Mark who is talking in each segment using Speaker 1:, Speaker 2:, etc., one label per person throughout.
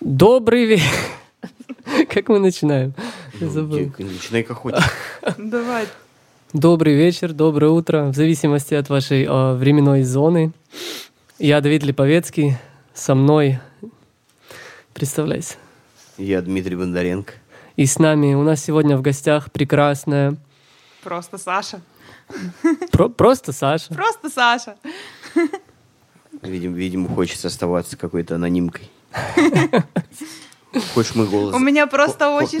Speaker 1: Добрый вечер. Как мы начинаем? Я
Speaker 2: Ну,
Speaker 1: забыл.
Speaker 2: ты Начинай как хочешь.
Speaker 3: Давай.
Speaker 1: Добрый вечер, доброе утро, в зависимости от вашей э, временной зоны. Я Давид Липовецкий, со мной, представляйся.
Speaker 2: Я Дмитрий Бондаренко.
Speaker 1: И с нами у нас сегодня в гостях прекрасная,
Speaker 3: Просто Саша.
Speaker 1: про- просто Саша.
Speaker 3: Просто Саша.
Speaker 2: Видим, видимо, хочется оставаться какой-то анонимкой. Хочешь, мы голос...
Speaker 3: У меня просто
Speaker 2: хо-
Speaker 3: очень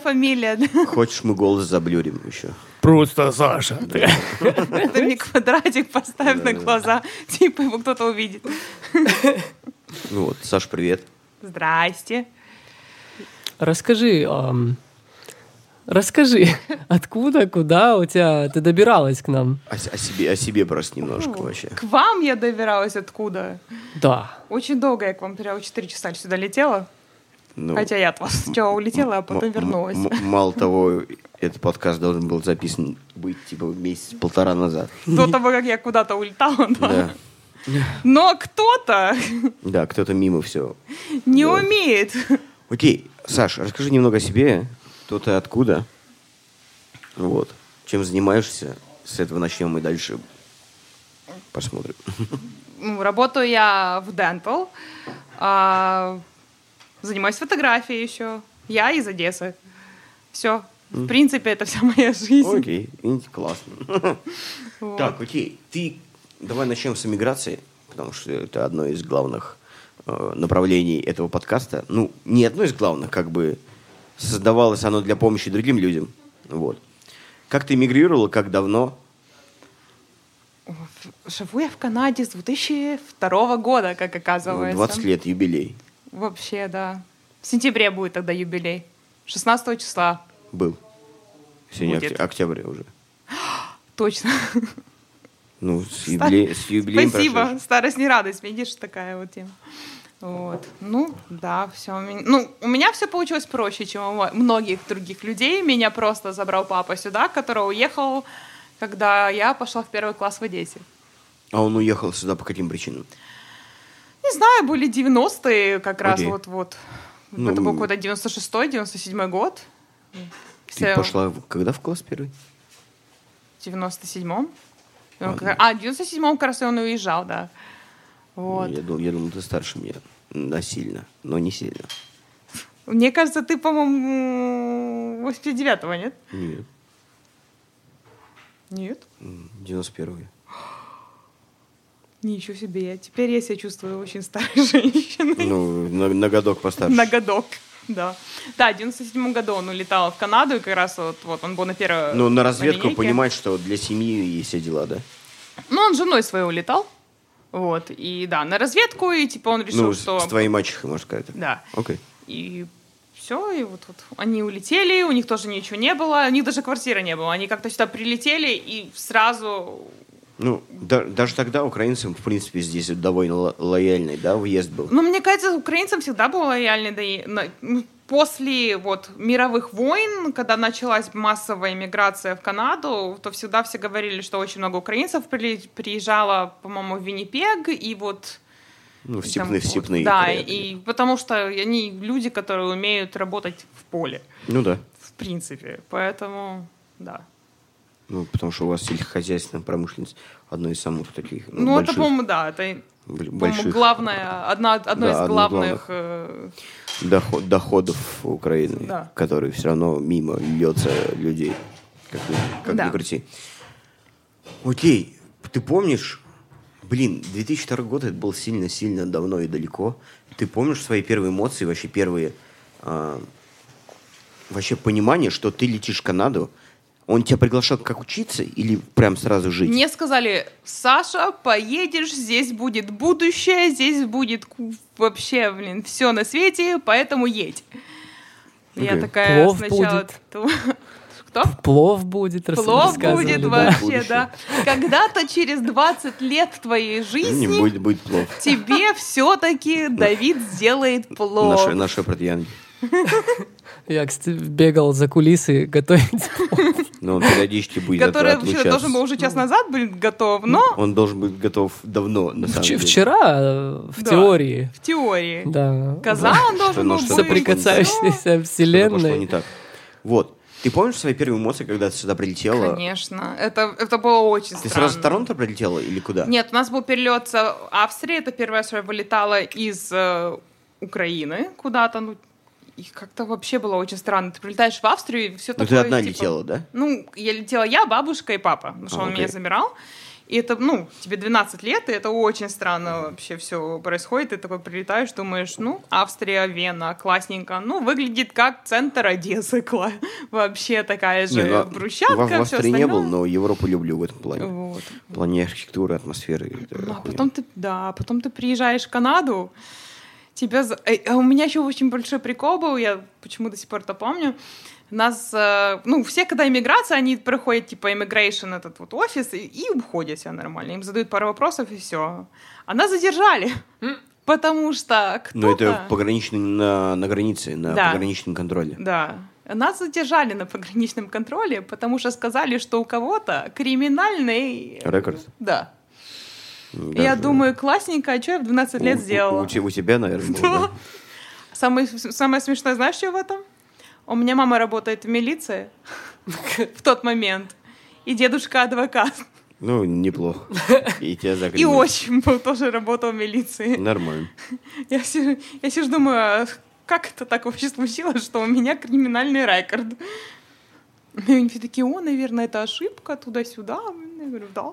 Speaker 3: фамилия.
Speaker 2: Хочешь, мы голос заблюрим еще.
Speaker 4: Просто Саша.
Speaker 3: Ты мне квадратик поставь на глаза. Типа его кто-то увидит.
Speaker 2: Ну вот, Саш, привет.
Speaker 3: Здрасте.
Speaker 1: Расскажи, ам, расскажи, откуда, куда у тебя ты добиралась к нам?
Speaker 2: О, с- о себе, о себе просто немножко вообще.
Speaker 3: К вам я добиралась откуда?
Speaker 1: Да.
Speaker 3: Очень долго я к вам прям 4 часа сюда летела.
Speaker 2: Ну,
Speaker 3: Хотя я от вас сначала улетела, а потом
Speaker 2: м- м-
Speaker 3: вернулась.
Speaker 2: м- Мало того, этот подкаст должен был записан быть типа месяц-полтора назад.
Speaker 3: До того, как я куда-то улетала. да.
Speaker 2: Да.
Speaker 3: Но кто-то
Speaker 2: Да, кто-то мимо все.
Speaker 3: не
Speaker 2: Да.
Speaker 3: умеет.
Speaker 2: Окей, Саш, расскажи немного о себе, кто ты, откуда, вот, чем занимаешься, с этого начнем и дальше посмотрим.
Speaker 3: Ну, Работаю я в Dental. а, занимаюсь фотографией еще. Я из Одессы. Все. В принципе, это вся моя жизнь.
Speaker 2: Окей, ин- классно.
Speaker 3: Вот.
Speaker 2: Так, окей, ты, давай начнем с эмиграции, потому что это одно из главных э, направлений этого подкаста. Ну, не одно из главных, как бы создавалось оно для помощи другим людям, вот. Как ты эмигрировала, как давно?
Speaker 3: Живу я в Канаде с 2002 года, как
Speaker 2: Ну,
Speaker 3: оказывается.
Speaker 2: 20 лет, юбилей
Speaker 3: Вообще, да. В сентябре будет тогда юбилей. 16 числа.
Speaker 2: был. Сегодня
Speaker 3: Будет.
Speaker 2: окт- октябрь уже.
Speaker 3: Точно.
Speaker 2: Ну, с, юбиле... с юбилеем
Speaker 3: Спасибо.
Speaker 2: прошедшим.
Speaker 3: Старость не радость. Видишь, такая вот тема. Вот. Ну, да, все. Ну, у меня все получилось проще, чем у мо- многих других людей. Меня просто забрал папа сюда, который уехал, когда я пошла в первый класс в Одессе.
Speaker 2: А он уехал сюда по каким причинам?
Speaker 3: Не знаю, были 90-е как раз
Speaker 2: Окей.
Speaker 3: вот-вот.
Speaker 2: Ну,
Speaker 3: Это был какой-то 96-й, 97-й год.
Speaker 2: Ты пошла в- когда в класс первый?
Speaker 3: В 97-м. Он как- А, в 97-м как раз и он уезжал, да. Вот.
Speaker 2: Я, думал, я думал, ты старше меня. Да, сильно, но не сильно.
Speaker 3: Мне кажется, ты, по-моему, 89-го, нет?
Speaker 2: Нет.
Speaker 3: Нет.
Speaker 2: М, 91-й.
Speaker 3: Ничего себе, я теперь я себя чувствую очень старой женщиной.
Speaker 2: Ну, на, на годок постарше.
Speaker 3: На годок, да. Да, в 97 году он улетал в Канаду, и как раз вот, вот он был на первой...
Speaker 2: Ну, на разведку
Speaker 3: линейке.
Speaker 2: понимать, что для семьи есть все дела, да?
Speaker 3: Ну, он с женой своей улетал, вот, и да, на разведку, и типа он решил,
Speaker 2: ну, с-
Speaker 3: что...
Speaker 2: с твоей мачехой, можно сказать.
Speaker 3: Да,
Speaker 2: Окей.
Speaker 3: и все, и вот, вот они улетели, у них тоже ничего не было, у них даже квартиры не было, они как-то сюда прилетели и сразу
Speaker 2: Ну, да- даже тогда украинцам, в принципе, здесь довольно ло- лояльный, да, въезд был.
Speaker 3: Ну, мне кажется, украинцам всегда было лояльно. Да и на- ну, после вот мировых войн, когда началась массовая иммиграция в Канаду, то всегда все говорили, что очень много украинцев при- приезжало, по-моему, в Виннипег, и вот...
Speaker 2: Ну, в
Speaker 3: там
Speaker 2: степные, в
Speaker 3: вот,
Speaker 2: степные.
Speaker 3: Да,
Speaker 2: края
Speaker 3: и потому что они люди, которые умеют работать в поле,
Speaker 2: такие. Ну, да.
Speaker 3: в принципе. Поэтому, да.
Speaker 2: Ну, потому что у вас сельскохозяйственная промышленность одна из самых таких ну,
Speaker 3: Ну,
Speaker 2: больших.
Speaker 3: это, по-моему, да, это,
Speaker 2: б-
Speaker 3: по-моему,
Speaker 2: больших
Speaker 3: главное, одна, одно
Speaker 2: Да,
Speaker 3: из
Speaker 2: одно из
Speaker 3: главных...
Speaker 2: главных.
Speaker 3: э,
Speaker 2: доход- доходов Украины,
Speaker 3: Да.
Speaker 2: которые все равно мимо льется людей, как, ни- как
Speaker 3: Да.
Speaker 2: ни крути. Окей, ты помнишь, блин, 2002 год это был сильно-сильно давно и далеко. Ты помнишь свои первые эмоции, вообще первые а, вообще понимание, что ты летишь в Канаду? Он тебя приглашал как учиться или прям сразу жить?
Speaker 3: Мне сказали, Саша, поедешь, здесь будет будущее, здесь будет ку- вообще, блин, все на свете, поэтому едь. Я
Speaker 2: Окей.
Speaker 3: такая
Speaker 1: Плов
Speaker 3: сначала...
Speaker 1: будет.
Speaker 3: ту- Кто?
Speaker 1: Плов будет, рас-
Speaker 3: Плов
Speaker 1: рассказывали,
Speaker 3: будет
Speaker 1: да.
Speaker 3: вообще,
Speaker 2: Будущее.
Speaker 3: да. Когда-то через 20 лет твоей
Speaker 2: Не
Speaker 3: жизни
Speaker 2: будет, будет плохо.
Speaker 3: тебе все-таки Давид сделает плов.
Speaker 2: Наше, наше протеяние.
Speaker 1: Я кстати, бегал за кулисы готовить.
Speaker 2: Но он периодически будет от-
Speaker 3: который вообще
Speaker 2: отлучаться.
Speaker 3: должен был уже
Speaker 1: Ну.
Speaker 3: час назад быть готов, но
Speaker 2: Он должен быть готов давно, на самом
Speaker 1: Вч-
Speaker 2: деле.
Speaker 1: Вчера, э, в
Speaker 3: Да.
Speaker 1: теории,
Speaker 3: в теории.
Speaker 1: да.
Speaker 3: Коза он должен
Speaker 2: ну,
Speaker 3: был
Speaker 2: что
Speaker 3: быть.
Speaker 2: пошло не так?
Speaker 1: Соприкасающейся
Speaker 2: Что-то пошло не
Speaker 1: вселенной.
Speaker 2: так. Вот. Ты помнишь свои первые эмоции, когда ты сюда прилетела?
Speaker 3: Конечно. Это, это было
Speaker 2: Ты
Speaker 3: очень странно.
Speaker 2: сразу в Торонто прилетела или куда?
Speaker 3: Нет, у нас был перелет с э, Австрии. Это первое, что я вылетала из э, Украины куда-то. Ну, и как-то вообще было очень странно. Ты прилетаешь в Австрию, и все
Speaker 2: Ну,
Speaker 3: такое...
Speaker 2: ты одна
Speaker 3: типа,
Speaker 2: летела, да?
Speaker 3: Ну, я летела я, бабушка и папа, потому что
Speaker 2: А,
Speaker 3: он
Speaker 2: окей.
Speaker 3: меня забирал. И это, ну, тебе 12 лет, и это очень странно вообще все происходит. Ты такой прилетаешь, думаешь, ну, Австрия, Вена, классненько. Ну, выглядит как центр Одессы. кла- Вообще такая же
Speaker 2: Не, ну, а-
Speaker 3: брусчатка,
Speaker 2: в, в
Speaker 3: всё
Speaker 2: Австрии не был,
Speaker 3: остальное.
Speaker 2: но Европу люблю в этом плане.
Speaker 3: Вот.
Speaker 2: В плане архитектуры, атмосферы. это
Speaker 3: Ну, а
Speaker 2: охуенно.
Speaker 3: потом ты, да, потом ты приезжаешь в Канаду, тебя... за- э, а у меня еще очень большой прикол был, я почему до сих пор это помню. Нас, э, ну, все, когда иммиграция, они проходят, типа, immigration этот вот офис, и, и уходят все нормально. Им задают пару вопросов, и все. А нас задержали, потому что кто-то...
Speaker 2: Но Ну, это пограничный на, на границе, на
Speaker 3: Да.
Speaker 2: пограничном контроле.
Speaker 3: Да. Нас задержали на пограничном контроле, потому что сказали, что у кого-то криминальный...
Speaker 2: Рекорд.
Speaker 3: Да. Я
Speaker 2: Даже
Speaker 3: думаю, классненько, а что я в 12
Speaker 2: у-
Speaker 3: лет
Speaker 2: у-
Speaker 3: сделала?
Speaker 2: У, те- у тебя, наверное, было, да?
Speaker 3: Самое, самое смешное, знаешь, что в этом? У меня мама работает в милиции в тот момент. И дедушка адвокат.
Speaker 2: Ну, неплохо. И тебя закрыли.
Speaker 3: И отчим был тоже работал в милиции.
Speaker 2: Нормально.
Speaker 3: Я сижу, я сижу думаю, а как это так вообще случилось, что у меня криминальный рекорд? И они все такие, о, наверное, это ошибка, туда-сюда. Я говорю, да.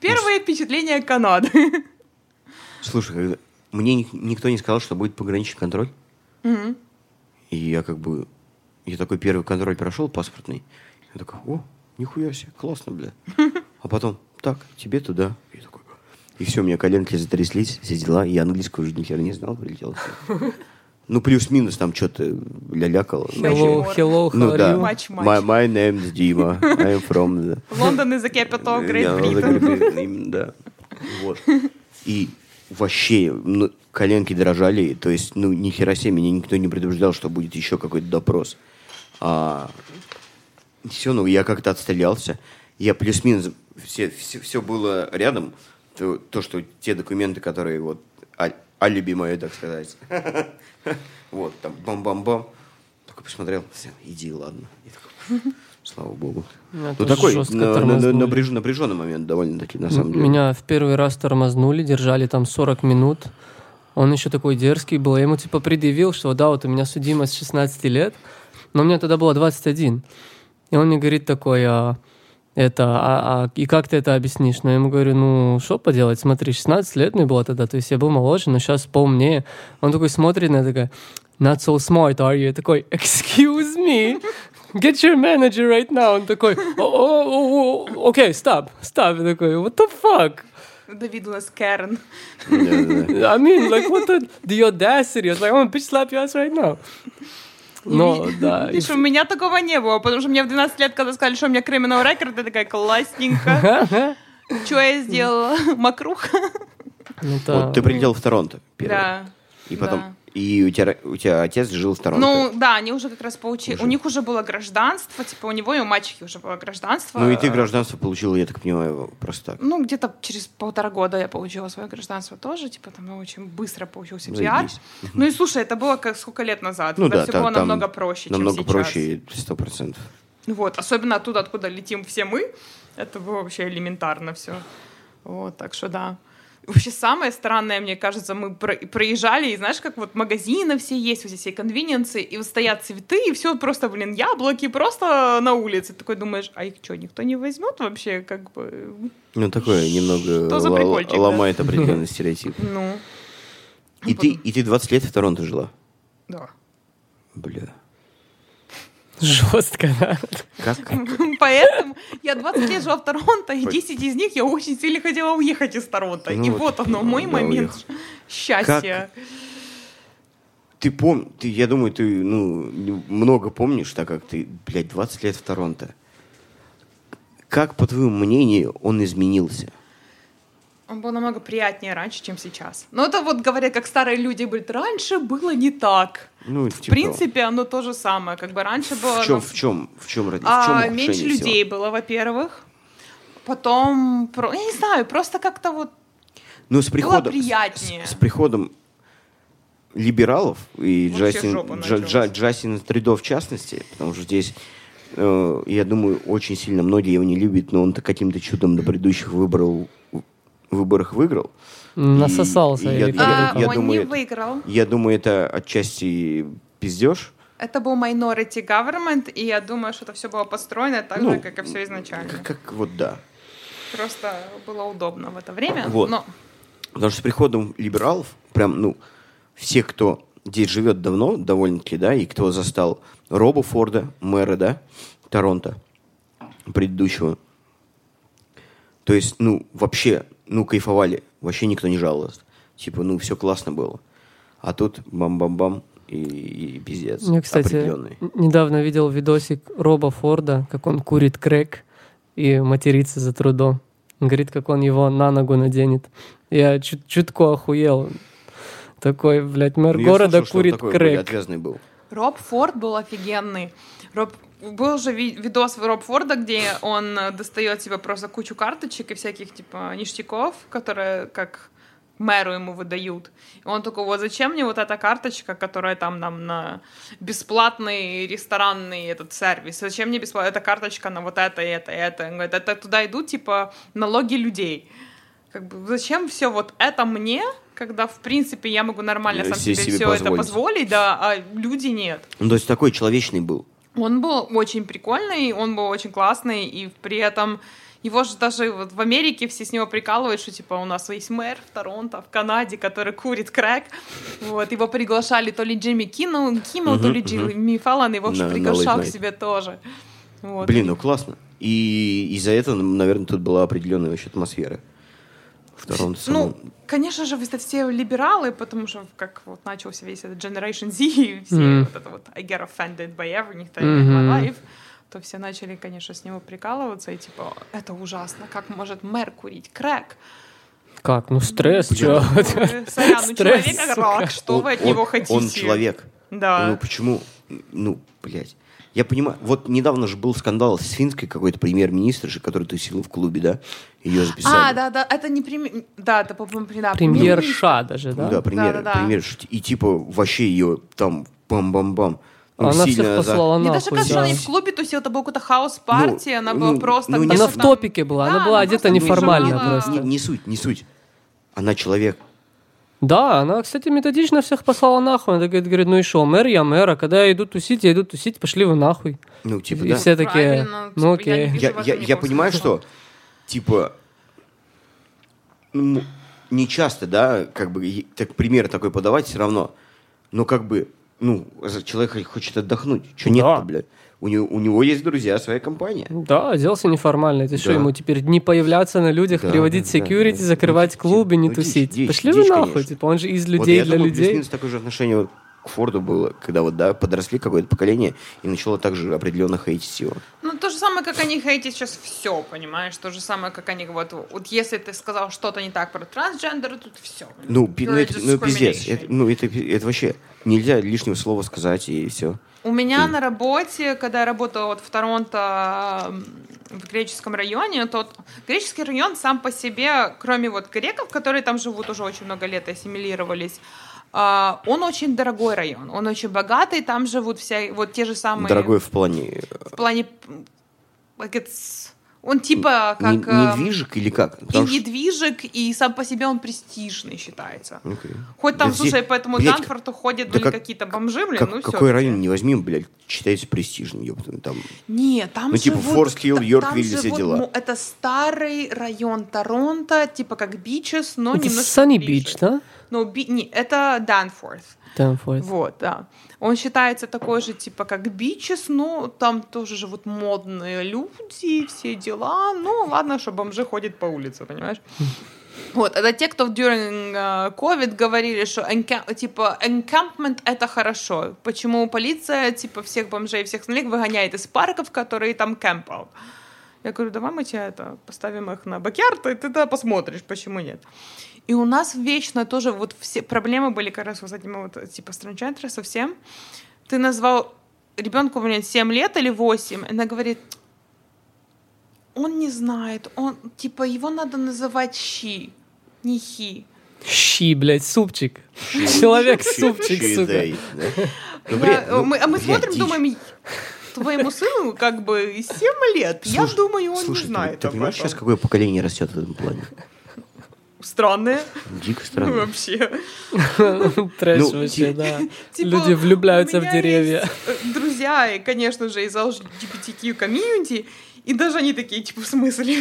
Speaker 3: Первое впечатление Канады.
Speaker 2: Слушай, когда- мне ни- никто не сказал, что будет пограничный контроль.
Speaker 3: Мгм.
Speaker 2: И я как бы... Я такой первый контроль прошел, паспортный. Я такой, о, нихуя себе, классно, бля. А потом, так, тебе туда. И я такой... И все, у меня коленки затряслись, все дела. Я английского уже ни хера не знал, прилетел. Ну, плюс-минус там что-то лялякало.
Speaker 1: Hello,
Speaker 3: Мачо.
Speaker 1: hello, how
Speaker 2: Ну
Speaker 1: are
Speaker 2: да.
Speaker 1: you?
Speaker 3: Much, much.
Speaker 2: My, my name is Дима. I am from the...
Speaker 3: Лондон из-за capital
Speaker 2: Э, Я
Speaker 3: Great
Speaker 2: вот
Speaker 3: Britain.
Speaker 2: говорю, именно, да. Вот. И вообще, ну, коленки дрожали. То есть, ну, ни хера себе, меня никто не предупреждал, что будет еще какой-то допрос. А, все, ну, я как-то отстрелялся. Я плюс-минус... Все, все, все было рядом. То, то, что те документы, которые вот... А, алиби мое, так сказать. Вот, там, бам-бам-бам. Такой посмотрел, все, иди, ладно. И такой, Слава богу.
Speaker 1: Меня
Speaker 2: Ну
Speaker 1: тоже
Speaker 2: такой
Speaker 1: жестко
Speaker 2: на- на- на-
Speaker 1: тормознули.
Speaker 2: напряж- напряженный момент довольно-таки на самом деле.
Speaker 1: Меня в первый раз тормознули, держали там 40 минут. Он еще такой дерзкий был. Я ему типа предъявил, что да, вот у меня судимость 16 лет, но мне тогда было 21. И он мне говорит такой, «А, это, а, а, и как ты это объяснишь? Но я ему говорю, ну, что поделать, смотри, 16 лет мне было тогда, то есть я был моложе, но сейчас поумнее. Он такой смотрит на меня, такая, not so smart, are you? Я такой, excuse me, get your manager right now. "Oh, Он такой, «О, о, о, окей, oh, stop, stop. Я такой, what the fuck?
Speaker 3: Давид Лас Кэрон.
Speaker 2: Да-да-да.
Speaker 1: I mean, like, what the, the audacity? I was like, I'm gonna bitch slap your ass right now. Но, да.
Speaker 2: А,
Speaker 3: Видишь, Ну, у меня такого не было, потому что мне в 12 лет, когда сказали, что у меня криминал рекорд, я такая, классненько.
Speaker 1: Ага.
Speaker 3: Что я сделала? Макруха?
Speaker 1: Это-
Speaker 2: Вот ты прилетел в Торонто первый.
Speaker 3: Да.
Speaker 2: И потом...
Speaker 3: да.
Speaker 2: И у тебя, у тебя отец жил в Торонто.
Speaker 3: Ну, да, они уже как раз получили.
Speaker 2: Уже.
Speaker 3: У них уже было гражданство, типа у него и у мальчики уже было гражданство.
Speaker 2: Ну, и ты гражданство получил, я так понимаю, просто так.
Speaker 3: Ну, где-то через полтора года я получила свое гражданство тоже, типа там ну, очень быстро получился
Speaker 2: Заебись.
Speaker 3: пиар. Ну и слушай, это было как сколько лет назад,
Speaker 2: Ну
Speaker 3: когда
Speaker 2: да,
Speaker 3: все
Speaker 2: та-
Speaker 3: было
Speaker 2: там
Speaker 3: намного проще,
Speaker 2: Намного
Speaker 3: чем сейчас.
Speaker 2: проще, сто процентов.
Speaker 3: Вот, особенно оттуда, откуда летим все мы, это было вообще элементарно все. Вот, так что да. Вообще самое странное, мне кажется, мы про- проезжали, и знаешь, как вот магазины все есть, вот здесь и конвененции, и вот стоят цветы, и все просто, блин, яблоки просто на улице. Ты такой думаешь, а их что, никто не возьмет вообще, как бы,
Speaker 2: Ну, такое немного
Speaker 3: Что за
Speaker 2: ла-
Speaker 3: прикольчик, да?
Speaker 2: ломает определенный стереотип.
Speaker 3: ну,
Speaker 2: И ты, и ты 20 лет в Торонто жила?
Speaker 3: да.
Speaker 2: Бля.
Speaker 1: Жестко, да.
Speaker 2: Как?
Speaker 3: Поэтому я 20 лет жила в Торонто, и 10 из них я очень сильно хотела уехать из Торонто.
Speaker 2: Ну
Speaker 3: и
Speaker 2: вот,
Speaker 3: вот оно, мой
Speaker 2: да,
Speaker 3: момент
Speaker 2: уехал.
Speaker 3: счастья.
Speaker 2: Ты пом... Ты, я думаю, ты ну, не- много помнишь, так как ты, блядь, 20 лет в Торонто. Как, по твоему мнению, он изменился?
Speaker 3: А, Он был намного приятнее раньше, чем сейчас. Но это вот говорят, как старые люди говорят, раньше было не так.
Speaker 2: Ну,
Speaker 3: В принципе, оно то же самое. Как бы раньше было...
Speaker 2: в чем,
Speaker 3: ну,
Speaker 2: в чем, в чем, ради- в чем
Speaker 3: а,
Speaker 2: ухудшение
Speaker 3: меньше
Speaker 2: всего?
Speaker 3: людей было, во-первых. Потом, про- я не знаю, просто как-то вот
Speaker 2: Ну, с приходом,
Speaker 3: приятнее.
Speaker 2: С, с приходом либералов и
Speaker 3: Вообще
Speaker 2: Джастин,
Speaker 3: жопа
Speaker 2: Джа- Джа- Джастина Трюдо в частности, потому что здесь, э, я думаю, очень сильно многие его не любят, но он каким-то чудом на предыдущих выбрал, выборах выиграл.
Speaker 1: Насосался.
Speaker 2: и
Speaker 1: или
Speaker 2: я-
Speaker 1: как
Speaker 2: я-
Speaker 1: это
Speaker 3: А,
Speaker 1: там.
Speaker 3: он
Speaker 2: думаю,
Speaker 3: не
Speaker 2: это-
Speaker 3: выиграл.
Speaker 2: Я думаю, это отчасти пиздеж,
Speaker 3: Это был minority government, и я думаю, что это все было построено так
Speaker 2: Ну,
Speaker 3: же, как и все изначально.
Speaker 2: как, как вот да.
Speaker 3: Просто было удобно в это время.
Speaker 2: Вот.
Speaker 3: Но
Speaker 2: Потому что с приходом либералов, прям, ну, все, кто здесь живет давно, довольно-таки, да, и кто застал Роба Форда, мэра, да, Торонто, предыдущего, то есть, ну, вообще, ну, кайфовали, вообще никто не жаловался. Типа, ну, все классно было. А тут бам-бам-бам и, и пиздец
Speaker 1: Я, Ну, кстати,
Speaker 2: определенный.
Speaker 1: н- недавно видел видосик Роба Форда, как он курит крэк и матерится за трудом. Он говорит, как он его на ногу наденет. Я чуть чутко охуел. Такой, блядь, мэр
Speaker 2: Ну, я
Speaker 1: города
Speaker 2: слышал, что он
Speaker 1: курит
Speaker 2: такой,
Speaker 1: крэк.
Speaker 2: блядь, отвязный был.
Speaker 3: Роб Форд был офигенный. Роб... Был же ви- видос Роб Форда, где он э, достает себе просто кучу карточек и всяких типа ништяков, которые как мэру ему выдают. И он такой, вот зачем мне вот эта карточка, которая там нам на бесплатный ресторанный этот сервис? Зачем мне бесплатная эта карточка на вот это, и это, и это? Он говорит, это туда идут типа налоги людей. Как бы, зачем все вот это мне, когда, в принципе, я могу нормально
Speaker 2: Э,
Speaker 3: сам
Speaker 2: се-
Speaker 3: себе,
Speaker 2: себе
Speaker 3: все это
Speaker 2: позволить.
Speaker 3: позволить, да, а люди нет.
Speaker 2: Ну, то есть такой человечный был.
Speaker 3: Он был очень прикольный, он был очень классный, и при этом его же даже вот в Америке все с него прикалывают, что типа у нас есть мэр в Торонто, в Канаде, который курит крэк. Вот, его приглашали то ли Джимми Киннел, Киммел, то
Speaker 2: Мгм,
Speaker 3: ли
Speaker 2: мгм.
Speaker 3: Джимми Фаллон, его
Speaker 2: На-
Speaker 3: же
Speaker 2: на
Speaker 3: приглашал
Speaker 2: late
Speaker 3: к
Speaker 2: night.
Speaker 3: себе тоже. Вот.
Speaker 2: Блин, ну классно. И из-за этого, ну, наверное, тут была определенная вообще атмосфера. В Торонто
Speaker 3: Ну,
Speaker 2: самом.
Speaker 3: конечно же, вы это все либералы, потому что как вот начался весь этот Generation Z, и все
Speaker 1: Мгм.
Speaker 3: вот это вот I get offended by everything that in
Speaker 1: Мгм.
Speaker 3: my life, то все начали, конечно, с него прикалываться и типа, это ужасно, как может мэр курить крэк?
Speaker 1: Как? Ну стресс, чё?
Speaker 3: Э, Сорян, у
Speaker 1: Стресс,
Speaker 3: человека
Speaker 1: сука.
Speaker 3: рак, что вы от
Speaker 2: Он-
Speaker 3: него
Speaker 2: он-
Speaker 3: хотите?
Speaker 2: Он человек. Ну
Speaker 1: а
Speaker 3: Да. А,
Speaker 2: почему? Ну, блядь. Я понимаю, вот недавно же был скандал с финской какой-то премьер-министр же, который тусил в клубе, да? Ее записали.
Speaker 3: А, да-да, это не премьер... Да, это, по-моему, при- да,
Speaker 1: Премьерша даже,
Speaker 2: Ну
Speaker 1: да?
Speaker 2: да, премьер,
Speaker 3: Да-да-да.
Speaker 2: премьер. И типа вообще ее там бам-бам-бам. Ну,
Speaker 1: Она
Speaker 2: сильно
Speaker 1: всех
Speaker 2: за-
Speaker 1: послала
Speaker 3: Мне даже
Speaker 1: нахуй.
Speaker 3: кажется,
Speaker 1: да.
Speaker 3: она не в клубе тусила, это была какая-то хаос-партия,
Speaker 2: Ну,
Speaker 3: она была
Speaker 2: ну,
Speaker 3: просто...
Speaker 2: ну, не
Speaker 3: где-то
Speaker 1: Она
Speaker 2: с-
Speaker 1: в
Speaker 3: там-
Speaker 1: топике была,
Speaker 3: Да, ну,
Speaker 1: она была одета
Speaker 3: просто
Speaker 2: Не,
Speaker 1: неформально
Speaker 3: бежала.
Speaker 1: просто.
Speaker 2: Не, не суть, не суть. Она человек.
Speaker 1: Да, она, кстати, методично всех послала нахуй. Она говорит, говорит, ну и шо, мэр, я мэр, а когда я иду тусить, я иду тусить, пошли вы нахуй.
Speaker 2: Ну, типа,
Speaker 1: и
Speaker 2: да.
Speaker 1: все такие,
Speaker 3: Правильно, типа,
Speaker 1: ну
Speaker 3: я не
Speaker 1: окей.
Speaker 3: вижу
Speaker 2: я,
Speaker 3: в этом
Speaker 2: я, я
Speaker 3: никакого
Speaker 2: понимаю,
Speaker 3: смысла.
Speaker 2: что типа ну, м- не часто, да, как бы и- так пример такой подавать все равно, но как бы ну за- человек хо- хочет отдохнуть, что
Speaker 1: Да.
Speaker 2: нет, блядь. У него, у него есть друзья, своя компания.
Speaker 1: Да, оделся неформально. Ты что,
Speaker 2: Да.
Speaker 1: ему теперь не появляться на людях,
Speaker 2: Да,
Speaker 1: приводить
Speaker 2: да, да,
Speaker 1: security,
Speaker 2: да.
Speaker 1: закрывать
Speaker 2: Ну,
Speaker 1: клубы, не
Speaker 2: дичь,
Speaker 1: тусить?
Speaker 2: дичь,
Speaker 1: Пошли
Speaker 2: дичь,
Speaker 1: вы нахуй,
Speaker 2: конечно.
Speaker 1: типа он же из людей
Speaker 2: Вот я
Speaker 1: для
Speaker 2: думаю,
Speaker 1: людей.
Speaker 2: плюс-минус такое же отношение вот к Форду было, когда вот, да, подросли какое-то поколение и начало также определенно хейтить его.
Speaker 3: Ну, то же самое, как они хейтят сейчас все, понимаешь? То же самое, как они вот... Вот если ты сказал что-то не так про трансгендер, тут все.
Speaker 2: Ну, пи- ну, это- ну, пиздец, это, ну это, пи- это вообще нельзя лишнего слова сказать и все.
Speaker 3: У меня
Speaker 2: хм.
Speaker 3: на работе, когда я работала вот в Торонто м, в греческом районе, тот греческий район сам по себе, кроме вот греков, которые там живут уже очень много лет и ассимилировались, а, он очень дорогой район, он очень богатый, там живут все вот те же самые...
Speaker 2: Дорогой в плане э,
Speaker 3: В плане... м, like it's- Он типа как...
Speaker 2: Не-
Speaker 3: эм,
Speaker 2: недвижек или как?
Speaker 3: И
Speaker 2: Потому что-
Speaker 3: недвижек, и сам по себе он престижный считается.
Speaker 2: Окей.
Speaker 3: Хоть там,
Speaker 2: Да здесь-
Speaker 3: слушай, по этому
Speaker 2: блядь,
Speaker 3: Данфорту ходят
Speaker 2: да
Speaker 3: блин,
Speaker 2: как-
Speaker 3: какие-то бомжи, блин,
Speaker 2: как-
Speaker 3: ну все.
Speaker 2: какой район не возьми, блядь, считается престижным, ёпта, там.
Speaker 3: Нет, там
Speaker 2: Ну, типа,
Speaker 3: живут-
Speaker 2: Forest Hill,
Speaker 3: та-
Speaker 2: York,
Speaker 3: там
Speaker 2: Вилли, все
Speaker 3: живут,
Speaker 2: дела.
Speaker 3: ну, это старый район Торонто, типа как Бичес, но
Speaker 1: Это
Speaker 3: немножко
Speaker 1: Sunny
Speaker 3: ближе.
Speaker 1: Beach, да?
Speaker 3: Ну, би- не, это Данфорт.
Speaker 1: Там входит.
Speaker 3: Вот, да. Он считается такой же, типа, как Бичес, но там тоже живут модные люди, все дела. Ну, ладно, что бомжи ходят по улице, понимаешь? Вот, это те, кто during э, COVID говорили, что энка- типа encampment это хорошо. Почему полиция типа всех бомжей, всех остальных выгоняет из парков, которые там кемпал? Я говорю, давай мы тебя это поставим их на бакярд, и ты тогда посмотришь, почему нет. И у нас вечно тоже вот все проблемы были как раз с этим вот типа странчайтера совсем. Ты назвал ребенку, у меня 7 лет или 8, она говорит, он не знает, он, типа, его надо называть щи, не хи.
Speaker 1: Щи, блядь, супчик. Человек-супчик,
Speaker 2: Чей
Speaker 1: сука.
Speaker 2: дэй, да? Ну,
Speaker 3: Я-
Speaker 2: блин, ну,
Speaker 3: мы, а мы
Speaker 2: блядь,
Speaker 3: смотрим,
Speaker 2: дичь.
Speaker 3: думаем, твоему сыну как бы 7 лет.
Speaker 2: Слушай,
Speaker 3: Я думаю, он
Speaker 2: Слушай,
Speaker 3: не
Speaker 2: ты-
Speaker 3: знает
Speaker 2: ты
Speaker 3: об
Speaker 2: понимаешь
Speaker 3: этом.
Speaker 2: сейчас, какое поколение растет в этом плане?
Speaker 3: Странное
Speaker 2: Дико странно.
Speaker 3: вообще.
Speaker 2: Ну,
Speaker 1: Трэш
Speaker 2: ти-
Speaker 1: вообще, да.
Speaker 3: Типа,
Speaker 1: Люди влюбляются
Speaker 3: у
Speaker 1: в
Speaker 3: меня
Speaker 1: деревья.
Speaker 3: есть, э, друзья, и, конечно же, из LGBTQ комьюнити, и даже они такие, типа, в смысле?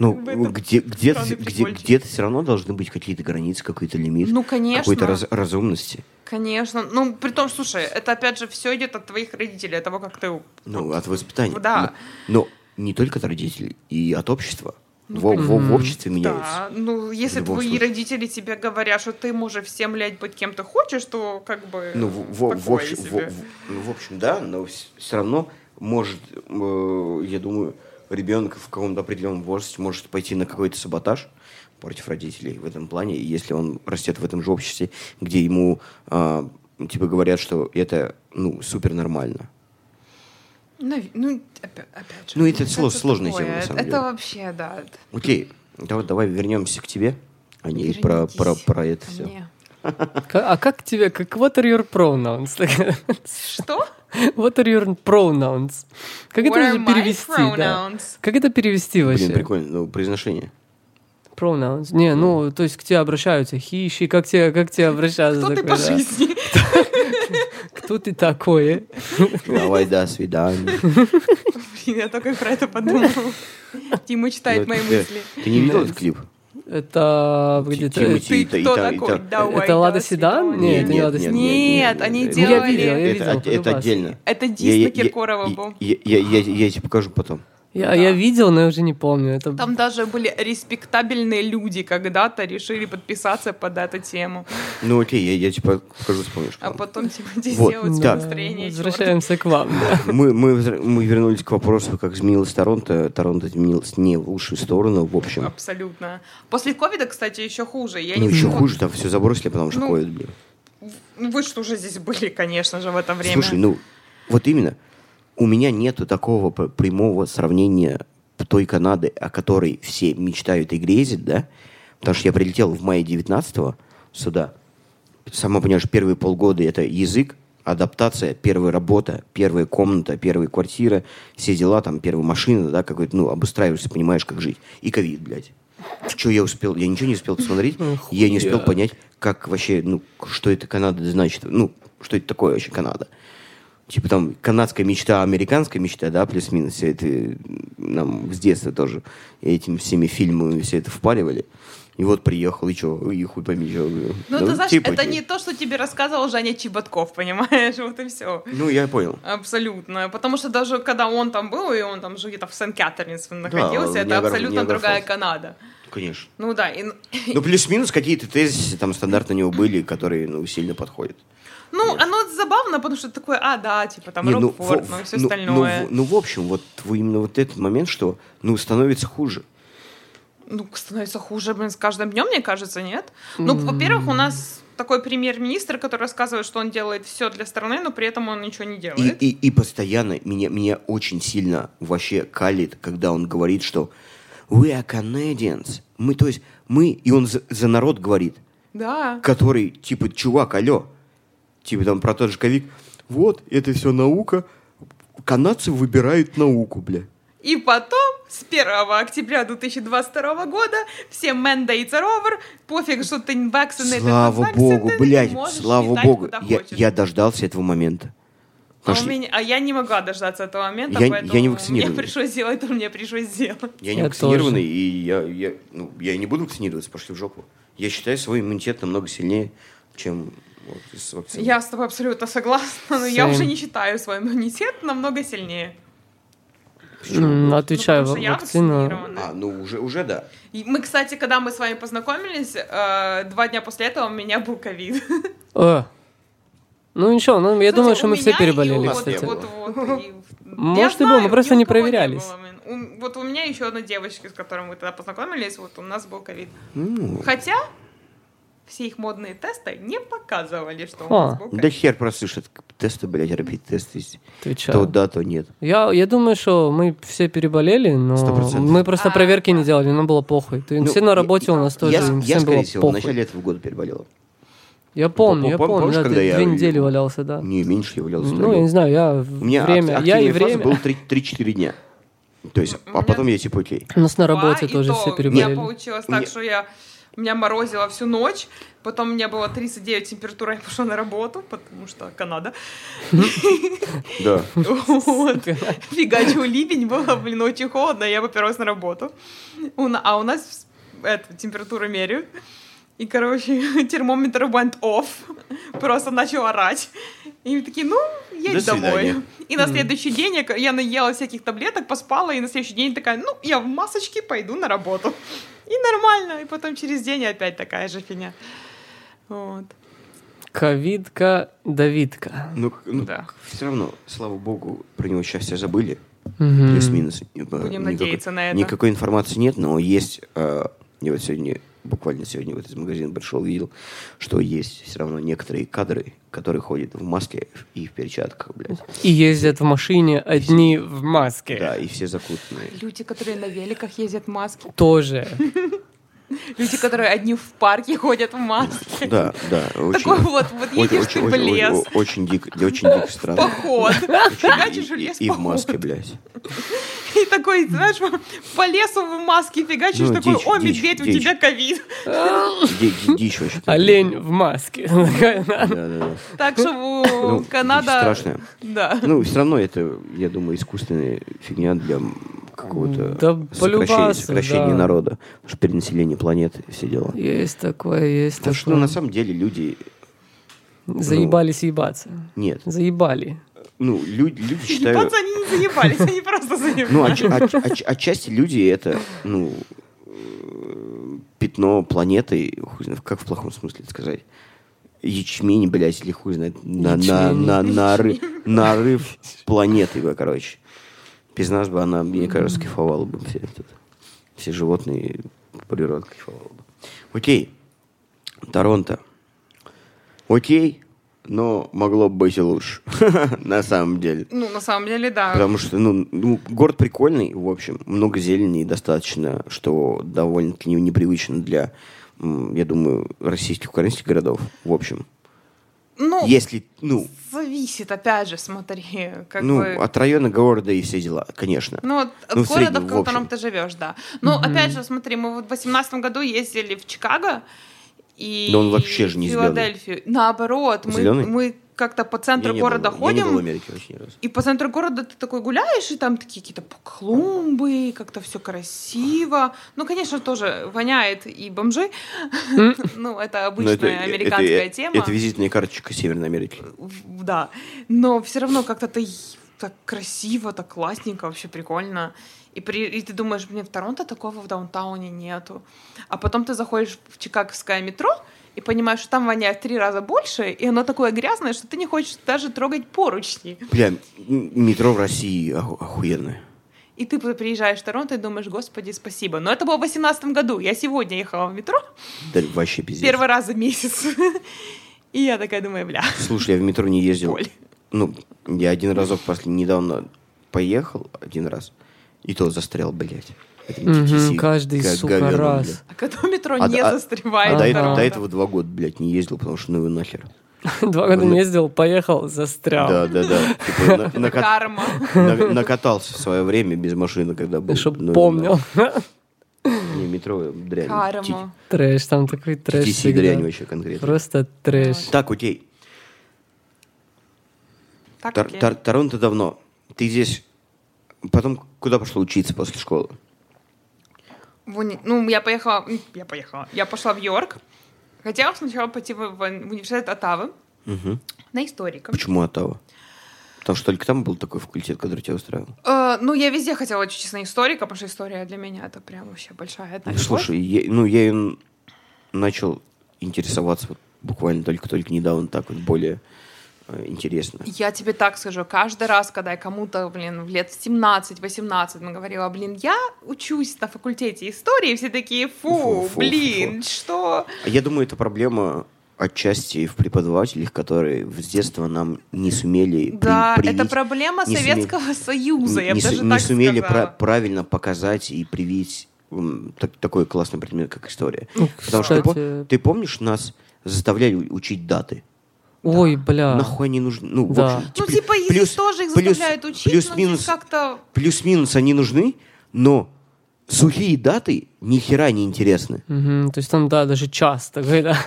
Speaker 2: Ну,
Speaker 3: в этом
Speaker 2: где, где-то,
Speaker 3: странный
Speaker 2: где,
Speaker 3: прикольчик.
Speaker 2: где-то все равно должны быть какие-то границы, какой-то лимит,
Speaker 3: Ну, конечно.
Speaker 2: какой-то раз- разумности.
Speaker 3: Конечно. Ну, при том, слушай, это опять же все идет от твоих родителей, от того, как ты...
Speaker 2: Ну, от воспитания.
Speaker 3: Да.
Speaker 2: Но, но не только от родителей, и от общества.
Speaker 3: Ну,
Speaker 2: во, во- в
Speaker 1: конечно.
Speaker 2: обществе меняется.
Speaker 3: Да, ну, если
Speaker 2: любом
Speaker 3: твои
Speaker 2: случае.
Speaker 3: родители тебе говорят, что ты можешь в 7 лет быть кем ты хочешь, то как бы...
Speaker 2: Ну, в, в- в
Speaker 3: спокойно
Speaker 2: общем, в-
Speaker 3: себе.
Speaker 2: в- ну, в общем, да, но все равно может, э, я думаю, ребенок в каком-то определенном возрасте может пойти на какой-то саботаж против родителей в этом плане, И если он растет в этом же обществе, где ему э, типа говорят, что это ну супер нормально.
Speaker 3: Нав- Ну, опя- опять же.
Speaker 2: Ну, это сло- сложная
Speaker 3: такое,
Speaker 2: тема, на самом
Speaker 3: Это
Speaker 2: деле.
Speaker 3: вообще, да.
Speaker 2: Окей, давай, давай вернемся к тебе, а не
Speaker 3: Вернитесь
Speaker 2: про, про, про это
Speaker 3: ко
Speaker 2: все.
Speaker 3: мне.
Speaker 1: К- А как тебе, как what are your pronouns?
Speaker 3: Что?
Speaker 1: What are your pronouns? Как это
Speaker 3: What
Speaker 1: можно
Speaker 3: are my
Speaker 1: перевести? да?
Speaker 3: pronouns?
Speaker 1: Как это перевести
Speaker 2: Блин,
Speaker 1: вообще?
Speaker 2: прикольно, ну, произношение.
Speaker 1: Pronouns. Не, ну, то есть к тебе обращаются хищи, как тебе, как тебе обращаются?
Speaker 3: Кто ты
Speaker 1: такой,
Speaker 3: по
Speaker 1: да?
Speaker 3: жизни?
Speaker 1: Кто ты такой? э?
Speaker 2: Давай, до свидания.
Speaker 3: Блин, я только про это подумала. Тима читает мои
Speaker 2: Ты-
Speaker 3: мысли.
Speaker 2: Э, Ты не видел этот клип?
Speaker 1: Это где-то...
Speaker 2: Тимати.
Speaker 3: Ты
Speaker 2: и та- и
Speaker 3: кто
Speaker 2: та- и
Speaker 3: такой?
Speaker 2: та-
Speaker 3: Давай,
Speaker 1: Это Лада
Speaker 3: до
Speaker 1: Седан?
Speaker 3: свидания.
Speaker 1: Нет, это не
Speaker 2: Нет,
Speaker 1: Лада
Speaker 2: нет,
Speaker 1: Седан.
Speaker 3: Нет,
Speaker 2: нет,
Speaker 3: они
Speaker 2: нет.
Speaker 1: Ну, я
Speaker 3: делали...
Speaker 1: видел, я
Speaker 2: Это,
Speaker 1: видел.
Speaker 2: это отдельно.
Speaker 3: Это
Speaker 2: Я- я-
Speaker 3: диск на
Speaker 2: я-
Speaker 3: Киркорова
Speaker 2: я-
Speaker 3: был.
Speaker 2: Я, я- я- я тебе покажу потом.
Speaker 1: Я, я видел, но я уже не помню. Это...
Speaker 3: Там даже были респектабельные люди когда-то решили подписаться под эту тему.
Speaker 2: Ну окей, я, я тебе покажу, вспомнишь.
Speaker 3: А
Speaker 2: потом.
Speaker 3: потом Тимати
Speaker 2: Вот,
Speaker 3: сделал
Speaker 1: Да.
Speaker 3: тебе настроение. чёрт.
Speaker 1: Возвращаемся к вам. да.
Speaker 2: Мы, мы, взр- мы вернулись к вопросу, как изменилась Торонто. Торонто изменилась не в лучшую сторону, в общем.
Speaker 3: Абсолютно. После ковида, кстати, еще хуже. А, Я
Speaker 2: Ну
Speaker 3: не
Speaker 2: еще
Speaker 3: знаю,
Speaker 2: хуже, там все забросили, потому что
Speaker 3: Ну,
Speaker 2: ковид, блин.
Speaker 3: Ну, вы что уже здесь были, конечно же, в это время.
Speaker 2: Слушай, ну вот именно, у меня нету такого п- прямого сравнения той Канады, о которой все мечтают и грезят, да? Потому что я прилетел в мае 19 сюда. Сама понимаешь, первые полгода это язык, адаптация, первая работа, первая комната, первая квартира, все дела, там, первая машина, да, какой-то, ну, обустраиваешься, понимаешь, как жить. И ковид, блядь. Что я успел? Я ничего не успел посмотреть, я не успел понять, как вообще, ну, что это Канада значит, ну, что это такое вообще Канада. Типа там канадская мечта, американская мечта, да, плюс-минус, все это э, нам с детства тоже этими всеми фильмами все это впаривали. И вот приехал, и что, и хуй пойми, чё.
Speaker 3: Ну, ты знаешь,
Speaker 2: типа,
Speaker 3: это
Speaker 2: типа.
Speaker 3: не то, что тебе рассказывал Женя Чеботков, понимаешь? Вот и все.
Speaker 2: Ну, я понял.
Speaker 3: Абсолютно. Потому что даже когда он там был, и он там же где-то в Сент-Катеринс находился,
Speaker 2: в
Speaker 3: это
Speaker 2: Ниагара-
Speaker 3: абсолютно
Speaker 2: Ниагара
Speaker 3: другая
Speaker 2: Фоллс.
Speaker 3: Канада.
Speaker 2: Конечно.
Speaker 3: Ну да, и-
Speaker 2: Ну, плюс-минус какие-то тезисы там стандартно у него были, которые, ну, сильно подходят.
Speaker 3: ну оно забавно, потому что такое, а, да, типа там
Speaker 2: Не, ну,
Speaker 3: Рокфорд,
Speaker 2: в-
Speaker 3: ну, и все
Speaker 2: ну,
Speaker 3: остальное.
Speaker 2: Ну, в- ну, в общем, вот в- именно вот этот момент, что, ну, становится хуже.
Speaker 3: ну, становится хуже, блин, с каждым днем, мне кажется, нет? Ну, во-первых, у нас такой премьер-министр, который рассказывает, что он делает все для страны, но при этом он ничего не
Speaker 2: И,
Speaker 3: делает.
Speaker 2: и, и постоянно меня, меня очень сильно вообще калит, когда он говорит, что «We are Canadians». Мы, то есть, мы, и он за, за народ говорит,
Speaker 3: Да.
Speaker 2: который, типа, чувак, алло, типа там про тот же ковид, вот, это все наука, канадцы выбирают науку, бля.
Speaker 3: И потом, с 1 октября 2022 года, все mandates are over, пофиг, что ты vaccinated,
Speaker 2: Слава
Speaker 3: not
Speaker 2: богу,
Speaker 3: vaccinated,
Speaker 2: блядь,
Speaker 3: можешь
Speaker 2: слава
Speaker 3: летать
Speaker 2: богу,
Speaker 3: куда
Speaker 2: я,
Speaker 3: хочешь.
Speaker 2: я дождался этого момента.
Speaker 3: а,
Speaker 2: Потому
Speaker 3: у
Speaker 2: что
Speaker 3: меня- а я не могла дождаться этого момента,
Speaker 2: Я- я не
Speaker 3: поэтому
Speaker 2: вакцинированный.
Speaker 3: мне пришлось сделать, то мне пришлось сделать.
Speaker 2: Я не
Speaker 1: Я
Speaker 2: вакцинированный,
Speaker 1: тоже.
Speaker 2: и я, я, ну, я и не буду вакцинироваться, пошли в жопу. Я считаю свой иммунитет намного сильнее, чем вот, с вакциной.
Speaker 3: Я с тобой абсолютно согласна, но я
Speaker 1: Same.
Speaker 3: уже не считаю свой иммунитет намного сильнее.
Speaker 1: М, Отвечаю,
Speaker 3: Ну, потому что я
Speaker 1: вакцина.
Speaker 3: вакцинирована.
Speaker 2: А, ну уже, уже да.
Speaker 3: И мы, кстати, когда мы с вами познакомились, э, два дня после этого у меня был ковид.
Speaker 1: Э. Ну ничего, ну, я
Speaker 3: Кстати,
Speaker 1: думаю,
Speaker 3: у
Speaker 1: что мы
Speaker 3: меня
Speaker 1: все
Speaker 3: и
Speaker 1: переболели,
Speaker 3: вот-
Speaker 1: кстати.
Speaker 2: было.
Speaker 3: вот- вот, и-
Speaker 1: Может,
Speaker 3: Я
Speaker 1: и было, мы
Speaker 3: знаю,
Speaker 1: просто
Speaker 3: ни
Speaker 1: не
Speaker 3: у кого не
Speaker 1: проверялись.
Speaker 3: было, блин. У- Вот у меня еще одна девочка, с которой мы тогда познакомились, вот у нас был ковид.
Speaker 2: Ну,
Speaker 3: Хотя все их модные тесты не показывали, что у
Speaker 1: О,
Speaker 3: нас был
Speaker 2: да
Speaker 3: ковид.
Speaker 2: хер прослышат тесты, блядь, рапид тест есть.
Speaker 1: Отвечаю.
Speaker 2: То да, то нет.
Speaker 1: Я, я думаю, что мы все переболели, но
Speaker 2: 100%.
Speaker 1: мы просто
Speaker 3: А,
Speaker 1: проверки не делали, нам было похуй. Ты,
Speaker 2: Ну,
Speaker 1: все на работе
Speaker 2: я-
Speaker 1: у нас тоже,
Speaker 2: Я,
Speaker 1: им
Speaker 2: я,
Speaker 1: всем
Speaker 2: скорее
Speaker 1: было
Speaker 2: всего, в
Speaker 1: похуй.
Speaker 2: начале этого года переболела.
Speaker 1: Я помню, я
Speaker 2: Пом-
Speaker 1: помню,
Speaker 2: помнишь,
Speaker 1: да, ты
Speaker 2: когда я-
Speaker 1: две недели валялся, да.
Speaker 2: Не, меньше я являлся.
Speaker 1: Ну, я не знаю, я в-
Speaker 2: У меня
Speaker 1: время,
Speaker 2: ак-
Speaker 1: я и
Speaker 2: активная фаза
Speaker 1: время.
Speaker 2: была 3-4 дня. То есть,
Speaker 3: У
Speaker 2: а
Speaker 3: меня-
Speaker 2: потом я типа окей.
Speaker 1: У нас на
Speaker 3: Два,
Speaker 1: работе
Speaker 3: А, и
Speaker 1: тоже
Speaker 3: то
Speaker 1: все
Speaker 3: У
Speaker 1: переболели.
Speaker 3: меня получилось так,
Speaker 2: Мне-
Speaker 3: что я меня морозило всю ночь, потом у меня было 39 температура, я пошла на работу, потому что Канада.
Speaker 2: Да.
Speaker 3: Вот. Фигачил ливень, было, блин, очень холодно, я поперлась на работу. У на- А у нас это, температуру меряют. И, короче, термометр went off. Просто начал орать. И такие, ну, едь
Speaker 2: До свидания.
Speaker 3: домой. И на следующий день я, к- я наела всяких таблеток, поспала, и на следующий день такая, ну, я в масочке пойду на работу. И нормально. И потом через день опять такая же фигня. Вот.
Speaker 1: Ковидка, Давидка.
Speaker 2: Ну, к- ну
Speaker 3: Да.
Speaker 2: все равно, слава богу, про него сейчас все забыли.
Speaker 1: Мгм.
Speaker 2: Плюс-минус. э,
Speaker 3: Будем надеяться на это.
Speaker 2: Никакой информации нет, но есть... э, я вот сегодня, буквально сегодня вот из магазина пришел, видел, что есть все равно некоторые кадры, которые ходят в маске и в перчатках, блядь.
Speaker 1: И ездят в машине одни в маске.
Speaker 2: Да, и все закутанные.
Speaker 3: Люди, которые на великах ездят в маске.
Speaker 1: Тоже.
Speaker 3: Люди, которые одни в парке ходят в маске.
Speaker 2: Да, да. Очень,
Speaker 3: Такой вот, вот
Speaker 2: очень,
Speaker 3: едешь ты
Speaker 2: очень,
Speaker 3: в
Speaker 2: очень,
Speaker 3: лес,
Speaker 2: о- очень дико, да, очень дико
Speaker 3: в
Speaker 2: странно.
Speaker 3: поход,
Speaker 2: Очень-
Speaker 3: фигачишь в
Speaker 2: и, и-
Speaker 3: лес
Speaker 2: и в
Speaker 3: поход.
Speaker 2: маске, блядь.
Speaker 3: и такой, знаешь, по лесу в маске фигачишь,
Speaker 2: Ну,
Speaker 3: такой,
Speaker 2: дичь,
Speaker 3: о,
Speaker 2: дичь,
Speaker 3: медведь, у
Speaker 2: дичь.
Speaker 3: тебя ковид.
Speaker 2: Ди- ди- Дичь вообще.
Speaker 1: Олень в маске.
Speaker 2: Да, да, да.
Speaker 3: Так что
Speaker 2: Ну,
Speaker 3: у
Speaker 2: дичь
Speaker 3: Канада...
Speaker 2: страшная.
Speaker 3: Да.
Speaker 2: Ну, все равно это, я думаю, искусственная фигня для м, какого-то
Speaker 1: Да
Speaker 2: сокращения,
Speaker 1: полюбасы,
Speaker 2: сокращения
Speaker 1: да.
Speaker 2: народа, потому что перенаселение планеты и все дела.
Speaker 1: Есть такое, есть
Speaker 2: Потому что ну,
Speaker 1: такое.
Speaker 2: на самом деле люди...
Speaker 1: Заебались ебаться.
Speaker 2: Нет.
Speaker 1: Заебали.
Speaker 2: Ну, лю- люди считают...
Speaker 3: Японцы, они не заебались, они просто заебались.
Speaker 2: Ну, отч- отч- отч- отчасти люди это, ну, э, пятно планеты, хуй знает, как в плохом смысле это сказать, ячмень, блядь, или хуй знает, на, на,
Speaker 1: Ячмень.
Speaker 2: на, нары- нарыв планеты, бля, короче. Без нас бы она, мне кажется, кайфовала бы все это. Все животные, природа кайфовала бы. Окей, Торонто. Окей, но могло бы быть и лучше, на самом деле.
Speaker 3: Ну, на самом деле, да.
Speaker 2: Потому что, ну, ну, город прикольный, в общем, много зелени и достаточно, что довольно-таки не- непривычно для, м, я думаю, российских, украинских городов, в общем.
Speaker 3: Ну,
Speaker 2: Если, ну,
Speaker 3: зависит, опять же, смотри, как
Speaker 2: ну,
Speaker 3: бы...
Speaker 2: от района города и все дела, конечно.
Speaker 3: Ну, от, от
Speaker 2: Ну, в
Speaker 3: города,
Speaker 2: среднем,
Speaker 3: в,
Speaker 2: в
Speaker 3: котором
Speaker 2: общем.
Speaker 3: ты живешь, да. Ну, опять же, смотри, мы вот в 18 году ездили в Чикаго и
Speaker 2: Да он вообще же не зелёный.
Speaker 3: Филадельфию. Наоборот, мы,
Speaker 2: Зелёный?
Speaker 3: мы как-то по
Speaker 2: Я
Speaker 3: центру
Speaker 2: не
Speaker 3: города
Speaker 2: был- Я не был в
Speaker 3: ходим.
Speaker 2: Америке вообще ни разу.
Speaker 3: И по центру города ты такой гуляешь, и там такие какие-то клумбы, как-то все красиво. Ну, конечно, тоже воняет и бомжи. Ну, это
Speaker 2: Но это-
Speaker 3: обычная
Speaker 2: это-
Speaker 3: американская
Speaker 2: это-
Speaker 3: тема.
Speaker 2: Это визитная карточка Северной Америки.
Speaker 3: В- да, но все равно как-то ты так красиво, так классненько, вообще прикольно. И, при, и ты думаешь, блин, в Торонто такого в даунтауне нету. А потом ты заходишь в чикагское метро и понимаешь, что там воняет в три раза больше, и оно такое грязное, что ты не хочешь даже трогать поручни.
Speaker 2: Бля, м, метро в России оху- охуенное.
Speaker 3: И ты п- приезжаешь в Торонто и думаешь, господи, спасибо. Но это было в 2018 году. Я сегодня ехала в метро
Speaker 2: Да вообще пиздец.
Speaker 3: первый раз за месяц. И я такая думаю, бля,
Speaker 2: Слушай, я в метро не ездил.
Speaker 3: Боль.
Speaker 2: Ну, я один разок после недавно поехал один раз, и то застрял, блядь. в этом
Speaker 1: Мгм,
Speaker 2: TTC,
Speaker 1: каждый,
Speaker 2: как
Speaker 1: сука,
Speaker 2: говёном,
Speaker 1: раз.
Speaker 2: блядь.
Speaker 3: а когда метро
Speaker 2: А
Speaker 3: не
Speaker 2: да- а-
Speaker 1: А
Speaker 3: застревает
Speaker 2: А до,
Speaker 3: в
Speaker 1: да.
Speaker 2: этого,
Speaker 3: Торонто?
Speaker 2: до этого два года, блядь, не ездил, потому что ну его нахер.
Speaker 1: Два года
Speaker 2: Ну,
Speaker 1: не ездил, поехал, застрял.
Speaker 2: Да, да, да. Типа, на- накат-
Speaker 3: Карма.
Speaker 2: на- накатался в свое время без машины, когда был.
Speaker 1: Чтоб
Speaker 2: Ну,
Speaker 1: помнил.
Speaker 2: Не, метро дрянь.
Speaker 3: Карма.
Speaker 1: Трэш, там такой трэш
Speaker 2: TTC
Speaker 1: всегда.
Speaker 2: дрянь вообще конкретно.
Speaker 1: Просто трэш.
Speaker 2: Так, окей.
Speaker 3: Так,
Speaker 2: Тор-
Speaker 3: окей.
Speaker 2: Тор- Торонто давно. Ты здесь... Потом куда пошла учиться после школы?
Speaker 3: В уни- Ну, я поехала... м, Я поехала. Я пошла в Йорк. Хотела сначала пойти в, в университет Оттавы
Speaker 2: Мгм.
Speaker 3: на историка.
Speaker 2: Почему Оттава? Потому что только там был такой факультет, который тебя устраивал.
Speaker 3: Э, ну, я везде хотела учиться на историка, потому что история для меня это прям вообще большая одна любовь.
Speaker 2: Слушай, я- ну я им начал интересоваться вот буквально только-только недавно так вот более э, интересно.
Speaker 3: Я тебе так скажу, каждый раз, когда я кому-то, блин, в лет 17-18 говорила, блин, я учусь на факультете истории, все такие, фу,
Speaker 2: Фу, фу,
Speaker 3: блин, что?
Speaker 2: А Я думаю, это проблема отчасти в преподавателях, которые с детства нам не сумели при-
Speaker 3: да, это
Speaker 2: привить-
Speaker 3: проблема
Speaker 2: не суме-
Speaker 3: Советского Союза, я
Speaker 2: не,
Speaker 3: бы
Speaker 2: су-
Speaker 3: даже
Speaker 2: не
Speaker 3: так
Speaker 2: сумели
Speaker 3: сказала.
Speaker 2: пра- правильно показать и привить м, так- такой классный предмет, как история.
Speaker 1: Ну,
Speaker 2: Потому что ты, по-
Speaker 1: кстати,
Speaker 2: ты помнишь, нас заставляли у- учить даты.
Speaker 1: Ой, бля.
Speaker 2: Нахуй они нужны? Ну, в
Speaker 1: Да.
Speaker 2: общем,
Speaker 3: Ну,
Speaker 2: типа,
Speaker 3: типа, их
Speaker 2: плюс-
Speaker 3: тоже их
Speaker 2: плюс-
Speaker 3: заставляют учить, ну, типа, но здесь
Speaker 2: плюс-минус
Speaker 3: как-то...
Speaker 2: плюс-минус они нужны, но сухие даты ни хера не интересны.
Speaker 1: Мгм, то есть там, да, даже час такой, да.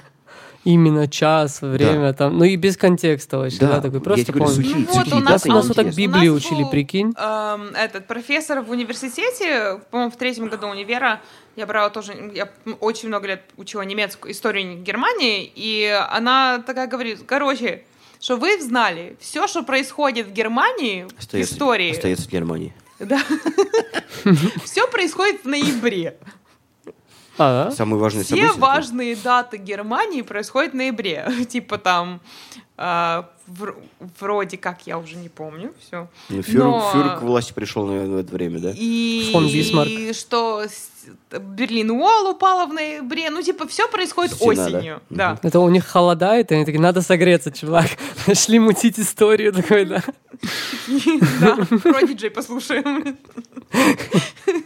Speaker 1: Именно час, время там. Ну и без контекста вообще, да,
Speaker 2: Да,
Speaker 1: такой.
Speaker 2: я
Speaker 1: Просто
Speaker 2: тебе говорю,
Speaker 1: помню.
Speaker 2: сухие
Speaker 3: Ну вот
Speaker 2: Какие
Speaker 3: у нас,
Speaker 2: даты
Speaker 3: у
Speaker 2: нам
Speaker 3: нас
Speaker 1: вот так
Speaker 2: интересны?
Speaker 1: Библию
Speaker 3: был,
Speaker 1: учили, прикинь.
Speaker 3: эм, этот профессор в университете, по-моему, в третьем году универа, я брала тоже, я очень много лет учила немецкую историю Германии, и она такая говорит, короче, что вы знали, все, что происходит в Германии в
Speaker 2: Остается,
Speaker 3: истории,
Speaker 2: остается в Германии.
Speaker 3: все происходит в ноябре.
Speaker 1: А, да?
Speaker 2: Самые важные
Speaker 3: Все
Speaker 2: события.
Speaker 3: важные даты Германии происходят в ноябре. Типа там э, вр- вроде как я уже не помню. Все.
Speaker 2: Ну, фюр,
Speaker 3: Но-
Speaker 2: фюр к власти пришел, наверное, в это время, да?
Speaker 3: И,
Speaker 1: Фон Бисмарк.
Speaker 3: и что с- Берлин Уолл упала в ноябре. Ну, типа, все происходит
Speaker 2: Стена, да?
Speaker 3: осенью.
Speaker 2: Мгм.
Speaker 3: Да.
Speaker 1: Это у них холодает, и они такие, надо согреться, чувак. Шли мутить историю такой, да.
Speaker 3: Да, Prodigy послушаем.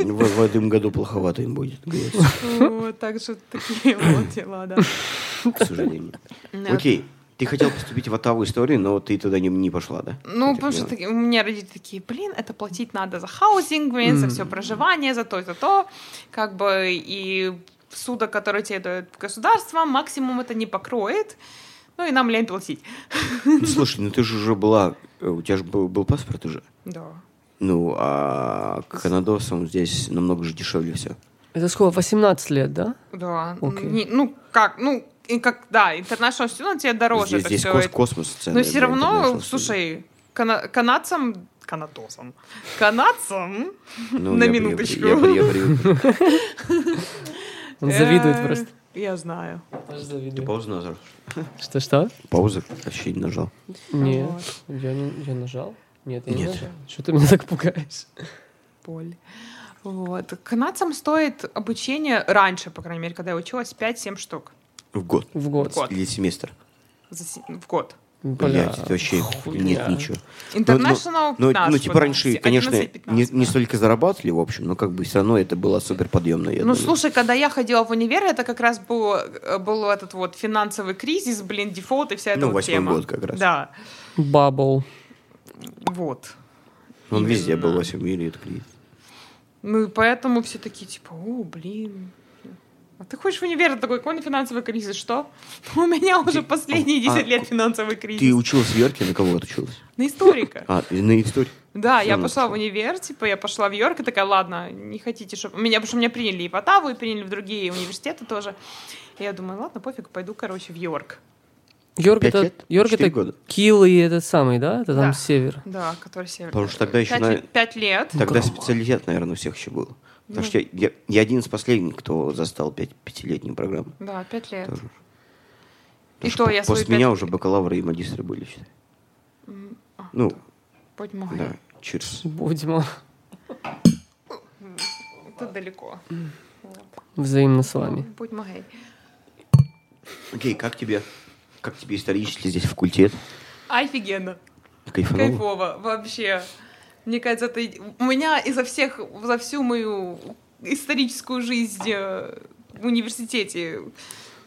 Speaker 2: В, в этом году плоховато им будет, говорится,
Speaker 3: Вот, Так что такие вот дела, да.
Speaker 2: к сожалению.
Speaker 3: Да.
Speaker 2: Окей, ты хотел поступить в Оттаву истории, но ты туда не, не пошла, да?
Speaker 3: Ну,
Speaker 2: Я так
Speaker 3: потому что
Speaker 2: понимаю.
Speaker 3: таки- у меня родители такие, блин, это платить надо за хаузинг, блин, за все проживание, за то, за то. Как бы и суда, который тебе дает государство, максимум это не покроет. Ну и нам лень платить.
Speaker 2: Ну, Слушай, ну ты же уже была, э, у тебя же был, был паспорт уже.
Speaker 3: Да.
Speaker 2: Ну, а канадосам здесь намного же дешевле все.
Speaker 1: Это сколько, 18 лет, да?
Speaker 3: Да.
Speaker 1: Окей.
Speaker 3: Не- ну, как, ну, и как, да, international student тебе дороже
Speaker 2: здесь
Speaker 3: это
Speaker 2: здесь
Speaker 3: всё
Speaker 2: кос-
Speaker 3: это.
Speaker 2: космос цены.
Speaker 3: Но все равно, слушай, кана- канадцам, канадосам, канадцам на минуточку.
Speaker 2: ну, Я, при- я привык.
Speaker 1: Он завидует
Speaker 3: э,
Speaker 1: просто.
Speaker 3: Я знаю.
Speaker 2: Ты паузу нажал?
Speaker 1: Что-что?
Speaker 2: Паузу вообще не нажал.
Speaker 1: Нет,
Speaker 3: Вот.
Speaker 1: я, не- я нажал. Нет, я не
Speaker 2: Нет.
Speaker 1: нажал. Что ты меня так пугаешь?
Speaker 3: Поль. Вот. Канадцам стоит обучение раньше, по крайней мере, когда я училась, 5-7 штук
Speaker 2: В год.
Speaker 1: В год.
Speaker 3: В год.
Speaker 2: Или семестр.
Speaker 3: за се- в год.
Speaker 1: Бля,
Speaker 2: Блять, это вообще
Speaker 1: хуйня.
Speaker 2: нет ничего. Ну, ну,
Speaker 3: International
Speaker 2: Ну,
Speaker 3: 15,
Speaker 2: ну, типа
Speaker 3: вот,
Speaker 2: раньше,
Speaker 3: 11,
Speaker 2: конечно, не,
Speaker 3: 15,
Speaker 2: не
Speaker 3: да.
Speaker 2: столько зарабатывали, в общем, но как бы все равно это было супер подъемно.
Speaker 3: Ну, слушай, когда я ходила в универ, это как раз был, э, был этот вот финансовый кризис, блин, дефолт и вся эта
Speaker 2: Ну,
Speaker 3: вот
Speaker 2: восьмой
Speaker 3: тема.
Speaker 2: год как раз.
Speaker 3: Да,
Speaker 1: Бабл.
Speaker 3: вот.
Speaker 2: Он везде
Speaker 3: именно.
Speaker 2: был во всем мире, это кризис.
Speaker 3: Ну, и поэтому все такие, типа, о, блин. А ты ходишь в универ, такой, какой финансовый кризис, что? У меня уже последние 10
Speaker 2: а,
Speaker 3: лет финансовый кризис.
Speaker 2: Ты училась в Йорке, на кого отучилась?
Speaker 3: На историка.
Speaker 2: А, и на историю.
Speaker 3: Да, я
Speaker 2: Ну,
Speaker 3: пошла в
Speaker 2: хорошо.
Speaker 3: универ, типа, я пошла в Йорк, и такая, ладно, не хотите, чтобы... Меня, потому что меня приняли и в Оттаву, и приняли в другие университеты тоже. И я думаю, ладно, пофиг, пойду, короче, в Йорк.
Speaker 1: Йорк
Speaker 2: Пять
Speaker 1: это,
Speaker 2: лет?
Speaker 1: Йорк
Speaker 2: Четыре
Speaker 1: это
Speaker 2: года?
Speaker 1: Кил и этот самый, да? Это там
Speaker 3: Да.
Speaker 1: север.
Speaker 3: Да, который север.
Speaker 2: Потому что тогда еще
Speaker 3: пять,
Speaker 2: на-
Speaker 3: лет- пять лет.
Speaker 2: Тогда
Speaker 1: Здорово.
Speaker 2: специалитет, наверное, у всех еще был. Потому
Speaker 3: Ну.
Speaker 2: что я, я- я один из последних, кто застал пять, пятилетнюю программу.
Speaker 3: Да, пять лет.
Speaker 2: Тоже.
Speaker 3: И
Speaker 2: Потому
Speaker 3: то
Speaker 2: по-
Speaker 3: я свои
Speaker 2: После
Speaker 3: пять...
Speaker 2: меня уже бакалавры и магистры были, считай.
Speaker 3: А,
Speaker 2: Ну,
Speaker 3: Понимаю.
Speaker 2: да, чирс.
Speaker 1: Будем
Speaker 3: Это далеко. Ну,
Speaker 1: взаимно с вами.
Speaker 3: Будь магей.
Speaker 2: Окей, как тебе? Как тебе исторически здесь факультет?
Speaker 3: Офигенно.
Speaker 2: Кайфануло?
Speaker 3: Кайфово, вообще. Мне кажется, это... и- У меня изо всех, за всю мою историческую жизнь э, в университете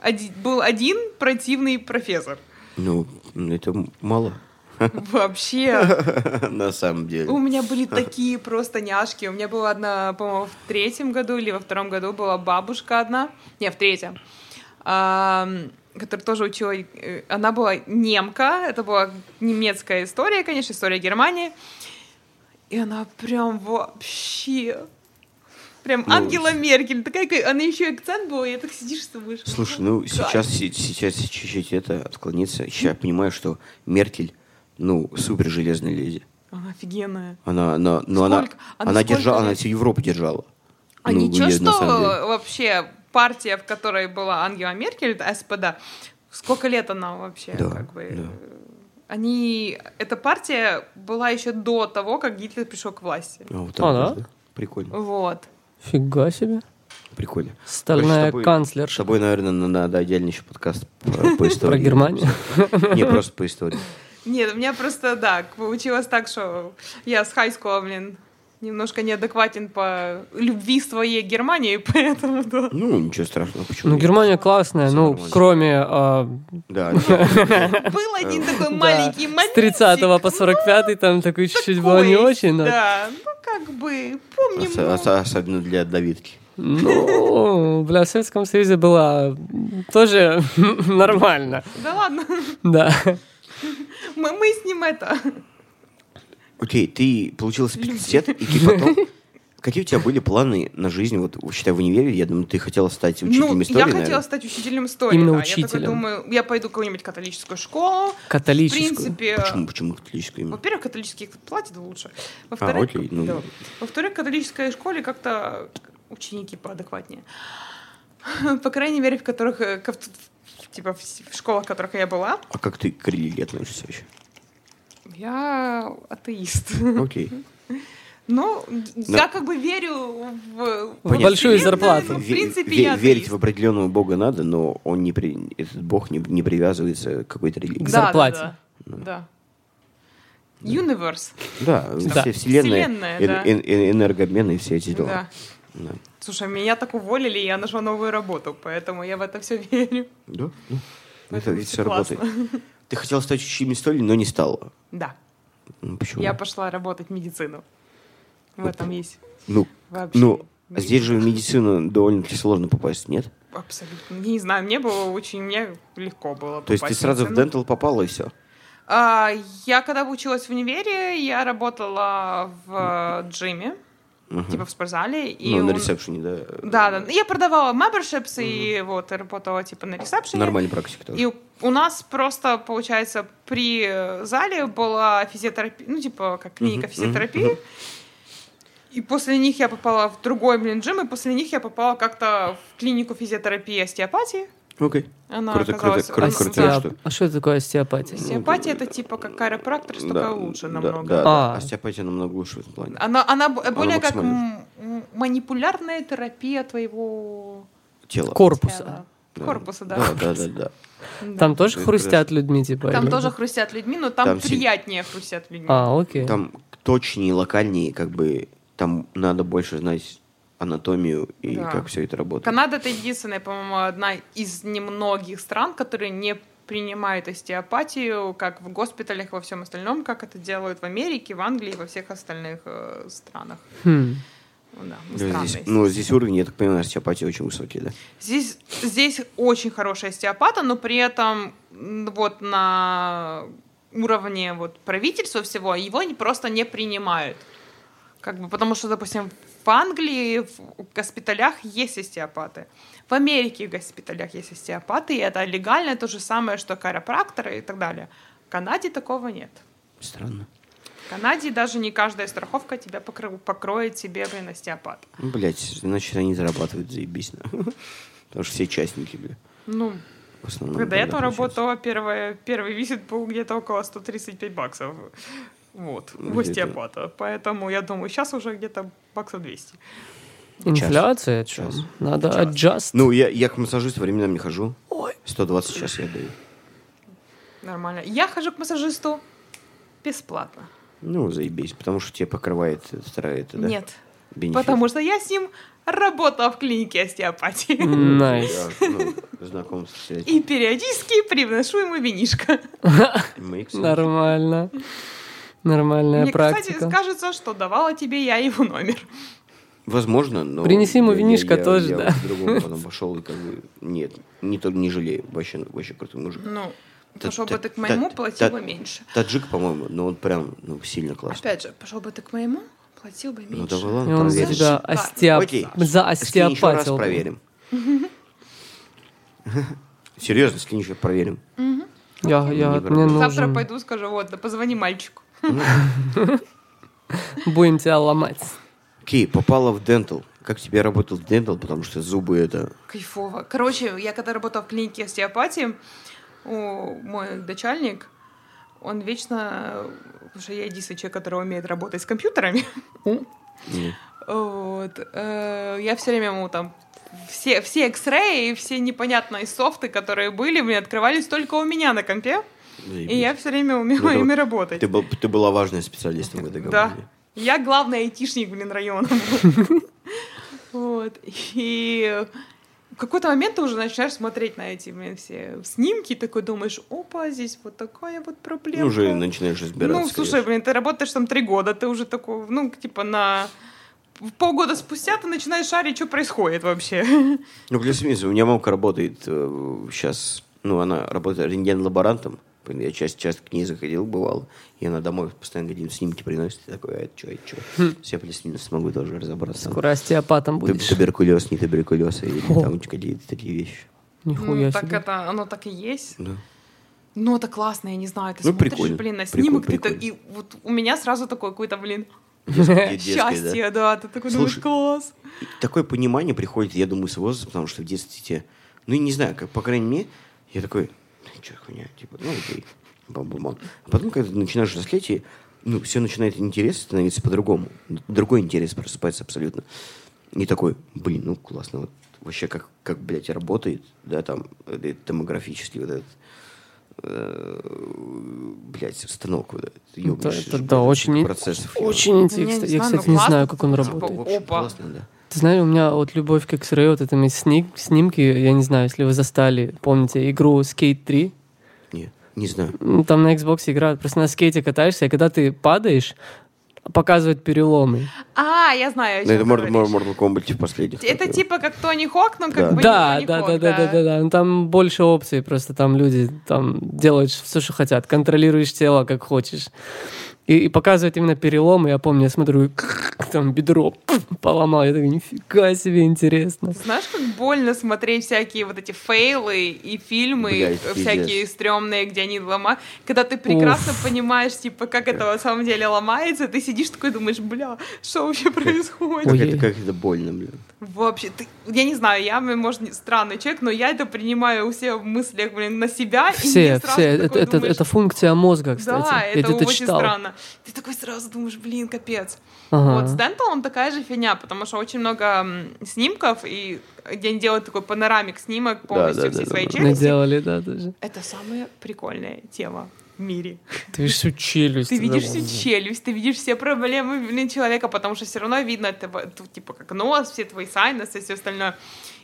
Speaker 3: оди- был один противный профессор.
Speaker 2: Ну, это м- мало.
Speaker 3: Вообще.
Speaker 2: На самом деле.
Speaker 3: У меня были такие просто няшки. У меня была одна, по-моему, в третьем году или во втором году была бабушка одна. Не, в третьем. Ам, которая тоже учила... э, Она была немка. Это была немецкая история, конечно, история Германии. И она прям вообще... Прям
Speaker 2: Ну,
Speaker 3: Ангела Меркель. Такая, какая- она еще и акцент был, и я так сидишь, что будешь.
Speaker 2: Слушай, ну сейчас, се- сейчас чуть-чуть это отклониться. Я понимаю, что Меркель, ну, супер железная леди.
Speaker 3: Она офигенная.
Speaker 2: Она, она, ну, она,
Speaker 3: Сколько- она
Speaker 2: она,
Speaker 3: сколько
Speaker 2: держала, она
Speaker 3: лет?
Speaker 2: всю Европу держала.
Speaker 3: А
Speaker 2: Ну,
Speaker 3: ничего,
Speaker 2: я- на
Speaker 3: что
Speaker 2: самом деле.
Speaker 3: вообще партия, в которой была Ангела Меркель, это СПД, сколько лет она вообще
Speaker 2: Да,
Speaker 3: как бы
Speaker 2: да.
Speaker 3: э, Они... Эта партия была еще до того, как Гитлер пришел к власти.
Speaker 2: А, вот
Speaker 1: А,
Speaker 2: вот,
Speaker 1: да?
Speaker 2: Прикольно.
Speaker 3: Вот.
Speaker 1: Фига себе.
Speaker 2: Прикольно. Короче, с
Speaker 1: Стальная
Speaker 2: тобой- С
Speaker 1: канцлерша.
Speaker 2: тобой, наверное, надо отдельный еще подкаст по, по истории.
Speaker 1: Про Германию.
Speaker 2: Не, просто по истории.
Speaker 3: Нет, у меня просто, да, получилось так, что я с хайскула, блин, немножко неадекватен по любви своей Германии, поэтому, да.
Speaker 2: Ну, ничего страшного, почему?
Speaker 1: Ну,
Speaker 2: нет?
Speaker 1: Германия классная,
Speaker 2: Всё
Speaker 1: ну,
Speaker 2: нормально.
Speaker 1: кроме а,
Speaker 2: Да.
Speaker 3: Был один такой
Speaker 1: да,
Speaker 3: маленький
Speaker 1: с
Speaker 3: момент.
Speaker 1: 30 по 45 там такой чуть-чуть было не очень, но...
Speaker 3: Да, ну как бы, помним.
Speaker 2: Ос-
Speaker 3: ну,
Speaker 2: ос- Особенно для Давидки.
Speaker 1: Ну, бля, в Советском Союзе было тоже нормально,
Speaker 3: Да ладно,
Speaker 1: да.
Speaker 3: мы, мы с ним это...
Speaker 2: Окей, ты получил спецсет, и ты потом... Какие у тебя были планы на жизнь? Вот, считай, в универе, я думаю, ты хотела стать учителем
Speaker 3: ну,
Speaker 2: истории,
Speaker 3: я хотела
Speaker 2: наверное.
Speaker 3: стать учителем истории.
Speaker 1: Именно
Speaker 3: да. Я такой
Speaker 1: учителем.
Speaker 3: думаю, я пойду в какую-нибудь католическую школу. В
Speaker 1: Католическую.
Speaker 3: принципе,
Speaker 2: Почему? Почему католическую именно?
Speaker 3: во-первых, католические платят лучше.
Speaker 2: А,
Speaker 3: Во-вторых,
Speaker 2: окей, ну,
Speaker 3: да. Во-вторых, в католической школе как-то ученики поадекватнее. По крайней мере, в которых, э, ко- в- типа, в с- в школах, в которых я была,
Speaker 2: а как ты к религии относишься вообще?
Speaker 3: я атеист.
Speaker 2: Окей.
Speaker 3: Но
Speaker 2: Да.
Speaker 3: я как бы верю в...
Speaker 1: Понятно. большую
Speaker 3: вселенную,
Speaker 1: зарплату.
Speaker 3: но, А, В
Speaker 2: Ве-
Speaker 3: принципе,
Speaker 2: ве-
Speaker 3: я
Speaker 2: верить
Speaker 3: атеист.
Speaker 2: в определенного бога надо, но он не при- этот бог не, не привязывается к какой-то
Speaker 1: К
Speaker 2: религии.
Speaker 3: Да, да,
Speaker 1: зарплате.
Speaker 3: да.
Speaker 2: Ну.
Speaker 3: Да. Universe.
Speaker 2: Да,
Speaker 1: Да.
Speaker 2: все вселенная,
Speaker 3: Вселенная,
Speaker 2: эн-
Speaker 3: да.
Speaker 2: эн- эн- энергообмен и все эти дела.
Speaker 3: Да.
Speaker 2: Да.
Speaker 3: Слушай, меня так уволили, и я нашла новую работу, поэтому я в это все верю.
Speaker 2: Да? Ну, Это
Speaker 3: Поэтому
Speaker 2: ведь
Speaker 3: всё
Speaker 2: все
Speaker 3: классно.
Speaker 2: работает. Ты хотела стать учителем истории, но не стала.
Speaker 3: Да,
Speaker 2: Ну, почему?
Speaker 3: я пошла работать в медицину. В этом есть
Speaker 2: Ну,
Speaker 3: вообще.
Speaker 2: ну, а здесь же в медицину довольно-таки сложно попасть, нет?
Speaker 3: Абсолютно. Не знаю, мне было очень... Мне легко было
Speaker 2: То есть ты
Speaker 3: попасть ну,
Speaker 2: сразу в
Speaker 3: медицину.
Speaker 2: дентал попала и все.
Speaker 3: А, я когда училась в универе, я работала в э, джиме, типа в спортзале. И
Speaker 2: Ну, на
Speaker 3: у-
Speaker 2: ресепшене, да.
Speaker 3: Да, да. Я продавала memberships и вот и работала типа на ресепшене.
Speaker 2: Нормальная практика тоже.
Speaker 3: И у- у нас просто, получается, при э, зале была физиотерапия, ну, типа, как
Speaker 2: Мгм,
Speaker 3: клиника физиотерапии. И после них я попала в другой, блин, джим, и после них я попала как-то в клинику физиотерапии и остеопатии.
Speaker 2: Окей.
Speaker 3: Она
Speaker 2: Круто,
Speaker 3: оказалась...
Speaker 2: круто, круто,
Speaker 3: она-
Speaker 2: круто,
Speaker 3: да.
Speaker 1: Остеоп-
Speaker 2: что?
Speaker 1: А что это такое остеопатия?
Speaker 3: Остеопатия — это типа как chiropractor, только
Speaker 2: Да,
Speaker 3: лучше
Speaker 2: да,
Speaker 3: намного.
Speaker 2: Да,
Speaker 1: А.
Speaker 2: да. Остеопатия намного лучше в этом плане.
Speaker 3: Она, она б- более как
Speaker 2: максимально.
Speaker 3: м- м- манипулярная терапия твоего
Speaker 2: Тело.
Speaker 1: Корпуса.
Speaker 3: тела. корпуса, да.
Speaker 2: Да, да, да. да.
Speaker 3: Да.
Speaker 1: Там тоже
Speaker 2: Это
Speaker 1: хрустят людьми, типа?
Speaker 3: Там
Speaker 1: или-
Speaker 3: тоже хрустят людьми, но там,
Speaker 2: Там си-
Speaker 3: приятнее хрустят людьми.
Speaker 1: А, окей.
Speaker 2: Там точнее, локальнее, как бы, там надо больше знать анатомию и
Speaker 3: Да.
Speaker 2: как все это работает.
Speaker 3: Канада это единственная, по-моему, одна из немногих стран, которые не принимают остеопатию, как в госпиталях, во всем остальном, как это делают в Америке, в Англии, во всех остальных э, странах.
Speaker 1: Хм.
Speaker 3: Ну Да, мы
Speaker 2: Ну,
Speaker 3: странные.
Speaker 2: здесь, ну, здесь уровень, я так понимаю, остеопатии очень высокий, да?
Speaker 3: Здесь, здесь очень хорошая остеопата, но при этом м, вот на уровне вот правительства всего его не- просто не принимают. Как бы, потому что, допустим, в Англии в госпиталях есть остеопаты. В Америке в госпиталях есть остеопаты, и это легально то же самое, что chiropracторы и так далее. В Канаде такого нет.
Speaker 2: Странно.
Speaker 3: В Канаде даже не каждая страховка тебя покро- покроет тебе, блин, остеопат.
Speaker 2: Ну, блядь, значит, они зарабатывают заебись. на. Потому что все частники, бля.
Speaker 3: Ну,
Speaker 2: В основном.
Speaker 3: Когда я
Speaker 2: да,
Speaker 3: там
Speaker 2: получается.
Speaker 3: работала, первое, первый визит был где-то около 135 баксов. Вот, в
Speaker 2: Где-то.
Speaker 3: остеопата. Поэтому я думаю, сейчас уже где-то баксов 200.
Speaker 1: Инфляция, чем?
Speaker 2: Час.
Speaker 1: Надо adjust.
Speaker 2: Ну, я, я к массажисту временами хожу.
Speaker 1: Ой.
Speaker 2: 120 сейчас я даю.
Speaker 3: Нормально. Я хожу к массажисту бесплатно.
Speaker 2: Ну, заебись, потому что тебе покрывает вторая это, да?
Speaker 3: Нет,
Speaker 2: Бенефит.
Speaker 3: потому что я с ним работала в клинике остеопатии.
Speaker 1: Найс.
Speaker 2: Я, ну, знаком с этим.
Speaker 3: И периодически привношу ему винишко.
Speaker 2: Makes sense.
Speaker 1: Нормально. Нормальная
Speaker 3: Мне, кстати,
Speaker 1: практика.
Speaker 3: кажется, что давала тебе я его номер.
Speaker 2: Возможно, но...
Speaker 1: Принеси ему
Speaker 2: я- я-
Speaker 1: винишко
Speaker 2: я-
Speaker 1: тоже,
Speaker 2: я
Speaker 1: да.
Speaker 2: к другому потом пошел и как бы... Нет, не, то- не жалею. Вообще, вообще крутой мужик.
Speaker 3: Ну,
Speaker 2: Та-
Speaker 3: пошел
Speaker 2: та-
Speaker 3: бы ты к моему,
Speaker 2: та-
Speaker 3: платил
Speaker 2: та-
Speaker 3: бы меньше.
Speaker 2: Таджик, по-моему, но он прям ну, сильно классный.
Speaker 3: Опять же, пошел бы ты к моему, платил бы меньше.
Speaker 2: Ну, давай,
Speaker 1: И
Speaker 2: ладно,
Speaker 1: он
Speaker 2: проверим.
Speaker 1: за
Speaker 3: Зашиб-
Speaker 1: остеоп...
Speaker 2: Окей.
Speaker 1: за
Speaker 2: Скинь еще раз
Speaker 1: остеопатию.
Speaker 2: проверим. Серьезно, скинь еще проверим.
Speaker 1: Я, я,
Speaker 2: Не
Speaker 1: мне
Speaker 2: вопрос.
Speaker 1: нужен.
Speaker 3: Завтра пойду скажу, вот, да позвони мальчику.
Speaker 1: Будем тебя ломать.
Speaker 2: Окей, попала в дентал. Как тебе работал дентал, потому что зубы это...
Speaker 3: Кайфово. Короче, я когда работала в клинике остеопатии, о, мой начальник, Он вечно... Потому что я единственный человек, который умеет работать с компьютерами.
Speaker 2: Мгм.
Speaker 3: Вот. Э, Я все время ему там все, все X-Ray и все непонятные софты, которые были, мне открывались только у меня на компе, и я все время умела
Speaker 2: Ну, да.
Speaker 3: ими работать.
Speaker 2: Ты, был, ты была важным специалистом в этой
Speaker 3: Да.
Speaker 2: компании.
Speaker 3: Я главный айтишник, блин, района. Вот. И в какой-то момент ты уже начинаешь смотреть на эти блин, все снимки, и такой думаешь, опа, здесь вот такая вот
Speaker 2: Ну,
Speaker 3: проблема.
Speaker 2: уже начинаешь разбираться.
Speaker 3: Ну, слушай, блин, ты работаешь там три года, ты уже такой, ну, типа на полгода спустя ты начинаешь шарить, что происходит вообще.
Speaker 2: Ну, плюс минус, у меня мамка работает э, сейчас, ну, она работает рентген-лаборантом, Блин, я часто, часто к ней заходил, бывало, и она домой постоянно какие-то снимки приносит, и такой, а это что, это что? Я плюс-минус смогу тоже разобраться.
Speaker 1: Хм. Скоро остеопатом
Speaker 2: Туб-
Speaker 1: будешь.
Speaker 2: Туберкулез, не туберкулез, или
Speaker 1: О.
Speaker 2: там какие-то такие вещи.
Speaker 1: Нихуя
Speaker 3: Ну, так
Speaker 1: себе.
Speaker 3: это, оно так и есть.
Speaker 2: Да.
Speaker 3: Ну, это классно, я не знаю. Ты
Speaker 2: Ну,
Speaker 3: смотришь,
Speaker 2: прикольно,
Speaker 3: блин, на
Speaker 2: прикольно,
Speaker 3: снимок, ты так-
Speaker 2: прикольно.
Speaker 3: и вот у меня сразу такой какой-то, блин,
Speaker 2: Детское, детское, да.
Speaker 3: счастье, да. Ты такой
Speaker 2: Слушай,
Speaker 3: думаешь, класс.
Speaker 2: И такое понимание приходит, я думаю, с возрастом, потому что в детстве тебе... Ну, я не знаю, как, по крайней мере, я такой, что хуйня, типа, ну, окей, бам-бам-бам. А потом, когда ты начинаешь взрослеть, и, ну, все начинает интерес становиться по-другому. Другой интерес просыпается абсолютно. И такой, блин, ну, классно, вот вообще как, как блядь, работает, да, там, э, демографически вот этот, э, блядь, станок вот этот.
Speaker 1: Это,
Speaker 2: ёбнешься
Speaker 1: Ну, это,
Speaker 2: же,
Speaker 1: да,
Speaker 2: блядь,
Speaker 1: очень, ин-
Speaker 2: типа процессов.
Speaker 1: очень
Speaker 3: Да я не
Speaker 1: интересно. Я,
Speaker 3: знаю, ну,
Speaker 1: кстати, не
Speaker 3: классно,
Speaker 1: знаю, как он
Speaker 3: типа,
Speaker 1: работает.
Speaker 2: Типа, в общем,
Speaker 3: Опа.
Speaker 2: классно, да.
Speaker 1: Ты знаешь, у меня вот любовь к X-Ray, вот это мы сни- снимки, я не знаю, если вы застали, помните игру Skate 3?
Speaker 2: Не, не знаю.
Speaker 1: Ну, Там на Xbox игра, просто на скейте катаешься, и когда ты падаешь, показывают переломы.
Speaker 3: А, я знаю, о
Speaker 2: Ну,
Speaker 3: чём
Speaker 2: это
Speaker 3: ты
Speaker 2: Mortal,
Speaker 3: говоришь.
Speaker 2: Mortal Kombat в последних.
Speaker 3: Это
Speaker 2: как бы.
Speaker 3: типа как Тони Хок, но
Speaker 2: Да.
Speaker 3: как бы не
Speaker 1: Да,
Speaker 3: Тони
Speaker 1: да, да,
Speaker 3: Хок,
Speaker 1: да, да, да, да. Ну, Там больше опций, просто там люди там делают все, что хотят, контролируешь тело, как хочешь. И, и показывают именно перелом, я помню, я смотрю, и там бедро поломал, я такой, нифига себе, интересно.
Speaker 3: Ты Знаешь, как больно смотреть всякие вот эти фейлы и фильмы,
Speaker 2: Блядь,
Speaker 3: э, всякие
Speaker 2: пиздец.
Speaker 3: стрёмные, где они ломают. Когда ты прекрасно понимаешь, типа, как это на самом деле ломается, ты сидишь такой думаешь, бля, что вообще происходит?
Speaker 2: Как
Speaker 1: Ой.
Speaker 2: это, как это больно, блин.
Speaker 3: Вообще, ты, я не знаю, я, может, не- странный человек, но я это принимаю у себя в мыслях, блин, на себя. и
Speaker 1: Все,
Speaker 3: мне сразу
Speaker 1: все, это,
Speaker 3: такой
Speaker 1: это,
Speaker 3: думаешь,
Speaker 1: это функция мозга, кстати.
Speaker 3: Да,
Speaker 1: я
Speaker 3: это
Speaker 1: где-то
Speaker 3: очень
Speaker 1: читал.
Speaker 3: странно. Ты такой сразу думаешь, блин, капец.
Speaker 1: Ага.
Speaker 3: Вот с Денталом такая же фигня, потому что очень много м, снимков, и где они делают такой панорамик снимок полностью
Speaker 2: да,
Speaker 3: всей
Speaker 2: да,
Speaker 3: своей
Speaker 2: да.
Speaker 3: челюсти.
Speaker 1: Наделали, да, даже.
Speaker 3: Это самая прикольная тема в мире.
Speaker 1: Ты видишь всю челюсть.
Speaker 3: Ты видишь
Speaker 1: да.
Speaker 3: всю челюсть, ты видишь все проблемы блин, человека, потому что все равно видно, это, вот, тут, типа, как нос, все твои сайносы, все остальное.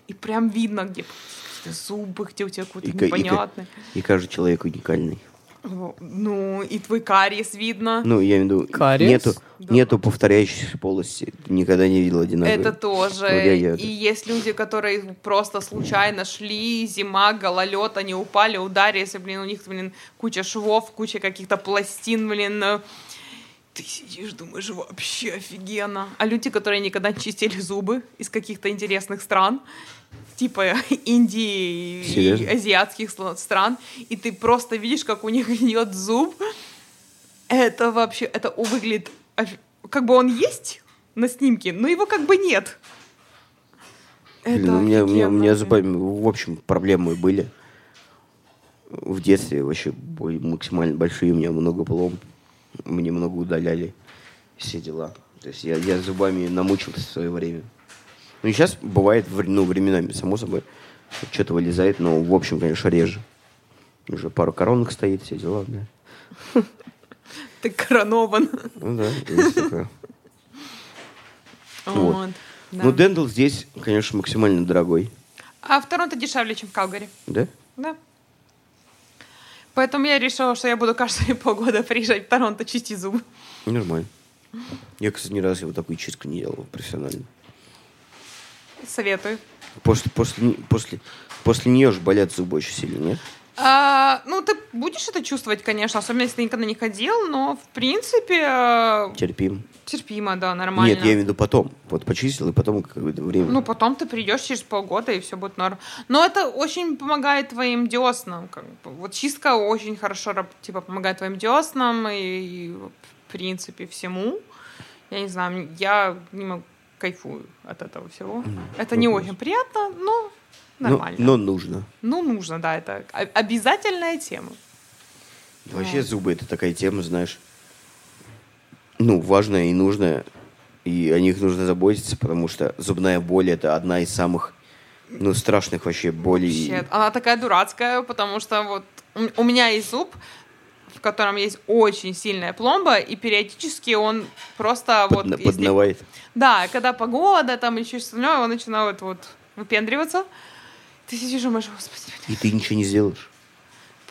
Speaker 3: И прям видно, где какие-то зубы, где у тебя какой-то
Speaker 2: И ка- и ка-
Speaker 3: непонятный.
Speaker 2: И каждый человек уникальный.
Speaker 3: Во- Ну, и твой кариес видно.
Speaker 2: Ну, я имею в виду,
Speaker 1: Кариес?
Speaker 2: нету,
Speaker 3: А. Да.
Speaker 2: нету повторяющихся полости. Ты никогда не видел одинаковые.
Speaker 3: Это тоже.
Speaker 2: Ну, я- я-
Speaker 3: И есть люди, которые просто случайно шли, зима, гололед, они упали, ударились, и, блин, у них, блин, куча швов, куча каких-то пластин, блин. э. Ты сидишь, думаешь, вообще офигенно. А люди, которые никогда не чистили зубы из каких-то интересных стран, типа Индии
Speaker 2: Серьезно?
Speaker 3: и азиатских сла- стран, и ты просто видишь, как у них гниет зуб, это вообще, это у- выглядит... офи- Как бы он есть на снимке, но его как бы нет.
Speaker 2: Блин, ну, у меня, у меня, у
Speaker 3: офигенно,
Speaker 2: меня
Speaker 3: блин.
Speaker 2: с зубами, в общем, проблемы были. В детстве вообще были максимально большие, у меня много полом, мне много удаляли, все дела. То есть я, я зубами намучился в свое время. Ну и сейчас бывает, вр- ну, временами, само собой, что-то вылезает, но, в общем, конечно, реже. Уже пару коронок стоит, все дела, да.
Speaker 3: Ты коронован.
Speaker 2: Ну да, есть такое. Вот.
Speaker 3: Вот, да.
Speaker 2: Ну, Дендл здесь, конечно, максимально дорогой,
Speaker 3: А в Торонто дешевле, чем в Калгари.
Speaker 2: да?
Speaker 3: Да. Поэтому я решила, что я буду каждые полгода приезжать в Торонто чистить зубы.
Speaker 2: Нормально. Я, кстати, ни разу вот такую чистку не делал профессионально.
Speaker 3: Советую.
Speaker 2: После, после, не- после, после нее же болят зубы очень сильно, нет?
Speaker 3: А, ну, ты будешь это чувствовать, конечно, особенно если ты никогда не ходил, но, в принципе, э,
Speaker 2: Терпим.
Speaker 3: терпимо, да, нормально.
Speaker 2: Нет, я имею в виду потом. Вот почистил, и потом какое-то время.
Speaker 3: Ну, потом ты придешь через полгода, и все будет норм. Но это очень помогает твоим деснам. Как бы. Вот чистка очень хорошо раб- типа, помогает твоим деснам и, и, в принципе, всему. Я не знаю, я не могу, кайфую от этого всего. это
Speaker 2: ну,
Speaker 3: не
Speaker 2: класс.
Speaker 3: очень приятно, но
Speaker 2: Но- ну.
Speaker 3: нормально.
Speaker 2: Но, нужно.
Speaker 3: Ну, нужно, да, это о- обязательная тема.
Speaker 2: Да Вообще зубы это такая тема, знаешь, ну, важная и нужная, и о них нужно заботиться, потому что зубная боль это одна из самых, ну, страшных вообще болей.
Speaker 3: Вообще, Она такая дурацкая, потому что вот у- у меня есть зуб, в котором есть очень сильная пломба, и периодически он просто
Speaker 2: Подна-
Speaker 3: вот... если-
Speaker 2: поднавает.
Speaker 3: Да, когда погода, там еще что-то остальное, он начинает вот выпендриваться. Ты сидишь и думаешь, господи,
Speaker 2: И ты ничего не сделаешь.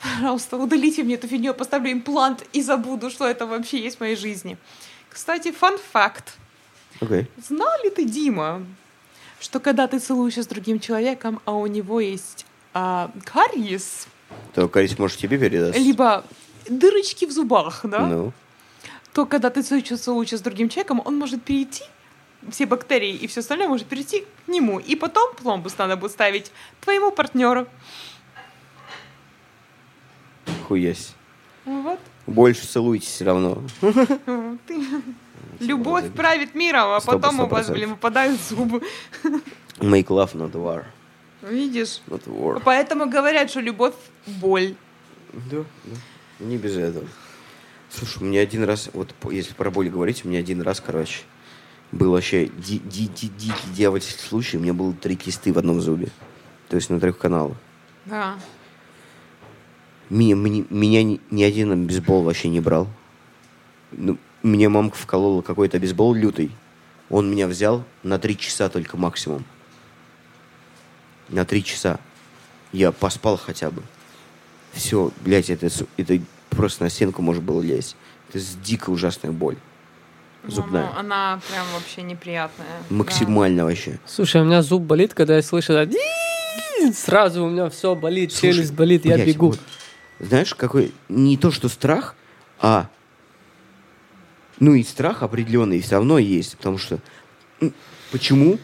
Speaker 3: пожалуйста, удалите мне эту фигню, я поставлю имплант и забуду, что это вообще есть в моей жизни. Кстати, фан факт.
Speaker 2: Окей.
Speaker 3: Знал ли ты, Дима, что когда ты целуешься с другим человеком, а у него есть а, кариес,
Speaker 2: То корис может тебе передаст.
Speaker 3: либо дырочки в зубах, да,
Speaker 2: Ну.
Speaker 3: то когда ты целуешься, целуешься с другим человеком, он может перейти, все бактерии и все остальное может перейти к нему. И потом пломбус надо будет ставить твоему партнеру.
Speaker 2: Хуясь.
Speaker 3: Вот.
Speaker 2: Больше целуйтесь все равно.
Speaker 3: Ты- Любовь правит миром, а
Speaker 2: Сто-
Speaker 3: потом
Speaker 2: сто
Speaker 3: у вас,
Speaker 2: процентов.
Speaker 3: блин, выпадают зубы.
Speaker 2: Make love, not war.
Speaker 3: Видишь?
Speaker 2: Not
Speaker 3: Ну,
Speaker 2: war.
Speaker 3: Поэтому говорят, что любовь — боль.
Speaker 2: Да, да. Не без этого. Слушай, у меня один раз, вот по- если про боль говорить, у меня один раз, короче, был вообще ди- ди- ди- дикий дьявольский случай. У меня было три кисты в одном зубе. То есть на трех каналах.
Speaker 3: Да.
Speaker 2: Меня, мне- меня ни, ни один бейсбол вообще не брал. Ну, мне мамка вколола какой-то бейсбол лютый. Он меня взял на три часа только максимум. На три часа. Я поспал хотя бы. Все, блядь, это, су- это просто на стенку можно было лезть. Это с дико ужасная боль. Зубная.
Speaker 3: Ну, она прям вообще неприятная. да.
Speaker 2: Максимально вообще.
Speaker 1: Слушай, у меня зуб болит, когда я слышу это «дии», сразу у меня все болит,
Speaker 2: Слушай,
Speaker 1: челюсть болит, я
Speaker 2: блядь,
Speaker 1: бегу.
Speaker 2: вот знаешь, какой не то что страх, а ну и страх определенный все равно есть, потому что м, почему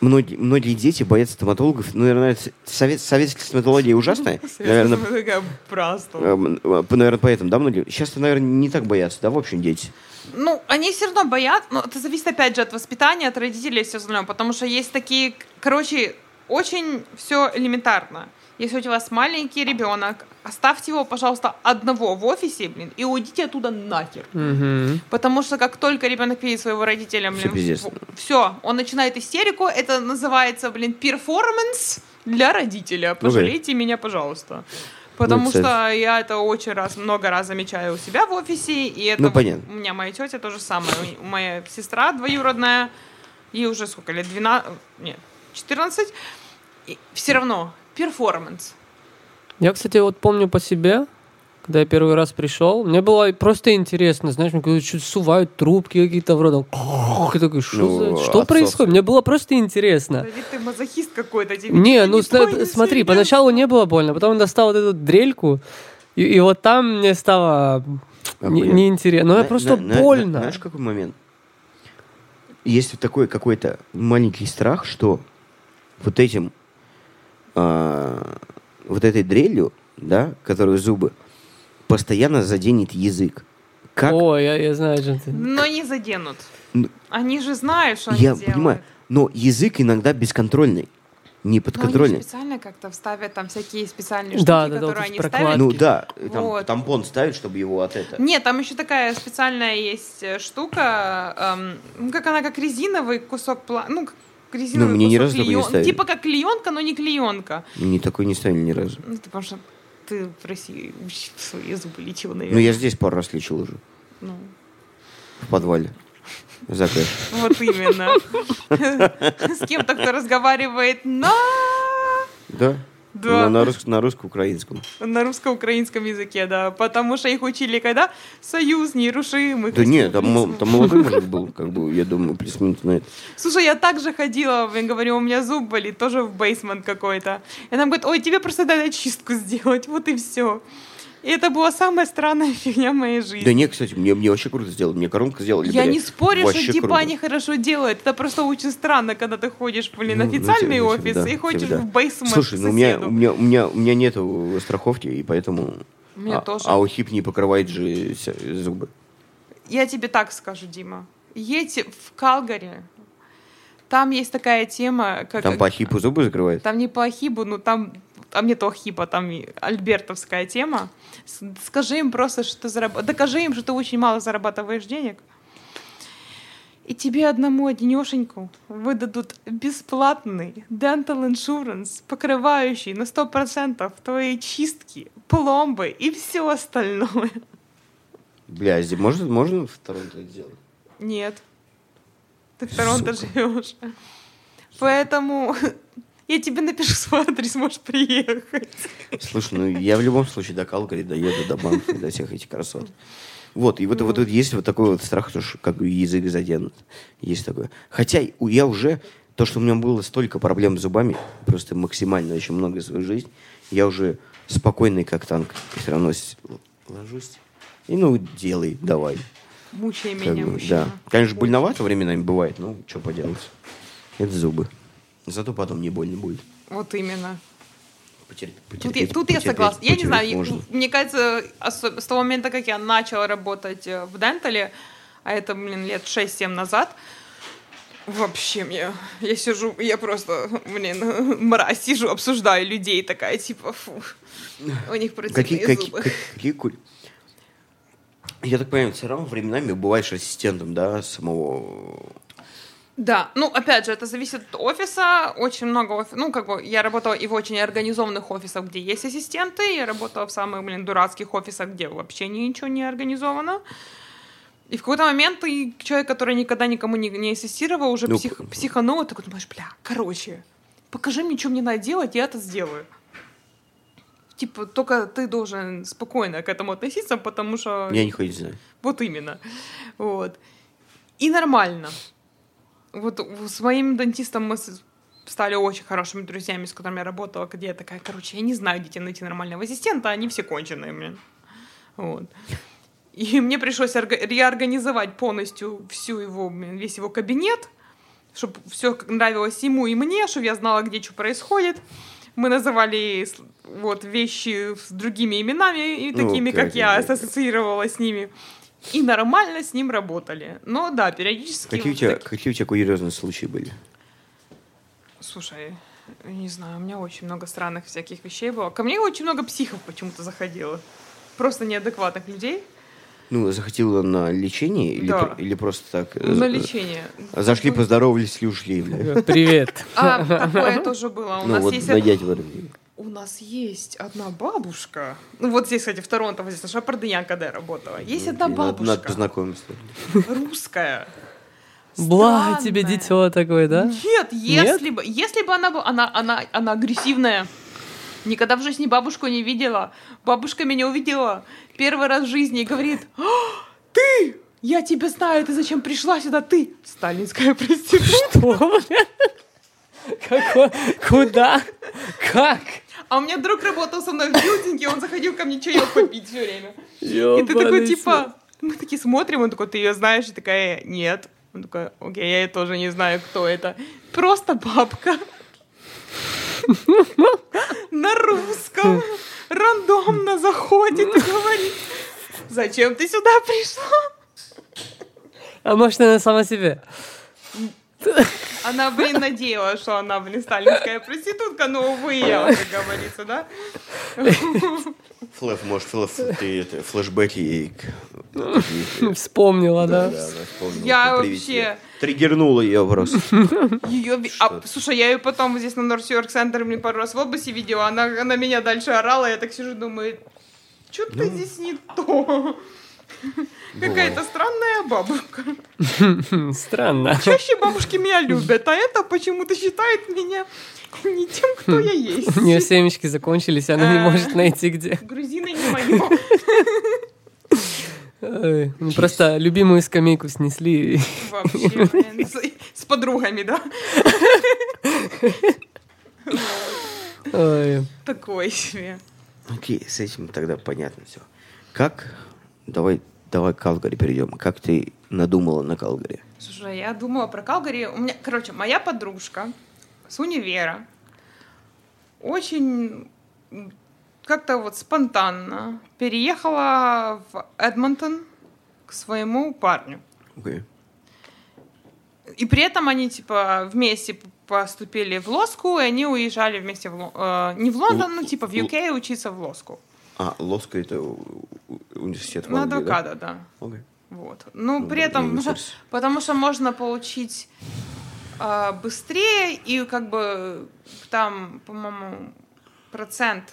Speaker 2: многие, многие дети боятся стоматологов, ну, наверное, с- совет, советская стоматология ужасная, наверное,
Speaker 3: Соответственно, такая просто.
Speaker 2: эм, э, наверное, поэтому, да, многие? Сейчас, наверное, не так боятся, да, в общем, дети.
Speaker 3: Ну, они все равно боятся, но это зависит опять же от воспитания, от родителей и все остальное, потому что есть такие, короче, очень все элементарно. Если у вас маленький ребенок, оставьте его, пожалуйста, одного в офисе, блин, и уйдите оттуда нахер.
Speaker 1: Мгм.
Speaker 3: Потому что как только ребенок видит своего родителя,
Speaker 2: Всё
Speaker 3: блин,
Speaker 2: пиздец.
Speaker 3: все, он начинает истерику. Это называется, блин, перформанс для родителя. Пожалейте меня, пожалуйста. Потому
Speaker 2: Makes sense.
Speaker 3: что я это очень раз, много раз замечаю у себя в офисе, и это
Speaker 2: Ну,
Speaker 3: вот
Speaker 2: понятно.
Speaker 3: у меня моя тетя тоже самое. У- Моя сестра двоюродная, ей уже сколько лет, 12, нет, 14, все равно перформанс.
Speaker 1: Я, кстати, вот помню по себе, когда я первый раз пришел, мне было просто интересно, знаешь, мне говорят, что сувают трубки какие-то в рот, там, я такой, что,
Speaker 2: Ну,
Speaker 1: за- что
Speaker 2: отцовские.
Speaker 1: происходит? Мне было просто интересно.
Speaker 3: Да ведь ты мазохист какой-то. тебе
Speaker 1: Не,
Speaker 3: никто
Speaker 1: ну ста-
Speaker 3: понял,
Speaker 1: смотри,
Speaker 3: серьезно.
Speaker 1: поначалу не было больно, потом он достал вот эту дрельку, и, и вот там мне стало не-
Speaker 2: Охуенно.
Speaker 1: неинтересно. Ну,
Speaker 2: На-
Speaker 1: это просто
Speaker 2: на- на-
Speaker 1: больно.
Speaker 2: на- знаешь, какой момент? Есть вот такой какой-то маленький страх, что вот этим, а, вот этой дрелью, да, которую зубы, постоянно заденет язык. Как?
Speaker 1: О, я, я знаю, о чем ты.
Speaker 3: Но не заденут.
Speaker 2: Ну,
Speaker 3: Они же знают, что
Speaker 2: я
Speaker 3: они делают.
Speaker 2: понимаю, но язык иногда бесконтрольный,
Speaker 3: Но они
Speaker 2: неподконтрольный.
Speaker 3: же специально как-то вставят там всякие специальные штуки,
Speaker 1: Да, да, да,
Speaker 3: которые
Speaker 1: вот эти
Speaker 3: они
Speaker 1: прокладки.
Speaker 3: ставят.
Speaker 2: Ну да, там
Speaker 3: Вот.
Speaker 2: тампон ставят, чтобы его от этого.
Speaker 3: Нет, там еще такая специальная есть э, штука, эм, ну, как она, как резиновый кусок, пла- ну, как резиновый
Speaker 2: Ну, мне ни
Speaker 3: кусок
Speaker 2: разу такой не
Speaker 3: клеен-
Speaker 2: ставили.
Speaker 3: Типа как клеенка, но не клеенка.
Speaker 2: Не такой не ставили ни разу.
Speaker 3: Ну, ты, потому что ты в России вообще свои зубы лечил,
Speaker 2: Ну
Speaker 3: наверное.
Speaker 2: я же здесь пару раз лечил уже,
Speaker 3: Ну,
Speaker 2: в подвале. За кэш.
Speaker 3: вот именно. С кем-то, кто разговаривает на...
Speaker 2: Да?
Speaker 3: Да.
Speaker 2: На, на рус- на русско-украинском.
Speaker 3: На русско-украинском языке, да. Потому что их учили когда? Союз нерушимых.
Speaker 2: Да нет, там, мол-
Speaker 3: республик.
Speaker 2: там молодой мужик был, как бы, я думаю, плюс-минус на это.
Speaker 3: Слушай, я также ходила, блин, говорю, у меня зуб болит, тоже в бейсмент какой-то. И нам говорит, ой, тебе просто надо очистку сделать, вот и все. И это была самая странная фигня в моей жизни.
Speaker 2: Да нет, кстати, мне, мне вообще круто сделали, мне коронку сделали.
Speaker 3: Я
Speaker 2: блядь.
Speaker 3: не спорю,
Speaker 2: Вообще
Speaker 3: что типа
Speaker 2: круто.
Speaker 3: они хорошо делают. Это просто очень странно, когда ты ходишь, блин,
Speaker 2: Ну, ну,
Speaker 3: официальный
Speaker 2: тебе- ну, тебе
Speaker 3: офис
Speaker 2: да,
Speaker 3: и
Speaker 2: тебе
Speaker 3: хочешь
Speaker 2: да.
Speaker 3: в бейсмент
Speaker 2: Слушай,
Speaker 3: к
Speaker 2: ну у меня,
Speaker 3: соседу.
Speaker 2: у меня, у меня, у меня нету страховки, и поэтому...
Speaker 3: У меня
Speaker 2: а,
Speaker 3: тоже.
Speaker 2: а у хип не покрывает же ся- зубы.
Speaker 3: Я тебе так скажу, Дима. Едь в Калгари. Там есть такая тема, как...
Speaker 2: Там по хипу зубы закрывает?
Speaker 3: Там не по Ахибу, но там а мне то хипа, там и альбертовская тема. С- Скажи им просто, что ты зарабатываешь. Докажи им, что ты очень мало зарабатываешь денег. И тебе одному одинешеньку выдадут бесплатный dental insurance, покрывающий на 100% твои чистки, пломбы и все остальное.
Speaker 2: Бля, здесь можно, можно в Торонто это сделать?
Speaker 3: Нет. Ты в Торонто живешь. Поэтому я тебе напишу свой адрес, можешь приехать.
Speaker 2: Слушай, ну я в любом случае до Калгари, до Йода, до Банфы, до всех этих красот. Вот, и вот, вот, тут есть вот такой вот страх, то, что как бы язык заденут. Есть такое. Хотя и у- я уже, то, что у меня было столько проблем с зубами, просто максимально очень много за свою жизнь, я уже спокойный как танк. Все равно с- л- ложусь. И ну, делай, давай.
Speaker 3: Мучай
Speaker 2: Как
Speaker 3: меня,
Speaker 2: бы,
Speaker 3: мужчина.
Speaker 2: да. Конечно, больновато временами бывает, но что поделать. Это зубы. Зато потом не больно будет.
Speaker 3: Вот именно.
Speaker 2: Потер-
Speaker 3: Тут, я,
Speaker 2: потерпеть-
Speaker 3: тут я
Speaker 2: потерпеть-
Speaker 3: согласна. Я не
Speaker 2: потерпеть
Speaker 3: знаю,
Speaker 2: можно.
Speaker 3: и- мне кажется, осо- с того момента, как я начала работать э, в Дентале, а это, блин, лет 6-7 назад, вообще мне... Я сижу, я просто, блин, мразь, сижу, обсуждаю людей, такая, типа, фу, у них
Speaker 2: Какие,
Speaker 3: противные
Speaker 2: какие,
Speaker 3: зубы.
Speaker 2: как- какие куль- Я так понимаю, все равно временами бываешь ассистентом, да, самого...
Speaker 3: Да, ну, опять же, это зависит от офиса, очень много офисов, ну, как бы, я работала и в очень организованных офисах, где есть ассистенты, я работала в самых, блин, дурацких офисах, где вообще ничего не организовано, и в какой-то момент ты, человек, который никогда никому не, не ассистировал, уже
Speaker 2: Ну,
Speaker 3: псих-
Speaker 2: к-
Speaker 3: психанул, и такой думаешь, бля, короче, покажи мне, что мне надо делать, я это сделаю. Типа, только ты должен спокойно к этому относиться, потому что...
Speaker 2: Я нихуя не знаю.
Speaker 3: Вот именно. Вот. И нормально. Вот у- с моим дантистом мы с- стали очень хорошими друзьями, с которыми я работала, где я такая, короче, я не знаю, где тебе найти нормального ассистента, они все конченые, блин. Вот. И мне пришлось орга- реорганизовать полностью всю его, блин, весь его кабинет, чтобы все нравилось ему и мне, чтобы я знала, где что происходит. Мы называли с- вот вещи с другими именами и
Speaker 2: Ну,
Speaker 3: такими, как
Speaker 2: как
Speaker 3: я,
Speaker 2: это?
Speaker 3: ассоциировала с ними. И нормально с ним работали. Но да, периодически...
Speaker 2: Какие у,
Speaker 3: вот
Speaker 2: тебя,
Speaker 3: таки-
Speaker 2: какие у тебя курьезные случаи были?
Speaker 3: Слушай, я не знаю, у меня очень много странных всяких вещей было. Ко мне очень много психов почему-то заходило. Просто неадекватных людей
Speaker 2: Ну, захотела на лечение или,
Speaker 3: Да.
Speaker 2: пр- или просто так? э,
Speaker 3: на
Speaker 2: э,
Speaker 3: лечение.
Speaker 2: Зашли, поздоровались и ушли, бля.
Speaker 1: Привет.
Speaker 3: А, такое тоже было. У
Speaker 2: Ну
Speaker 3: нас
Speaker 2: вот,
Speaker 3: есть...
Speaker 2: наять вырвали.
Speaker 3: У нас есть одна бабушка. Ну, вот здесь, кстати, в Торонто, вот здесь наша Пардынян, когда я работала. Есть одна
Speaker 2: Надо- ну Надо
Speaker 3: бабушка,
Speaker 2: познакомиться.
Speaker 3: русская.
Speaker 1: Бла, тебе
Speaker 3: Странная.
Speaker 1: дитё такое, да?
Speaker 3: Нет, если бы, если бы она была, она, она, она агрессивная. Никогда в жизни бабушку не видела. Бабушка меня увидела первый раз в жизни и говорит: «А, "Ты, я тебя знаю, ты зачем пришла сюда? Ты сталинская проститутка".
Speaker 1: Что? Какое? Куда? Как?
Speaker 3: А у меня друг работал со мной в билдинге, он заходил ко мне чаек попить все время. И ты такой
Speaker 1: Ёбаный
Speaker 3: типа, мы такие смотрим, он такой, ты ее знаешь? И такая, нет. Он такой, окей, я её тоже не знаю, кто это. Просто бабка. На русском. Рандомно заходит и говорит, зачем ты сюда пришла?
Speaker 1: свет. А может, она сама себе?
Speaker 3: Она, блин, надеялась, что она, блин, сталинская проститутка, но, увы, я, как говорится, да?
Speaker 2: Флэф, может, флэф, ты это, флэшбэки и... к-
Speaker 1: Вспомнила, да?
Speaker 2: вспомнил.
Speaker 3: Ну, Я
Speaker 2: Привет
Speaker 3: вообще-
Speaker 2: тебе. Триггернула ее просто.
Speaker 3: Ее... ви-
Speaker 2: Что
Speaker 3: А, слушай, я ее потом здесь на North York Center мне пару раз в области видела, она, она меня дальше орала, я так сижу, думаю, что-то здесь не то. Какая-то странная бабушка.
Speaker 1: Хм, Странно.
Speaker 3: Чаще бабушки меня любят, а это почему-то считает меня не тем, кто я есть.
Speaker 1: У нее семечки закончились, она не
Speaker 3: А.
Speaker 1: может найти где.
Speaker 3: Грузина не моё.
Speaker 1: Ой, ну, Просто любимую скамейку снесли. и-
Speaker 3: Вообще, блин, с, с подругами, да?
Speaker 1: Ой.
Speaker 3: Такой себе.
Speaker 2: Окей, с этим тогда понятно все. Как? Давай, давай к Калгари перейдем. Как ты надумала на Калгари?
Speaker 3: Слушай, я думала про Калгари. У меня, короче, моя подружка с универа очень м, как-то вот спонтанно переехала в Эдмонтон к своему парню.
Speaker 2: Окей.
Speaker 3: И при этом они, типа, вместе п- поступили в Лоску, и они уезжали вместе в Ло- э, не в Лондон, ну типа в UK учиться в Лоску.
Speaker 2: А, Лоска это у- у- университет в
Speaker 3: На
Speaker 2: Англии, да?
Speaker 3: адвоката, да.
Speaker 2: Окей.
Speaker 3: Вот. Ну,
Speaker 2: Ну,
Speaker 3: при
Speaker 2: да,
Speaker 3: этом,
Speaker 2: не
Speaker 3: ну,
Speaker 2: сорс.
Speaker 3: потому что можно получить а, быстрее, и как бы там, по-моему, процент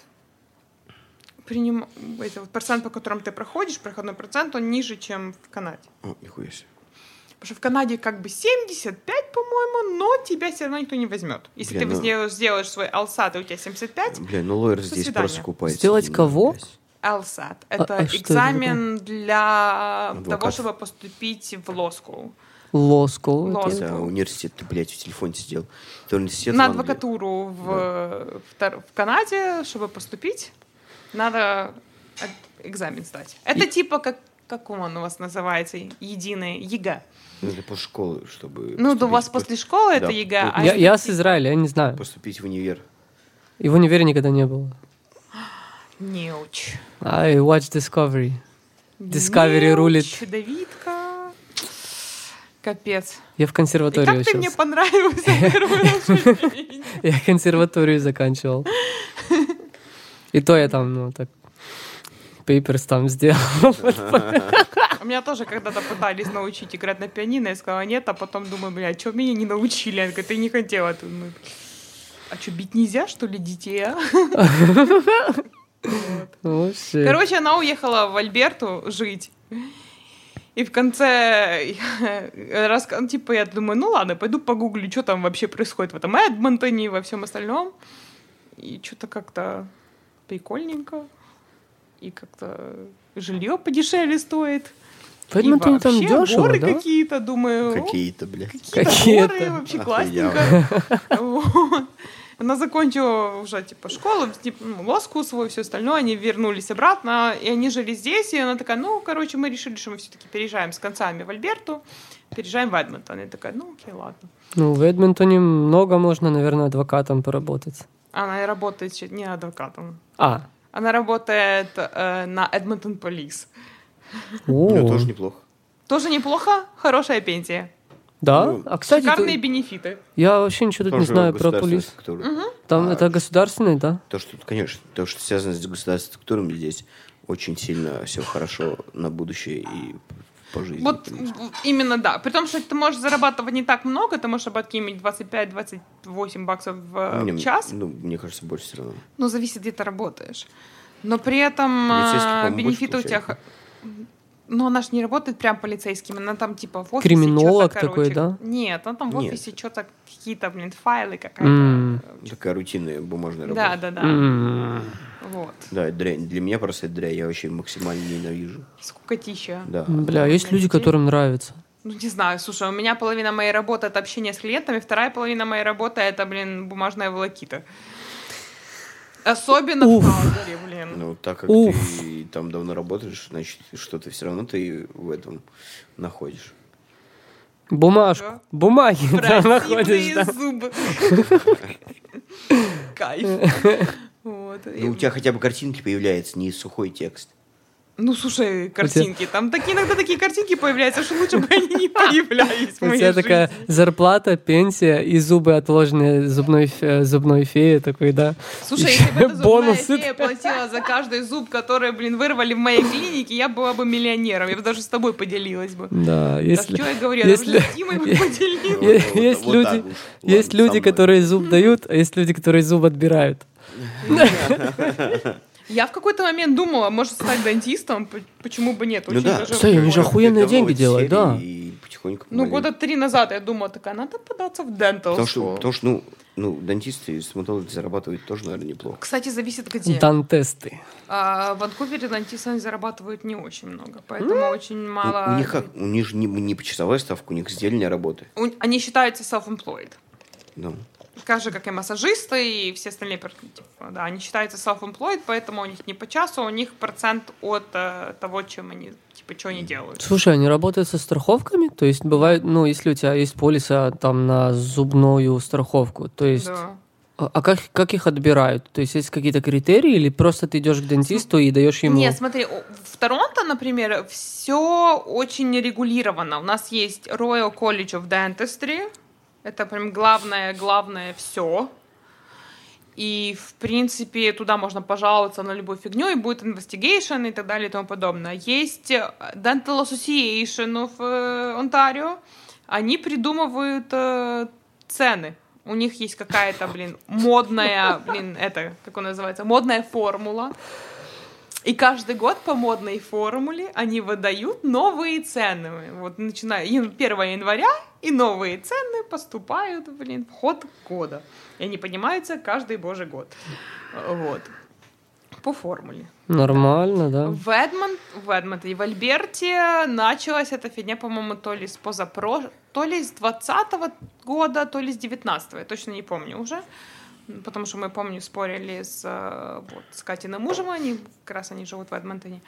Speaker 3: приним... это вот процент, по которому ты проходишь, проходной процент, он ниже, чем в Канаде.
Speaker 2: О, А, нихуя себе.
Speaker 3: Потому что в Канаде как бы 75, по-моему, но тебя все равно никто не возьмет. Если
Speaker 2: Блин,
Speaker 3: ты
Speaker 2: ну-
Speaker 3: сделаешь, сделаешь свой алсат, и у тебя 75,
Speaker 2: Блин, ну лойер
Speaker 3: До
Speaker 2: здесь
Speaker 3: свидания.
Speaker 2: просто купается.
Speaker 1: Сделать
Speaker 2: Ну,
Speaker 1: кого?
Speaker 2: блядь.
Speaker 3: Алсат. Это
Speaker 1: а что это
Speaker 3: экзамен для того,
Speaker 2: Адвокатов.
Speaker 3: чтобы поступить в Лоску.
Speaker 1: Лоскул. это-
Speaker 3: Лоскул.
Speaker 2: Это университет, ты, блядь, в телефоне сидел. Это университет
Speaker 3: на
Speaker 2: в Англии.
Speaker 3: адвокатуру в, в Тор- в Канаде, чтобы поступить, надо э- экзамен сдать. Это
Speaker 2: И-
Speaker 3: типа как как он у вас называется? Единое ЕГЭ.
Speaker 2: Ну, это после школы, чтобы...
Speaker 3: Ну, да у
Speaker 2: поступить,
Speaker 3: вас
Speaker 2: по-
Speaker 3: после школы
Speaker 2: да,
Speaker 3: это ЕГЭ. а
Speaker 1: Я,
Speaker 3: если
Speaker 1: я
Speaker 3: ты-
Speaker 1: с Израиля, я не знаю.
Speaker 2: Поступить в универ.
Speaker 1: Его в универе никогда не было.
Speaker 3: Неуч.
Speaker 1: I watch Discovery. Discovery
Speaker 3: Неуч,
Speaker 1: рулит.
Speaker 3: Давидка. Капец.
Speaker 1: Я в
Speaker 3: И как
Speaker 1: консерваторию
Speaker 3: ты мне
Speaker 1: учился.
Speaker 3: понравился в первый раз в жизни.
Speaker 1: Я консерваторию заканчивал. И то я там, ну, так... Пейперс там сделал.
Speaker 3: А Меня тоже когда-то пытались научить играть на пианино, я сказала нет, а потом думаю, бля, что меня не научили? Она говорит, ты не хотела. Ты, ну, а что, бить нельзя, что ли, детей, а?
Speaker 1: Ну, вообще.
Speaker 3: Короче, она уехала в Альберту жить. И в конце, я раска- ну, типа, я думаю, ну ладно, пойду погуглю, что там вообще происходит в этом Эдмонтоне и во всем остальном. И что-то как-то прикольненько. И как-то жилье подешевле стоит.
Speaker 1: Поэтому
Speaker 3: И
Speaker 1: ты там
Speaker 3: типа, вообще
Speaker 1: дешево,
Speaker 3: горы
Speaker 1: да?
Speaker 3: какие-то, думаю. о,
Speaker 2: Какие-то, блядь.
Speaker 3: Какие-то,
Speaker 1: Какие-то.
Speaker 3: горы, вообще
Speaker 2: Охуенно.
Speaker 3: классненько. Вот. Она закончила уже, типа, школу, типа, ну, лоску свою, все остальное. Они вернулись обратно, и они жили здесь. И она такая, ну, короче, мы решили, что мы все-таки переезжаем с концами в Альберту, переезжаем в Эдмонтон. Я такая, ну, окей, ладно.
Speaker 1: Ну, в Эдмонтоне много можно, наверное, адвокатом поработать.
Speaker 3: Она и работает щ- не адвокатом.
Speaker 1: А,
Speaker 3: Она работает э, на Эдмонтон Полис.
Speaker 2: Ну,
Speaker 1: о,
Speaker 2: тоже неплохо.
Speaker 3: Тоже неплохо, хорошая пенсия.
Speaker 1: да?
Speaker 2: Ну,
Speaker 1: А, кстати,
Speaker 3: Шикарные
Speaker 1: ты-
Speaker 3: бенефиты.
Speaker 1: я вообще ничего тут не
Speaker 2: Тоже
Speaker 1: знаю про
Speaker 2: государственная
Speaker 1: полис.
Speaker 2: структура.
Speaker 1: Там
Speaker 2: А,
Speaker 1: это государственный, да?
Speaker 2: То, что, конечно, то, что связано с государственными структурами, здесь очень сильно все хорошо на будущее и по жизни.
Speaker 3: Вот
Speaker 2: в принципе.
Speaker 3: в- именно да. При том, что ты можешь зарабатывать не так много, ты можешь обать какие-нибудь 25-28 баксов в, э, в
Speaker 2: Мне-
Speaker 3: час.
Speaker 2: Ну, мне кажется, больше все равно.
Speaker 3: Ну, зависит, где ты работаешь. Но при этом
Speaker 2: Полицейский,
Speaker 3: э,
Speaker 2: по-моему, больше
Speaker 3: бенефиты у тебя...
Speaker 2: получает.
Speaker 3: х- Но она же не работает прям полицейским, она там типа в офисе
Speaker 1: Криминолог
Speaker 3: чё-то,
Speaker 1: такой,
Speaker 3: короче-
Speaker 1: да?
Speaker 3: Нет, она там в
Speaker 2: Нет.
Speaker 3: офисе что-то какие-то, блин, файлы
Speaker 1: М.
Speaker 3: какая-то.
Speaker 2: Такая рутинная бумажная
Speaker 3: Да,
Speaker 2: работа.
Speaker 3: да, да.
Speaker 1: М.
Speaker 3: Вот.
Speaker 2: Да, это дрянь. Для меня просто это дрянь. Я вообще максимально ненавижу.
Speaker 3: Скукотища.
Speaker 2: Да.
Speaker 1: Бля, есть люди,
Speaker 3: Людей.
Speaker 1: которым нравится.
Speaker 3: Ну, не знаю, слушай, у меня половина моей работы это общение с клиентами, вторая половина моей работы это, блин, бумажная волокита. Особенно
Speaker 1: Уф.
Speaker 3: в Калгари, блин.
Speaker 2: Ну, так как
Speaker 1: Уф.
Speaker 2: ты там давно работаешь, значит, что-то все равно ты в этом находишь.
Speaker 1: Бумажку.
Speaker 3: Да.
Speaker 1: Бумаги там Ну, находишь,
Speaker 3: Противные
Speaker 1: да?
Speaker 3: зубы. Кайф. Вот.
Speaker 2: Ну, у тебя хотя бы картинки появляются, не сухой текст.
Speaker 3: Ну, слушай, картинки. Там такие, иногда такие картинки появляются, что лучше бы они не появлялись в
Speaker 1: У
Speaker 3: моей
Speaker 1: тебя такая
Speaker 3: жизни.
Speaker 1: зарплата, пенсия и зубы отложенные зубной, фе- зубной феи такой, да?
Speaker 3: Слушай,
Speaker 1: Еще
Speaker 3: если бы эта зубная
Speaker 1: бонусы.
Speaker 3: фея платила за каждый зуб, который, блин, вырвали в моей клинике, я была бы миллионером. Я бы даже с тобой поделилась бы.
Speaker 1: Да, если...
Speaker 3: Да что я говорю,
Speaker 1: если-
Speaker 3: я даже с Димой бы поделилась.
Speaker 2: Вот, вот,
Speaker 1: Есть
Speaker 2: вот
Speaker 1: люди,
Speaker 2: так уж.
Speaker 1: есть
Speaker 2: Ладно,
Speaker 1: люди,
Speaker 2: со мной.
Speaker 1: которые зуб дают, а есть люди, которые зуб отбирают.
Speaker 3: Я в какой-то момент думала, может стать дантистом, п- почему бы нет.
Speaker 2: Ну
Speaker 3: Очень
Speaker 2: да.
Speaker 3: даже
Speaker 1: Кстати, они же
Speaker 3: прикольно.
Speaker 1: охуенные
Speaker 2: Давай
Speaker 1: деньги
Speaker 2: эти
Speaker 1: делают,
Speaker 2: серии
Speaker 1: да.
Speaker 2: И потихоньку
Speaker 3: Ну,
Speaker 2: помаленьку.
Speaker 3: года три назад я думала, такая, надо податься в дентал.
Speaker 2: Потому что, потому что, ну, ну, дантисты и стоматологи зарабатывают тоже, наверное, неплохо.
Speaker 3: Кстати, зависит где.
Speaker 1: Дантесты.
Speaker 3: А, в Ванкувере дантисты зарабатывают не очень много, поэтому очень
Speaker 2: Ну,
Speaker 3: мало...
Speaker 2: у них как? У них же не, не почасовая ставка, у них сдельная работа.
Speaker 3: У- Они считаются self-employed.
Speaker 2: Ну,
Speaker 3: так же, как и массажисты и все остальные, пар- типа, да, они считаются self-employed, поэтому у них не по часу, у них процент от э, того, чем они, типа, что они делают.
Speaker 1: Слушай, они работают со страховками? То есть бывает, ну, если у тебя есть полиса там на зубную страховку, то есть...
Speaker 3: Да.
Speaker 1: А а как, как их отбирают? То есть есть какие-то критерии или просто ты идешь к дантисту и даешь ему...
Speaker 3: Нет, смотри, о, в Торонто, например, все очень регулировано. У нас есть Royal College of Dentistry, Это прям главное, главное все. И, в принципе, туда можно пожаловаться на любую фигню, и будет investigation и так далее и тому подобное. Есть э, Dental Association в Онтарио. Они придумывают э, цены. У них есть какая-то, блин, модная, блин, это, как он называется, модная формула. И каждый год по модной формуле они выдают новые цены. Вот начиная 1 января и новые цены поступают, блин, в ход года. И они поднимаются каждый божий год. Вот. По формуле.
Speaker 1: Нормально, да.
Speaker 3: В, Эдмон... в Эдмонте и в Альберте началась эта фигня, по-моему, то ли с позапро... то ли с 20 года, то ли с 19 я точно не помню уже. Потому что мы, помню, спорили с, э, вот, с Катиным мужем, они как раз они живут в Эдмонтоне.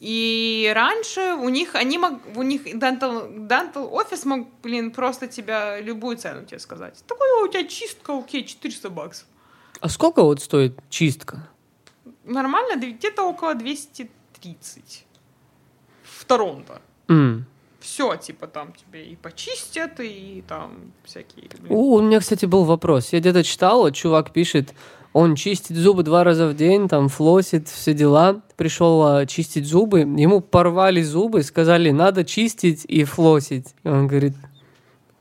Speaker 3: И раньше у них они мог, у них dental, dental офис мог, блин, просто тебя любую цену тебе сказать. Такой у тебя чистка, окей, 400 баксов.
Speaker 1: А сколько вот стоит чистка?
Speaker 3: Нормально, да где-то около 230 в Торонто.
Speaker 1: М.
Speaker 3: Все, типа, там тебе и почистят, и там всякие... блин.
Speaker 1: У, у меня, кстати, был вопрос. Я где-то читал, вот чувак пишет, он чистит зубы два раза в день, там флосит, все дела. Пришел а, чистить зубы, ему порвали зубы, сказали, надо чистить и флосить. И он говорит, what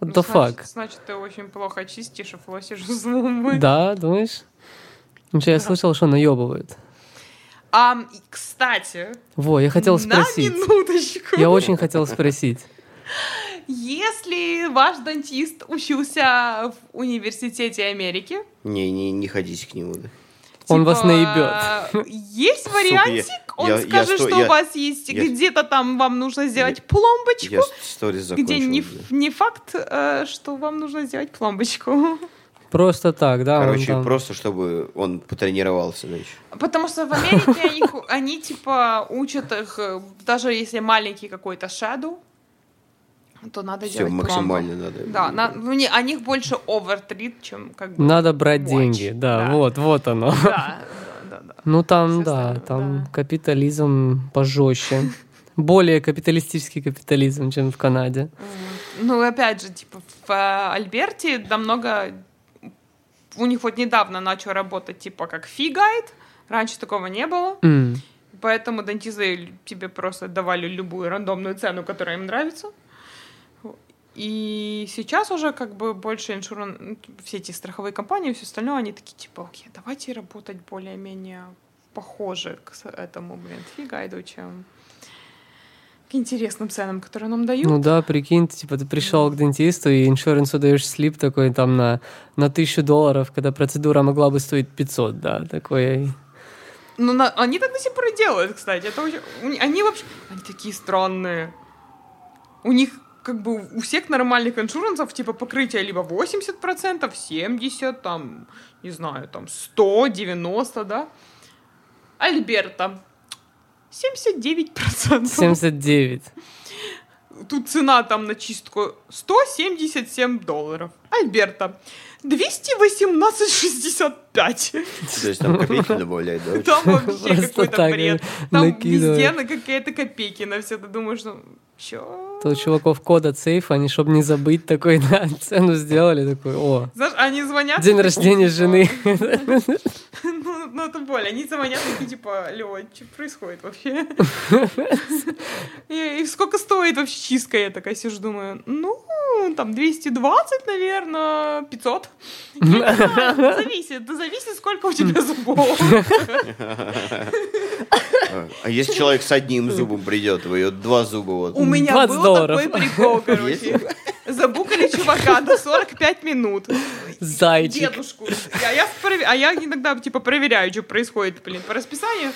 Speaker 3: Ну,
Speaker 1: the fuck?
Speaker 3: Значит, значит, ты очень плохо чистишь и флосишь зубы.
Speaker 1: Да, думаешь? Потому что я слышал, что наебывают.
Speaker 3: А, и, кстати,
Speaker 1: Во, я хотел
Speaker 3: на
Speaker 1: спросить.
Speaker 3: минуточку.
Speaker 1: Я очень хотел спросить.
Speaker 3: Если ваш дантист учился в университете Америки,
Speaker 2: Не, не, не ходите к нему. да.
Speaker 1: Он
Speaker 3: типа,
Speaker 1: вас наебет.
Speaker 3: Есть
Speaker 2: Сука, я-
Speaker 3: вариантик, он
Speaker 2: я- я
Speaker 3: скажет,
Speaker 2: сто-
Speaker 3: что у
Speaker 2: я-
Speaker 3: вас есть
Speaker 2: я-
Speaker 3: где-то там вам нужно сделать
Speaker 2: Я
Speaker 3: пломбочку,
Speaker 2: сторис закончил.
Speaker 3: где не,
Speaker 2: блин.
Speaker 3: ф- не факт, э, что вам нужно сделать пломбочку.
Speaker 1: Просто так, да? он
Speaker 2: Короче,
Speaker 1: там-
Speaker 2: просто чтобы он потренировался, значит.
Speaker 3: Потому что в Америке их- они типа учат их, э, даже если маленький какой-то shadow, то надо
Speaker 2: Все
Speaker 3: делать пломбу.
Speaker 2: максимально надо.
Speaker 3: Да, на, ну, не, о них больше овертрит, чем как бы...
Speaker 1: Надо брать
Speaker 3: watch.
Speaker 1: деньги, да, вот, вот оно.
Speaker 3: Да, да, да, да.
Speaker 1: Ну там,
Speaker 3: Всё
Speaker 1: да,
Speaker 3: остальное,
Speaker 1: там
Speaker 3: да.
Speaker 1: капитализм пожестче. Более капиталистический капитализм, чем в Канаде.
Speaker 3: Ну, опять же, типа, в э, Альберте намного... У них вот недавно начал работать, типа, как фи-гайд. Раньше такого не было.
Speaker 1: М.
Speaker 3: Поэтому дантисты тебе просто давали любую рандомную цену, которая им нравится. И сейчас уже как бы больше иншуран... ну, типа, все эти страховые компании и все остальное, они такие типа, окей, давайте работать более-менее похоже к с- этому, блин, фигайду, чем к интересным ценам, которые нам дают.
Speaker 1: Ну да, прикинь, ты, типа ты пришел к дентисту и иншуренсу даешь слип такой там на, на тысячу долларов, когда процедура могла бы стоить 500, да, такой.
Speaker 3: Ну, на- они так до сих пор и делают, кстати. Это очень- у- Они вообще... Они такие странные. У них как бы у всех нормальных иншурансов типа покрытие либо 80%, 70%, там, не знаю, там 100, 90, да? Альберта 79%.
Speaker 1: 79.
Speaker 3: Тут цена там на чистку 177 долларов. Альберта 218,65.
Speaker 2: То есть там копейки добавляют, да?
Speaker 3: Там вообще
Speaker 1: Просто
Speaker 3: какой-то
Speaker 1: так
Speaker 3: бред.
Speaker 1: они
Speaker 3: Там
Speaker 1: накидывают.
Speaker 3: везде на какие-то копейки на все. Ты думаешь, ну, чё?
Speaker 1: То у чуваков код от сейфа, они, чтобы не забыть, такой, да, цену сделали, такой, о,
Speaker 3: Знаешь, они звонят...
Speaker 1: день
Speaker 3: такие,
Speaker 1: рождения
Speaker 3: типа,
Speaker 1: жены.
Speaker 3: Ну, ну, это боль. Они звонят такие, типа, Лёва, что происходит вообще? И и сколько стоит вообще чистка? Я такая сижу, думаю, ну, там 220, наверное, 500. Я не знаю, Ну, Зависит. Да зависит, сколько у тебя зубов.
Speaker 2: А а если человек с одним зубом придет, вы её два зуба вот.
Speaker 3: У меня
Speaker 1: 20
Speaker 3: был
Speaker 1: долларов.
Speaker 3: такой прикол, короче. Забукали чувака до 45 минут.
Speaker 1: Зайчик.
Speaker 3: Дедушку. А я, спрове- а я иногда, типа, проверяю, что происходит, блин, по расписанию.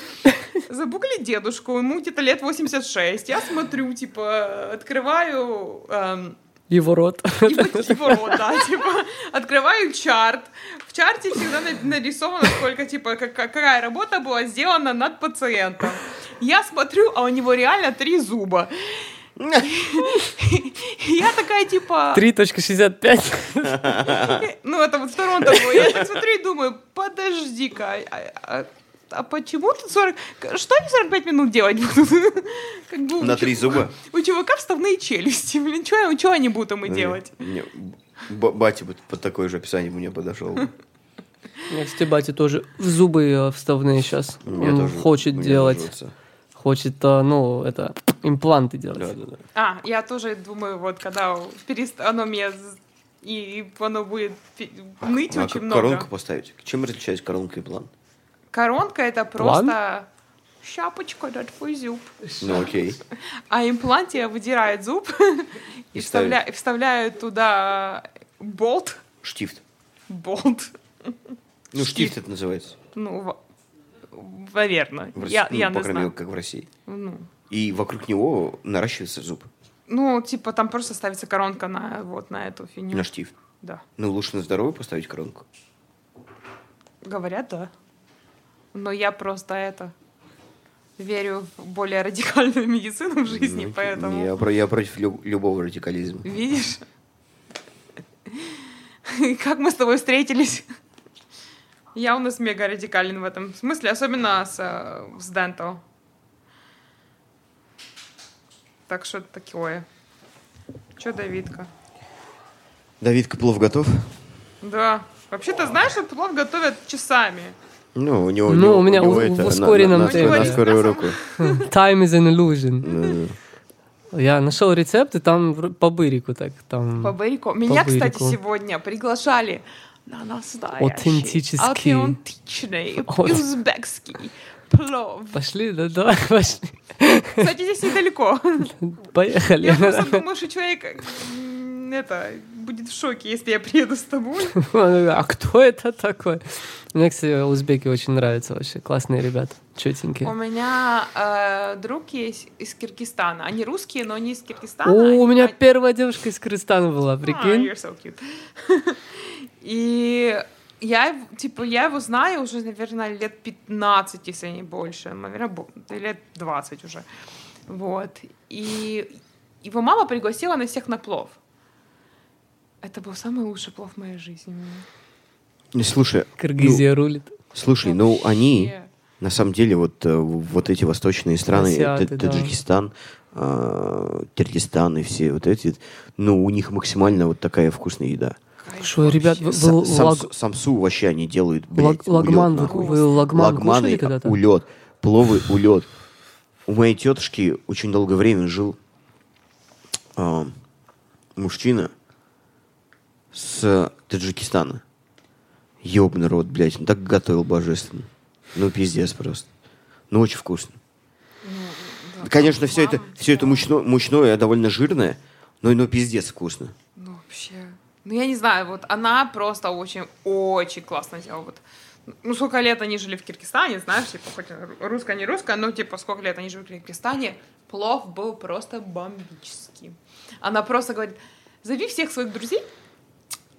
Speaker 3: Забукали дедушку, ему где-то лет 86. Я смотрю, типа, открываю... эм,
Speaker 1: Его рот.
Speaker 3: его, его рот, да, типа, открываю чарт. В чарте всегда на- нарисовано, сколько, типа, как- какая работа была сделана над пациентом. Я смотрю, а у него реально три зуба. И Я такая, типа...
Speaker 1: 3.65.
Speaker 3: Ну, это вот в Торонто было. Я так смотрю и думаю, подожди-ка, а, а- а почему тут 40... Что они 45 минут делать будут? Как бы у
Speaker 2: На
Speaker 3: чу-
Speaker 2: три зуба?
Speaker 3: У чувака вставные челюсти, блин, что они будут ему делать?
Speaker 2: Не, Б- Батя бы под такое же описание мне подошел.
Speaker 1: Я, кстати, батя тоже в зубы э, вставные сейчас.
Speaker 2: Мне
Speaker 1: Он
Speaker 2: тоже-
Speaker 1: хочет
Speaker 2: мне
Speaker 1: делать.
Speaker 2: нравится.
Speaker 1: Хочет, э, ну, это, импланты делать.
Speaker 2: Да, да, да.
Speaker 3: А, я тоже думаю, вот когда перест... оно меня... з- И и оно будет пе- ныть
Speaker 2: А
Speaker 3: очень
Speaker 2: как
Speaker 3: много.
Speaker 2: Коронку поставить. Чем различается коронка и план?
Speaker 3: Коронка это
Speaker 1: План?
Speaker 3: просто шапочка на твой зуб.
Speaker 2: Ну окей.
Speaker 3: А имплант тебе выдирает зуб
Speaker 2: И
Speaker 3: и, вставля- и вставляют туда болт.
Speaker 2: Штифт.
Speaker 3: Болт.
Speaker 2: Ну, штифт
Speaker 3: Штифт.
Speaker 2: это называется.
Speaker 3: Ну, в- в- наверное.
Speaker 2: В России,
Speaker 3: я
Speaker 2: ну,
Speaker 3: я
Speaker 2: по
Speaker 3: не
Speaker 2: крайней мере,
Speaker 3: знаю.
Speaker 2: как в России.
Speaker 3: Ну,
Speaker 2: И вокруг него наращивается зуб
Speaker 3: ну, типа там просто ставится коронка на вот на эту фигню.
Speaker 2: на штифт.
Speaker 3: Да.
Speaker 2: Ну, лучше на здоровье поставить коронку.
Speaker 3: Говорят, да. Но я просто это верю в более радикальную медицину в жизни,
Speaker 2: Ну, окей.
Speaker 3: поэтому
Speaker 2: Я, про- я против лю- любого радикализма.
Speaker 3: видишь. Как мы с тобой встретились? Я у нас мега радикален в этом смысле, особенно с, э, с Дентал. Так что такое. Че, Давидка?
Speaker 2: Давид Коплов готов?
Speaker 3: Да. Вообще-то знаешь, что плов готовят часами.
Speaker 2: Ну, у него,
Speaker 1: Ну,
Speaker 2: у
Speaker 1: у меня
Speaker 2: него
Speaker 1: в-
Speaker 2: это,
Speaker 1: в
Speaker 2: на-
Speaker 1: ускоренном
Speaker 2: на, на-
Speaker 1: темпе.
Speaker 2: на скорую руку.
Speaker 1: Time is an illusion.
Speaker 2: Ну,
Speaker 1: Я нашел рецепт, и там вр- по бырику так, там...
Speaker 3: По Бэрику. Меня, кстати,
Speaker 1: Бэрику.
Speaker 3: сегодня приглашали на настоящий,
Speaker 1: Аутентический.
Speaker 3: аутентичный
Speaker 1: Аут-
Speaker 3: узбекский плов.
Speaker 1: Пошли, да, давай, пошли.
Speaker 3: Кстати, здесь недалеко.
Speaker 1: Поехали.
Speaker 3: Я просто думаю, что человек м, это будет в шоке, если я приеду с тобой.
Speaker 1: А кто это такой? Мне, кстати, узбеки очень нравятся вообще. Классные ребята,
Speaker 3: У
Speaker 1: чётенькие.
Speaker 3: меня э, друг есть из Киргизстана. Они русские, но не из Киргизстана.
Speaker 1: О, у
Speaker 3: Они-
Speaker 1: меня
Speaker 3: они-
Speaker 1: первая девушка из Кыргызстана была,
Speaker 3: А,
Speaker 1: прикинь.
Speaker 3: you're so cute. И я, его- типа, я его знаю уже, наверное, лет 15, если не больше. Наверное, бо- лет 20 уже. Вот. И его мама пригласила на всех на плов. Это был самый лучший плов в моей жизни.
Speaker 2: Э, Слушай, Ну,
Speaker 1: Кыргызия рулит.
Speaker 2: слушай, ну
Speaker 3: Вообще.
Speaker 2: они, на самом деле, вот, э, вот эти восточные страны,
Speaker 1: Азиаты,
Speaker 2: Т-
Speaker 1: да.
Speaker 2: Таджикистан, э, Киргизстан и все вот эти, ну, у них максимально вот такая вкусная еда.
Speaker 3: Кайф
Speaker 1: Что, ребят,
Speaker 3: вообще.
Speaker 1: вы-
Speaker 2: Са-
Speaker 1: вы
Speaker 2: сам-
Speaker 1: лаг-
Speaker 2: самсу вообще они делают, блядь,
Speaker 1: лаг- лагман,
Speaker 2: улет,
Speaker 1: вы
Speaker 2: нахуй.
Speaker 1: вы лагман кушали
Speaker 2: Лагманы,
Speaker 1: когда-то?
Speaker 2: улет, пловы, улет. У моей тетушки очень долгое время жил а, мужчина с Таджикистана. Ёбный рот, блядь, он так готовил божественно. Ну, пиздец просто. Ну, очень вкусно.
Speaker 3: да,
Speaker 2: Конечно, все это,
Speaker 3: лагман,
Speaker 2: все это
Speaker 3: да.
Speaker 2: мучно- мучное, довольно жирное, но, но пиздец вкусно.
Speaker 3: Ну, вообще. Ну, я не знаю, вот она просто очень-очень классно делала. Вот. Ну, сколько лет они жили в Киргизстане, знаешь, типа, хоть ру- русская, не русская, но, типа, сколько лет они жили в Киргизстане, плов был просто бомбический. Она просто говорит, зови всех своих друзей,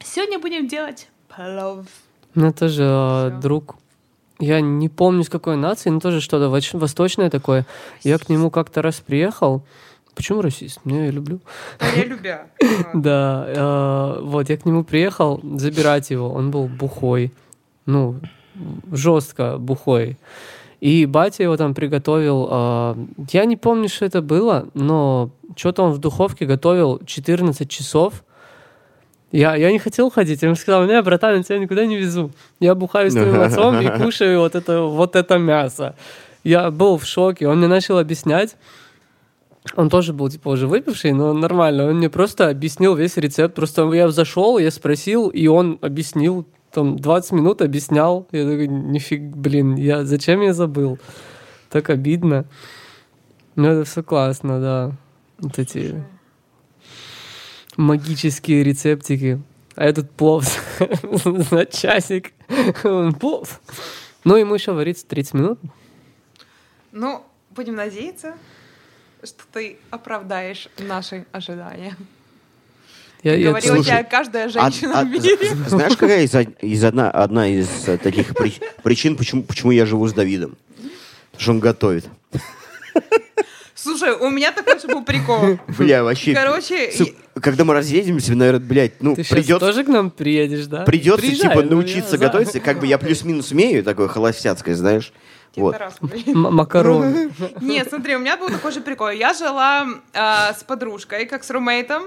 Speaker 3: сегодня будем делать плов.
Speaker 1: У меня тоже э,
Speaker 3: Всё.
Speaker 1: друг. Я не помню, с какой нации, но тоже что-то воч- восточное такое. Я к нему как-то раз приехал. Почему расист? Ну, я люблю.
Speaker 3: Да, я любя.
Speaker 1: Да, э, вот я к нему приехал забирать его. Он был бухой, ну жестко бухой. И батя его там приготовил. э, я не помню, что это было, но что-то он в духовке готовил 14 часов. Я, я не хотел ходить. Я ему сказал, не, братан, я тебя никуда не везу. Я бухаю с твоим отцом и кушаю вот это, вот это мясо. Я был в шоке. Он мне начал объяснять. Он тоже был, типа, уже выпивший, но нормально. Он мне просто объяснил весь рецепт. Просто я зашел, я спросил, и он объяснил. Там 20 минут объяснял. Я такой, нифиг, блин, я, зачем я забыл? Так обидно. Ну, это все классно, да. Вот эти магические рецептики. А этот плов на часик. Он плов. Ну, ему еще варится 30 минут.
Speaker 3: Ну, будем надеяться, что ты оправдаешь наши ожидания.
Speaker 1: Я, я-
Speaker 3: Говорила
Speaker 2: Слушай,
Speaker 3: тебе каждая женщина
Speaker 2: А- а-
Speaker 3: в мире.
Speaker 2: з- Знаешь, какая из, од- из одна, одна из э, таких при- причин, почему, почему я живу с Давидом? Потому что он готовит.
Speaker 3: Слушай, у меня такой же был прикол.
Speaker 2: Бля, вообще.
Speaker 3: Короче,
Speaker 2: су- когда мы разъедемся, наверное, блядь, ну,
Speaker 1: Ты сейчас
Speaker 2: придется,
Speaker 1: тоже к нам приедешь, да?
Speaker 2: придется
Speaker 1: Приезжай, ну,
Speaker 2: типа,
Speaker 1: я
Speaker 2: научиться
Speaker 1: за.
Speaker 2: готовиться. Как бы я плюс-минус умею, такое холостяцкое, знаешь.
Speaker 3: Тебе
Speaker 2: Вот.
Speaker 3: Тарас, блин.
Speaker 1: М- макароны.
Speaker 3: Нет, смотри, у меня был такой же прикол. Я а, жила э, с подружкой, как с румейтом.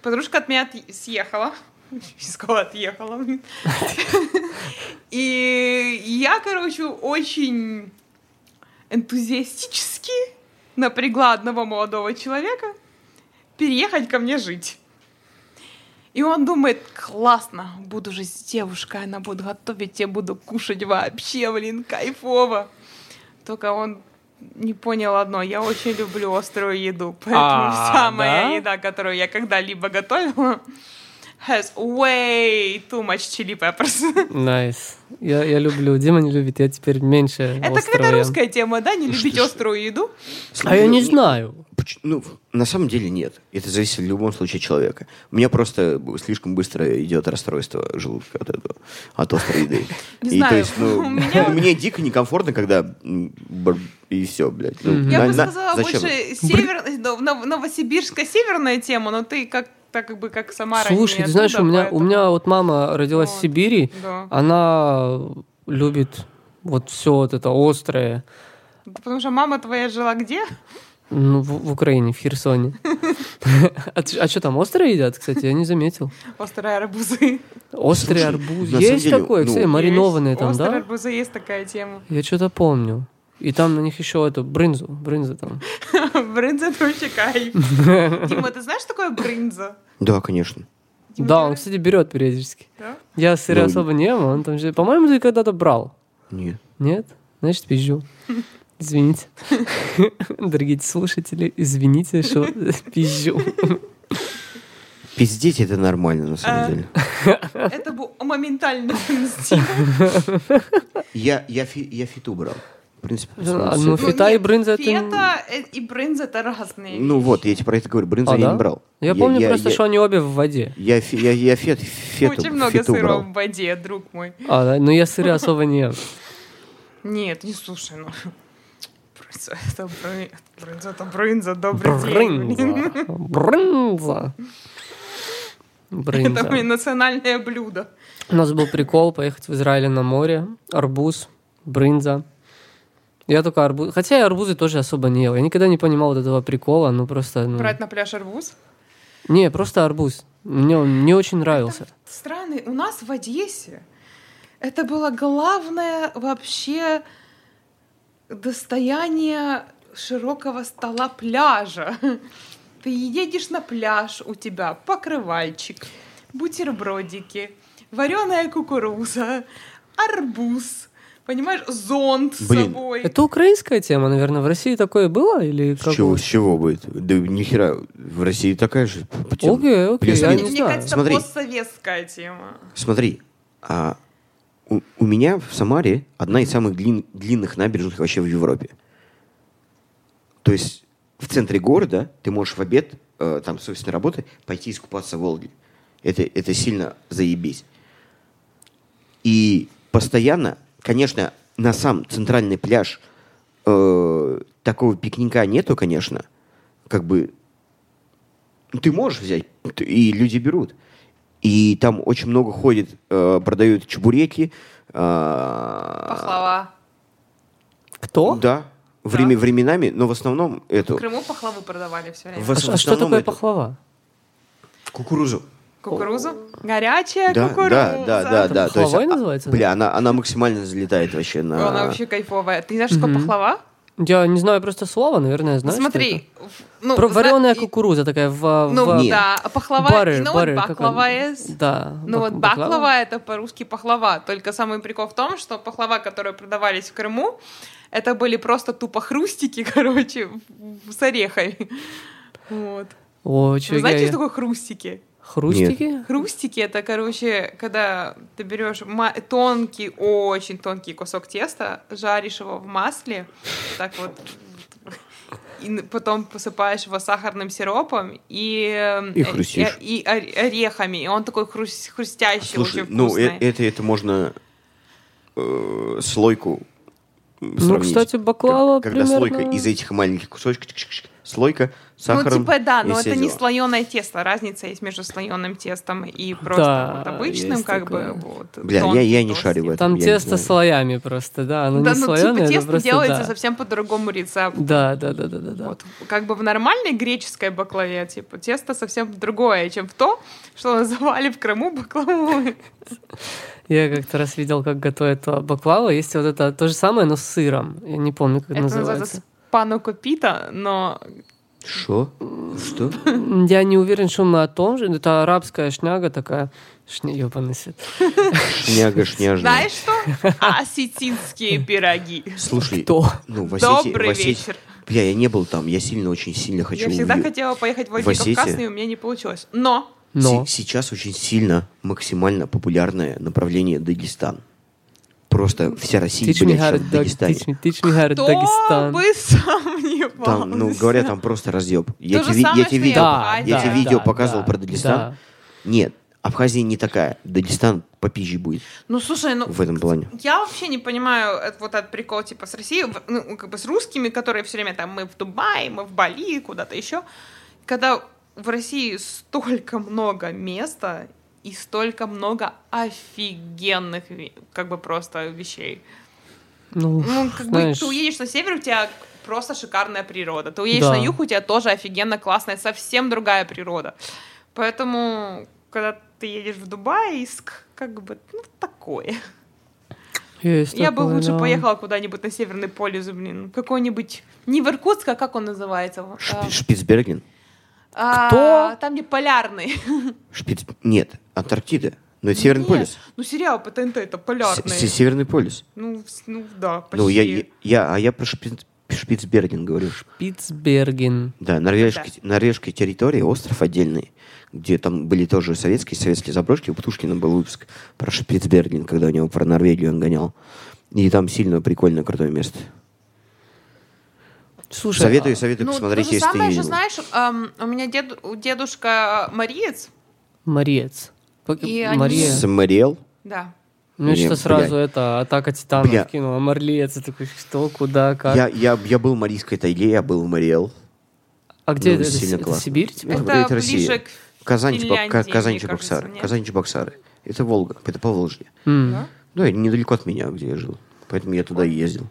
Speaker 3: Подружка от меня отъ- съехала. из кого отъехала. И я, короче, очень энтузиастически напрягла одного молодого человека переехать ко мне жить. И он думает, классно, буду жить с девушкой, она будет готовить, я буду кушать вообще, блин, кайфово. Только он не понял одно, я очень люблю острую еду, поэтому
Speaker 4: А,
Speaker 3: вся моя
Speaker 4: да?
Speaker 3: еда, которую я когда-либо готовила, has way too much chili peppers.
Speaker 1: Найс. Я, я люблю. Дима не любит, я теперь меньше
Speaker 3: Это
Speaker 1: острого
Speaker 3: какая-то
Speaker 1: ем.
Speaker 3: русская тема, да, не любить острую еду?
Speaker 1: А я не знаю.
Speaker 2: Поч- Ну, в- на самом деле нет. Это зависит в любом случае от человека. У меня просто б- слишком быстро идет расстройство желудка от этого, от острой еды.
Speaker 3: Не
Speaker 2: и,
Speaker 3: знаю,
Speaker 2: то есть, ну,
Speaker 3: у меня-
Speaker 2: мне дико некомфортно, когда м, бар- и все, блядь. Ну,
Speaker 3: Я
Speaker 2: на-
Speaker 3: бы
Speaker 2: на-
Speaker 3: сказала
Speaker 2: зачем?
Speaker 3: больше север... нов- нов- новосибирская северная тема, но ты как так как бы как Самара.
Speaker 1: Слушай,
Speaker 3: не
Speaker 1: ты знаешь, у
Speaker 3: оттуда,
Speaker 1: меня, у
Speaker 3: поэтому-
Speaker 1: меня вот мама родилась в
Speaker 3: Вот.
Speaker 1: Сибири,
Speaker 3: Да.
Speaker 1: она любит вот все вот это острое.
Speaker 3: Потому что мама твоя жила где?
Speaker 1: Ну, в, в Украине, в Херсоне. А, что там, острые едят, кстати? Я не заметил.
Speaker 3: Острые арбузы.
Speaker 1: Острые
Speaker 2: Слушай,
Speaker 1: арбузы.
Speaker 2: на самом
Speaker 1: Есть
Speaker 2: деле,
Speaker 1: такое,
Speaker 2: ну,
Speaker 1: кстати, маринованные там,
Speaker 3: Острые
Speaker 1: да?
Speaker 3: арбузы есть такая тема.
Speaker 1: Я что-то помню. И там на них еще это, брынзу, брынза там.
Speaker 3: Брынза это вообще кайф. Дима, ты знаешь, что такое брынза?
Speaker 2: Да, конечно.
Speaker 3: Дима,
Speaker 1: Да,
Speaker 3: ты
Speaker 1: он,
Speaker 3: знаешь?
Speaker 1: кстати, берет периодически.
Speaker 3: Да?
Speaker 1: Я сыры
Speaker 2: Ну,
Speaker 1: особо не ем, он там же... По-моему, ты когда-то брал.
Speaker 2: Нет.
Speaker 1: Нет? Значит, пизжу. Извините. Дорогие слушатели, извините, что пизжу.
Speaker 2: Пиздеть это нормально, на самом
Speaker 3: А.
Speaker 2: деле.
Speaker 3: Это был моментальный инстинкт.
Speaker 2: Я, я, фи- я фиту брал. В принципе,
Speaker 1: Да,
Speaker 2: в основном
Speaker 1: ну,
Speaker 2: всё.
Speaker 1: фи- Фета и брынза это-
Speaker 3: Фета э, и брынза это разные.
Speaker 2: ну вот, я тебе про это говорю. Брынза
Speaker 1: А,
Speaker 2: я
Speaker 1: да?
Speaker 2: не брал.
Speaker 1: Я помню просто,
Speaker 2: я-
Speaker 1: что они обе в воде.
Speaker 2: Я, фи- я, я фет, фету,
Speaker 3: Очень много
Speaker 2: фету
Speaker 3: сыров
Speaker 2: брал.
Speaker 3: в воде, друг мой.
Speaker 1: А, да? Но я сыры особо не ем.
Speaker 3: Нет, не слушай, ну. Брынза, это бры- брынза, это брынза, добрый день. блин.
Speaker 1: Брынза. Брынза.
Speaker 3: Это блин,
Speaker 1: Брынза.
Speaker 3: национальное блюдо.
Speaker 1: У нас был прикол поехать в Израиль на море. Арбуз, брынза. Я только арбуз... Хотя я арбузы тоже особо не ел. Я никогда не понимал вот этого прикола. Ну, просто... ну,
Speaker 3: Брать на пляж арбуз.
Speaker 1: Не, просто арбуз. Мне он не очень нравился.
Speaker 3: Страны, у нас в Одессе это было главное вообще достояние широкого стола пляжа. Ты едешь на пляж, у тебя покрывальчик, бутербродики, вареная кукуруза, арбуз, понимаешь, зонт с
Speaker 2: Блин,
Speaker 3: собой.
Speaker 1: Это украинская тема, наверное. В России такое было? Или
Speaker 2: С
Speaker 1: как
Speaker 2: чего,
Speaker 1: бы-
Speaker 2: с чего будет? Да нихера, в России такая же п- тема.
Speaker 1: Окей, окей, я
Speaker 2: Плюс-минус.
Speaker 1: не
Speaker 3: Мне
Speaker 1: знаю.
Speaker 3: кажется,
Speaker 2: Смотри.
Speaker 3: постсоветская тема.
Speaker 2: Смотри, а у, у меня в Самаре одна из самых длин- длинных набережных вообще в Европе. То есть в центре города ты можешь в обед, э, там, собственно, работы, пойти искупаться в Волге. Это, это сильно заебись. И постоянно, конечно, на сам центральный пляж э, такого пикника нету, конечно. Как бы ну, ты можешь взять, т- и люди берут. И там очень много ходит, э, продают чебуреки. э, А,
Speaker 3: Пахлава.
Speaker 1: Кто?
Speaker 2: Да, время временами, но в основном
Speaker 3: В
Speaker 2: эту.
Speaker 3: Крыму пахлаву продавали все время.
Speaker 2: В
Speaker 1: А,
Speaker 2: ос-
Speaker 1: ш-
Speaker 2: в
Speaker 1: а что
Speaker 2: основном
Speaker 1: такое
Speaker 2: эту.
Speaker 1: пахлава?
Speaker 2: Кукурузу.
Speaker 3: Кукурузу? Горячая
Speaker 2: Да,
Speaker 3: кукуруза.
Speaker 2: да, да, да,
Speaker 1: Это
Speaker 2: да. То есть,
Speaker 1: пахлавой
Speaker 2: а,
Speaker 1: называется,
Speaker 2: Бля, она, она максимально залетает вообще на...
Speaker 3: Она вообще кайфовая. Ты не знаешь, что такое
Speaker 1: А. Мгм.
Speaker 3: пахлава?
Speaker 1: Я не знаю просто слово, наверное, знаю. что это.
Speaker 3: Смотри. в- ну,
Speaker 1: Про
Speaker 3: зна-
Speaker 1: вареная
Speaker 3: и-
Speaker 1: кукуруза такая в...
Speaker 3: Ну
Speaker 1: в-
Speaker 2: Нет.
Speaker 3: да, а пахлава,
Speaker 1: Баррер,
Speaker 3: и, ну
Speaker 1: баррер,
Speaker 3: вот
Speaker 1: как
Speaker 3: баклава
Speaker 1: он?
Speaker 3: есть.
Speaker 1: Да.
Speaker 3: Ну
Speaker 1: бак-
Speaker 3: вот баклава это по-русски пахлава. Только самый прикол в том, что пахлава, которые продавались в Крыму, это были просто тупо хрустики, короче, в- в- с орехами. Вот.
Speaker 1: О, чё
Speaker 3: Вы
Speaker 1: я-
Speaker 3: знаете,
Speaker 1: я-
Speaker 3: что такое хрустики?
Speaker 1: Хрустики?
Speaker 3: Хрустики это, короче, когда ты берешь ма- тонкий, очень тонкий кусок теста, жаришь его в масле, так вот, и н- потом посыпаешь его сахарным сиропом и э,
Speaker 2: И хрустишь.
Speaker 3: и, и ор- орехами, и он такой хрус- хрустящий,
Speaker 2: Слушай,
Speaker 3: очень
Speaker 2: ну
Speaker 3: вкусный.
Speaker 2: э- это, это можно э, слойку м,
Speaker 1: Ну,
Speaker 2: сравнить.
Speaker 1: кстати,
Speaker 2: Как-
Speaker 1: баклава
Speaker 2: Когда
Speaker 1: примерно...
Speaker 2: слойка из этих маленьких кусочков чик-чик-чик, слойка, сахаром
Speaker 3: ну, типа, да,
Speaker 2: и
Speaker 3: но
Speaker 2: все
Speaker 3: это не
Speaker 2: дела.
Speaker 3: слоеное тесто. Разница есть между слоеным тестом и просто
Speaker 1: Да,
Speaker 3: вот обычным,
Speaker 1: есть
Speaker 3: как
Speaker 1: такое.
Speaker 3: бы, вот.
Speaker 2: Бля,
Speaker 3: тон-
Speaker 2: я- я не
Speaker 3: толстым.
Speaker 2: шарю в этом.
Speaker 1: Там
Speaker 2: я не
Speaker 1: тесто
Speaker 2: знаю.
Speaker 1: слоями просто, да, оно
Speaker 3: Да,
Speaker 1: не
Speaker 3: ну,
Speaker 1: слоеное,
Speaker 3: типа,
Speaker 1: это
Speaker 3: тесто
Speaker 1: просто,
Speaker 3: делается
Speaker 1: да.
Speaker 3: совсем по другому рецепту.
Speaker 1: Да, да, да, да, да, да.
Speaker 3: Вот, как бы в нормальной греческой баклаве, типа, тесто совсем другое, чем в то, что называли в Крыму баклавой.
Speaker 1: Я как-то раз видел, как готовят а, баклава. Есть вот это то же самое, но с сыром. Я не помню, как
Speaker 3: Это называется
Speaker 1: называется.
Speaker 3: спанокопита, но
Speaker 2: Шо? Что?
Speaker 1: М, Я не уверен, что мы о том же. Это арабская шняга такая. Шня, ёбаный свет.
Speaker 2: Шняга, шняжна.
Speaker 3: знаешь что? Осетинские пироги.
Speaker 2: Слушай,
Speaker 1: Кто?
Speaker 2: ну, в Осетии- в
Speaker 3: Добрый
Speaker 2: Осетии-
Speaker 3: вечер.
Speaker 2: Бля, я не был там, я сильно, очень сильно хочу...
Speaker 3: Я всегда
Speaker 2: увидеть.
Speaker 3: хотела поехать в
Speaker 2: в Осетии?
Speaker 3: Владикавказ, и у меня не получилось. Но
Speaker 1: Но.
Speaker 2: Се- Сейчас очень сильно, максимально популярное направление Дагестан. Просто вся Россия,
Speaker 1: Teach me how
Speaker 2: блядь, сейчас
Speaker 1: to
Speaker 2: в
Speaker 1: Dag-
Speaker 2: Дагестане.
Speaker 1: teach me- teach me how to
Speaker 3: кто
Speaker 1: Dagestan.
Speaker 3: бы сомневался.
Speaker 2: Там, ну, говорят, там просто разъеб. Я
Speaker 3: То же
Speaker 2: тебе, ви-
Speaker 3: самое,
Speaker 2: я тебе
Speaker 3: что
Speaker 2: видел,
Speaker 3: я в
Speaker 2: я
Speaker 3: Абхазии.
Speaker 2: тебе видео
Speaker 1: да,
Speaker 2: показывал
Speaker 1: да,
Speaker 2: про Дагестан.
Speaker 1: да.
Speaker 2: Нет, Абхазия не такая. Дагестан попизже будет
Speaker 3: Ну, слушай, ну,
Speaker 2: в этом плане.
Speaker 3: Я вообще не понимаю э, вот этот прикол типа с Россией, в- ну, как бы с русскими, которые все время там мы в Дубае, мы в Бали, куда-то еще. Когда в России столько много места и столько много офигенных ве- как бы просто вещей.
Speaker 1: Ну,
Speaker 3: Ну, как
Speaker 1: знаешь,
Speaker 3: бы ты уедешь на север, у тебя просто шикарная природа. Ты уедешь
Speaker 1: Да.
Speaker 3: на юг, у тебя тоже офигенно классная, совсем другая природа. Поэтому, когда ты едешь в Дубай, иск как бы, ну, такое.
Speaker 1: есть
Speaker 3: Я бы
Speaker 1: такое,
Speaker 3: лучше
Speaker 1: да.
Speaker 3: поехала куда-нибудь на Северный полюс, блин, какой-нибудь, не в Иркутск, а как он называется?
Speaker 2: Шпи- Шпицберген?
Speaker 3: А,
Speaker 1: Кто?
Speaker 3: Там, где полярный.
Speaker 2: Шпиц... Нет, Антарктида. Но это Северный
Speaker 3: Нет,
Speaker 2: полюс.
Speaker 3: Ну, сериал по ТНТ, это
Speaker 2: С-
Speaker 3: полярный.
Speaker 2: с- Северный полюс.
Speaker 3: Ну, с- ну, да, почти.
Speaker 2: Ну, я, я, я- а я про Шпиц- Шпицберген говорю.
Speaker 1: Питцберген.
Speaker 2: Да, норвежская, норвежская территория, остров отдельный, где там были тоже советские, советские заброшки. У Птушкина был выпуск про Шпицберген, когда у него про Норвегию он гонял. И там сильно прикольно крутое место.
Speaker 1: Слушай,
Speaker 2: Советую,
Speaker 1: а-
Speaker 2: советую
Speaker 3: ну,
Speaker 2: посмотреть,
Speaker 3: то же
Speaker 2: если ты не
Speaker 3: самое же,
Speaker 2: видел.
Speaker 3: знаешь, эм, у меня дед, у дедушка мариец,
Speaker 1: Мариец. Пок-
Speaker 3: И они-
Speaker 1: Мария.
Speaker 2: Смотрел?
Speaker 3: да.
Speaker 1: Мне
Speaker 2: Не,
Speaker 1: Ну, что сразу это атака титанов
Speaker 2: Бля.
Speaker 1: кинула. Марлиец, я такой, что, куда, как.
Speaker 2: Я, я, я был в Марийской тайге, я был в Мариэл.
Speaker 1: А где
Speaker 2: Ну,
Speaker 1: это? Это
Speaker 2: сильно
Speaker 1: Си- это
Speaker 2: классно.
Speaker 1: Сибирь? типа?
Speaker 2: Ну, Это
Speaker 3: Это,
Speaker 2: говорит Россия.
Speaker 3: ближе к
Speaker 2: Казань,
Speaker 3: Финляндии,
Speaker 2: Чебоксары. Казань,
Speaker 3: мне кажется,
Speaker 2: Чебоксары.
Speaker 3: нет?
Speaker 2: Казань, Чебоксары. Это Волга, это Поволжье.
Speaker 1: М.
Speaker 3: Да?
Speaker 2: Ну, и недалеко от меня, где я жил. Поэтому я туда и ездил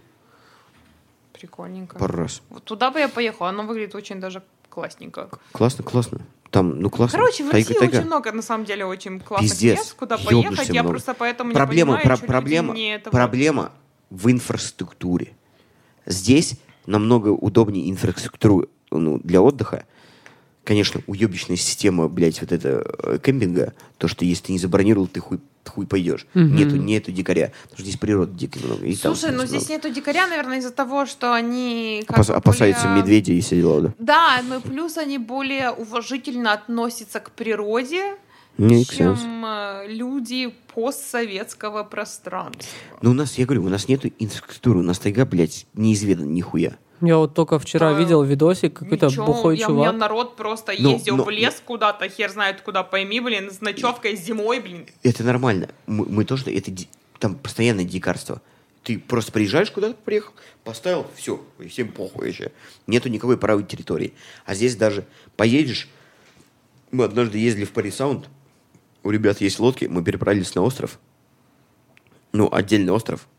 Speaker 3: Прикольненько.
Speaker 2: пару раз.
Speaker 3: Вот Туда бы я поехала, оно выглядит очень даже классненько.
Speaker 2: Классно, классно. Там, ну, классно.
Speaker 3: Короче, в
Speaker 2: Тайга-
Speaker 3: России
Speaker 2: тайга.
Speaker 3: очень много, на самом деле, очень классных
Speaker 2: Пиздец.
Speaker 3: мест, куда
Speaker 2: Ёбнешься
Speaker 3: поехать. Я
Speaker 2: много.
Speaker 3: просто поэтому
Speaker 2: проблема,
Speaker 3: не
Speaker 2: про-
Speaker 3: понимаю, чё люди
Speaker 2: проблема,
Speaker 3: не этого-
Speaker 2: проблема в инфраструктуре. Здесь намного удобнее инфраструктуру ну, для отдыха. Конечно, уебищная система, блядь, вот это э, кемпинга, то, что если ты не забронировал, ты хуй, хуй пойдешь.
Speaker 1: Мгм.
Speaker 2: Нету, нету дикаря. Потому что здесь природы дико много. и там,
Speaker 3: Слушай, ну
Speaker 2: собственно,
Speaker 3: здесь
Speaker 2: много.
Speaker 3: нету дикаря, наверное, из-за того, что они... как
Speaker 2: Опас-
Speaker 3: бы
Speaker 2: опасаются
Speaker 3: более-
Speaker 2: медведя и все дела, да?
Speaker 3: Да, ну и плюс они более уважительно относятся к природе,
Speaker 2: Makes sense.
Speaker 3: чем э, люди постсоветского пространства.
Speaker 2: Ну, у нас, я говорю, у нас нету инфраструктуры. У нас тайга, блядь, неизведан нихуя.
Speaker 1: Я вот только вчера
Speaker 3: Да.
Speaker 1: видел видосик, какой-то
Speaker 3: Ничего,
Speaker 1: бухой
Speaker 3: я- У меня
Speaker 1: чувак.
Speaker 3: народ просто
Speaker 2: Ну,
Speaker 3: ездил
Speaker 2: но-
Speaker 3: в лес куда-то, хер знает куда, пойми, блин, с ночевкой зимой, блин.
Speaker 2: это нормально. Мы, мы тоже, это ди- там постоянное дикарство. Ты просто приезжаешь куда-то, приехал, поставил, все, и всем похуй вообще. Нету никакой правой территории. А здесь даже поедешь, мы однажды ездили в Парисаунд, у ребят есть лодки, мы переправились на остров. Ну, отдельный остров,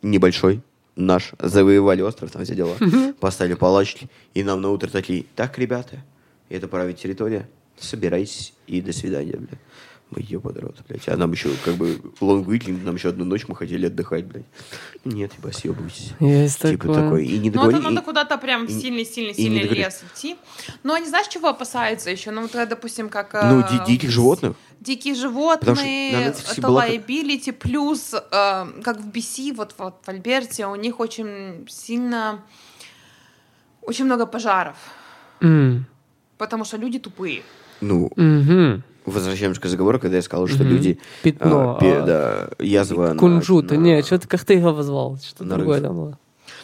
Speaker 2: небольшой, наш, завоевали остров, там все дела, поставили палачки, и нам на утро такие, так, ребята, это правая территория, собирайтесь, и до свидания, бля. Мы ебаный рот, блядь. А нам еще, как бы, лонг уикенд, нам еще одну ночь мы хотели отдыхать, блядь. Нет, ебать, съебывайтесь.
Speaker 1: Есть
Speaker 2: Типа
Speaker 1: такое.
Speaker 2: такой. И не
Speaker 3: Ну, это
Speaker 2: договори...
Speaker 3: надо
Speaker 2: и-
Speaker 3: куда-то прям в
Speaker 2: и- и не
Speaker 3: сильный-сильный-сильный
Speaker 2: договори-
Speaker 3: лес идти. Ну, они знаешь, чего опасаются еще? Ну, вот, когда, допустим, как... э,
Speaker 2: Ну, ди- диких животных.
Speaker 3: Дикие
Speaker 2: Потому что на
Speaker 3: животные,
Speaker 2: Netflix
Speaker 3: это
Speaker 2: была как-
Speaker 3: liability, плюс, э, как в BC, вот, вот в Альберте, у них очень сильно... Очень много пожаров,
Speaker 1: М.
Speaker 3: потому что люди тупые.
Speaker 2: Ну,
Speaker 1: Мгм.
Speaker 2: возвращаемся к разговору, когда я сказал, что
Speaker 1: Мгм.
Speaker 2: люди...
Speaker 1: Пятно.
Speaker 2: а, пе-
Speaker 1: а,
Speaker 2: да, язва на-
Speaker 1: Кунжут.
Speaker 2: на-
Speaker 1: Не, что ты, как ты его позвал? Что-то
Speaker 2: на
Speaker 1: другое
Speaker 2: рынке.
Speaker 1: там было.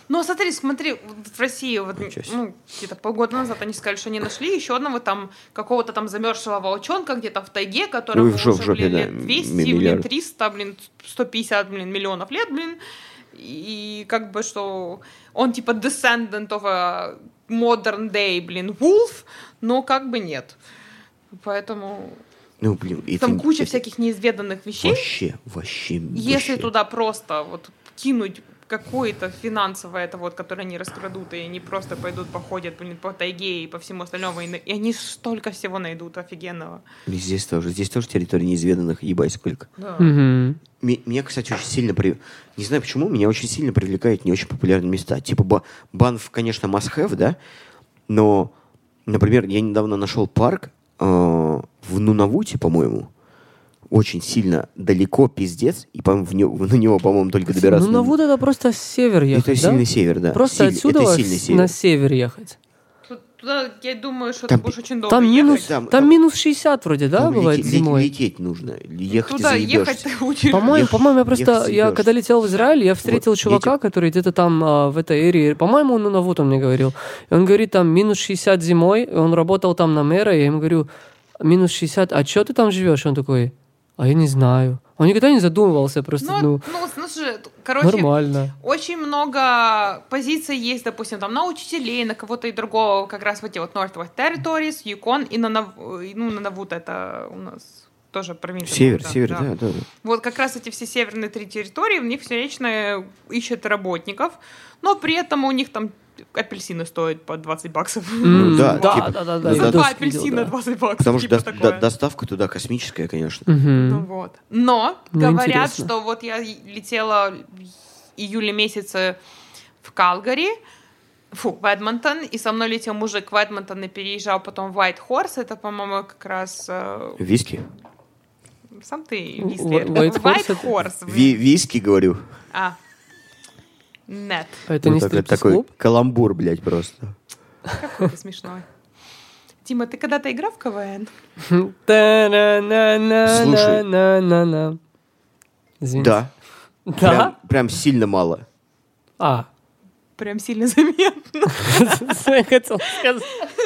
Speaker 3: Ну, смотри, смотри, вот в России вот,
Speaker 2: Ничего себе.
Speaker 3: ну, где-то полгода назад они сказали, что они нашли еще одного там какого-то там замерзшего волчонка где-то в тайге, которому
Speaker 2: Ой, в жопе,
Speaker 3: уже,
Speaker 2: в жопе,
Speaker 3: блин,
Speaker 2: да,
Speaker 3: лет 200,
Speaker 2: ми-
Speaker 3: блин,
Speaker 2: миллиард.
Speaker 3: 300, блин, 150, блин, миллионов лет, блин. И как бы, что он типа descendant of a modern day, блин, Wolf, но как бы нет. Поэтому
Speaker 2: Ну, блин, это-
Speaker 3: там куча
Speaker 2: это-
Speaker 3: всяких неизведанных вещей.
Speaker 2: Вообще, вообще,
Speaker 3: Если
Speaker 2: вообще.
Speaker 3: туда просто вот кинуть какое-то финансовое это вот, которое они раскрадут, и они просто пойдут, походят, блин, по тайге и по всему остальному, и, на- и они столько всего найдут офигенного.
Speaker 2: Блин, Здесь тоже, здесь тоже территория неизведанных, ебать сколько.
Speaker 3: Да.
Speaker 1: Мгм.
Speaker 2: Ме- Меня, кстати, очень сильно... При... Не знаю почему, меня очень сильно привлекают не очень популярные места. Типа Ба- Банф, конечно, must-have, да? Но, например, я недавно нашел парк э, в Нунавуте, по-моему. Очень сильно далеко, пиздец. И, по-моему, в нё- в- на него, по-моему, только добираться...
Speaker 1: Ну, на Вуд это просто север
Speaker 2: Это
Speaker 1: ехать, да?
Speaker 2: сильный север, да.
Speaker 1: Просто
Speaker 2: Силь-
Speaker 1: отсюда
Speaker 2: Это
Speaker 1: в-
Speaker 2: сильный север.
Speaker 1: на север ехать.
Speaker 3: Ту- Туда, я думаю, что
Speaker 2: Там
Speaker 3: ты будешь
Speaker 2: пи-
Speaker 3: очень долго
Speaker 1: Там минус,
Speaker 3: ехать.
Speaker 2: Там-
Speaker 1: там,
Speaker 2: там-
Speaker 1: минус 60 вроде, да,
Speaker 2: Там
Speaker 1: бывает
Speaker 2: лететь- ле-
Speaker 1: зимой?
Speaker 2: Лететь нужно. Ехать
Speaker 3: Туда
Speaker 2: заебешься.
Speaker 3: ехать ты учишь.
Speaker 1: По-моему,
Speaker 2: Ехать-
Speaker 1: по-моему, я просто, я
Speaker 2: ехать съебёшься.
Speaker 1: когда летел в Израиль, я встретил
Speaker 2: Вот,
Speaker 1: чувака,
Speaker 2: едем.
Speaker 1: который где-то там а, в этой эре, по-моему, он на вот он мне говорил, и он говорит, там минус 60 зимой, и он работал там на мэра, и я ему говорю, минус 60, а что ты там живешь? И он такой, а я не знаю. Он никогда не задумывался, просто,
Speaker 3: Ну,
Speaker 1: ну,
Speaker 3: ну, слушай, короче,
Speaker 1: нормально.
Speaker 3: очень много позиций есть, допустим, там на учителей, на кого-то и другого, как раз вот эти вот Northwest Territories, Yukon и на ну, Нанавут это у нас тоже провинция.
Speaker 2: Север,
Speaker 3: да,
Speaker 2: север, да, да. да.
Speaker 3: Вот как раз эти все северные три территории, в них все вечно ищут работников, но при этом у них там апельсины стоят по 20 баксов.
Speaker 2: Ну,
Speaker 1: М,
Speaker 2: да,
Speaker 1: да,
Speaker 2: типа,
Speaker 1: да, да, да,
Speaker 2: да, да.
Speaker 1: я
Speaker 3: За
Speaker 1: видос
Speaker 3: два
Speaker 1: видел,
Speaker 3: апельсина
Speaker 1: да.
Speaker 3: 20 баксов.
Speaker 2: Потому что
Speaker 3: типа
Speaker 2: дос- до-
Speaker 3: такое.
Speaker 2: доставка туда космическая, конечно.
Speaker 1: Мгм.
Speaker 3: Ну вот. Но
Speaker 1: Ну,
Speaker 3: говорят,
Speaker 1: интересно.
Speaker 3: что вот я и- летела в июле месяце в Калгари, фу, в Эдмонтон, и со мной летел мужик в Эдмонтон и переезжал потом в White Horse, это, по-моему, как раз э,
Speaker 2: Виски?
Speaker 3: сам ты
Speaker 1: В-
Speaker 3: висли.
Speaker 1: White Horse
Speaker 3: White
Speaker 1: это-
Speaker 3: Horse. в-
Speaker 2: Ви- виски, говорю.
Speaker 3: А. Нет.
Speaker 1: Это не
Speaker 2: Вот так- такой
Speaker 1: стриптиз-клуб?
Speaker 2: каламбур, блядь, просто.
Speaker 3: Какой ты смешной. Дима, ты когда-то играл в КВН?
Speaker 1: Хм. Та-на-на-на-на-на-на. Извините.
Speaker 2: Да.
Speaker 1: Да?
Speaker 2: Прям, прям сильно мало.
Speaker 1: А.
Speaker 3: Прям сильно заметно.
Speaker 1: Я хотел сказать.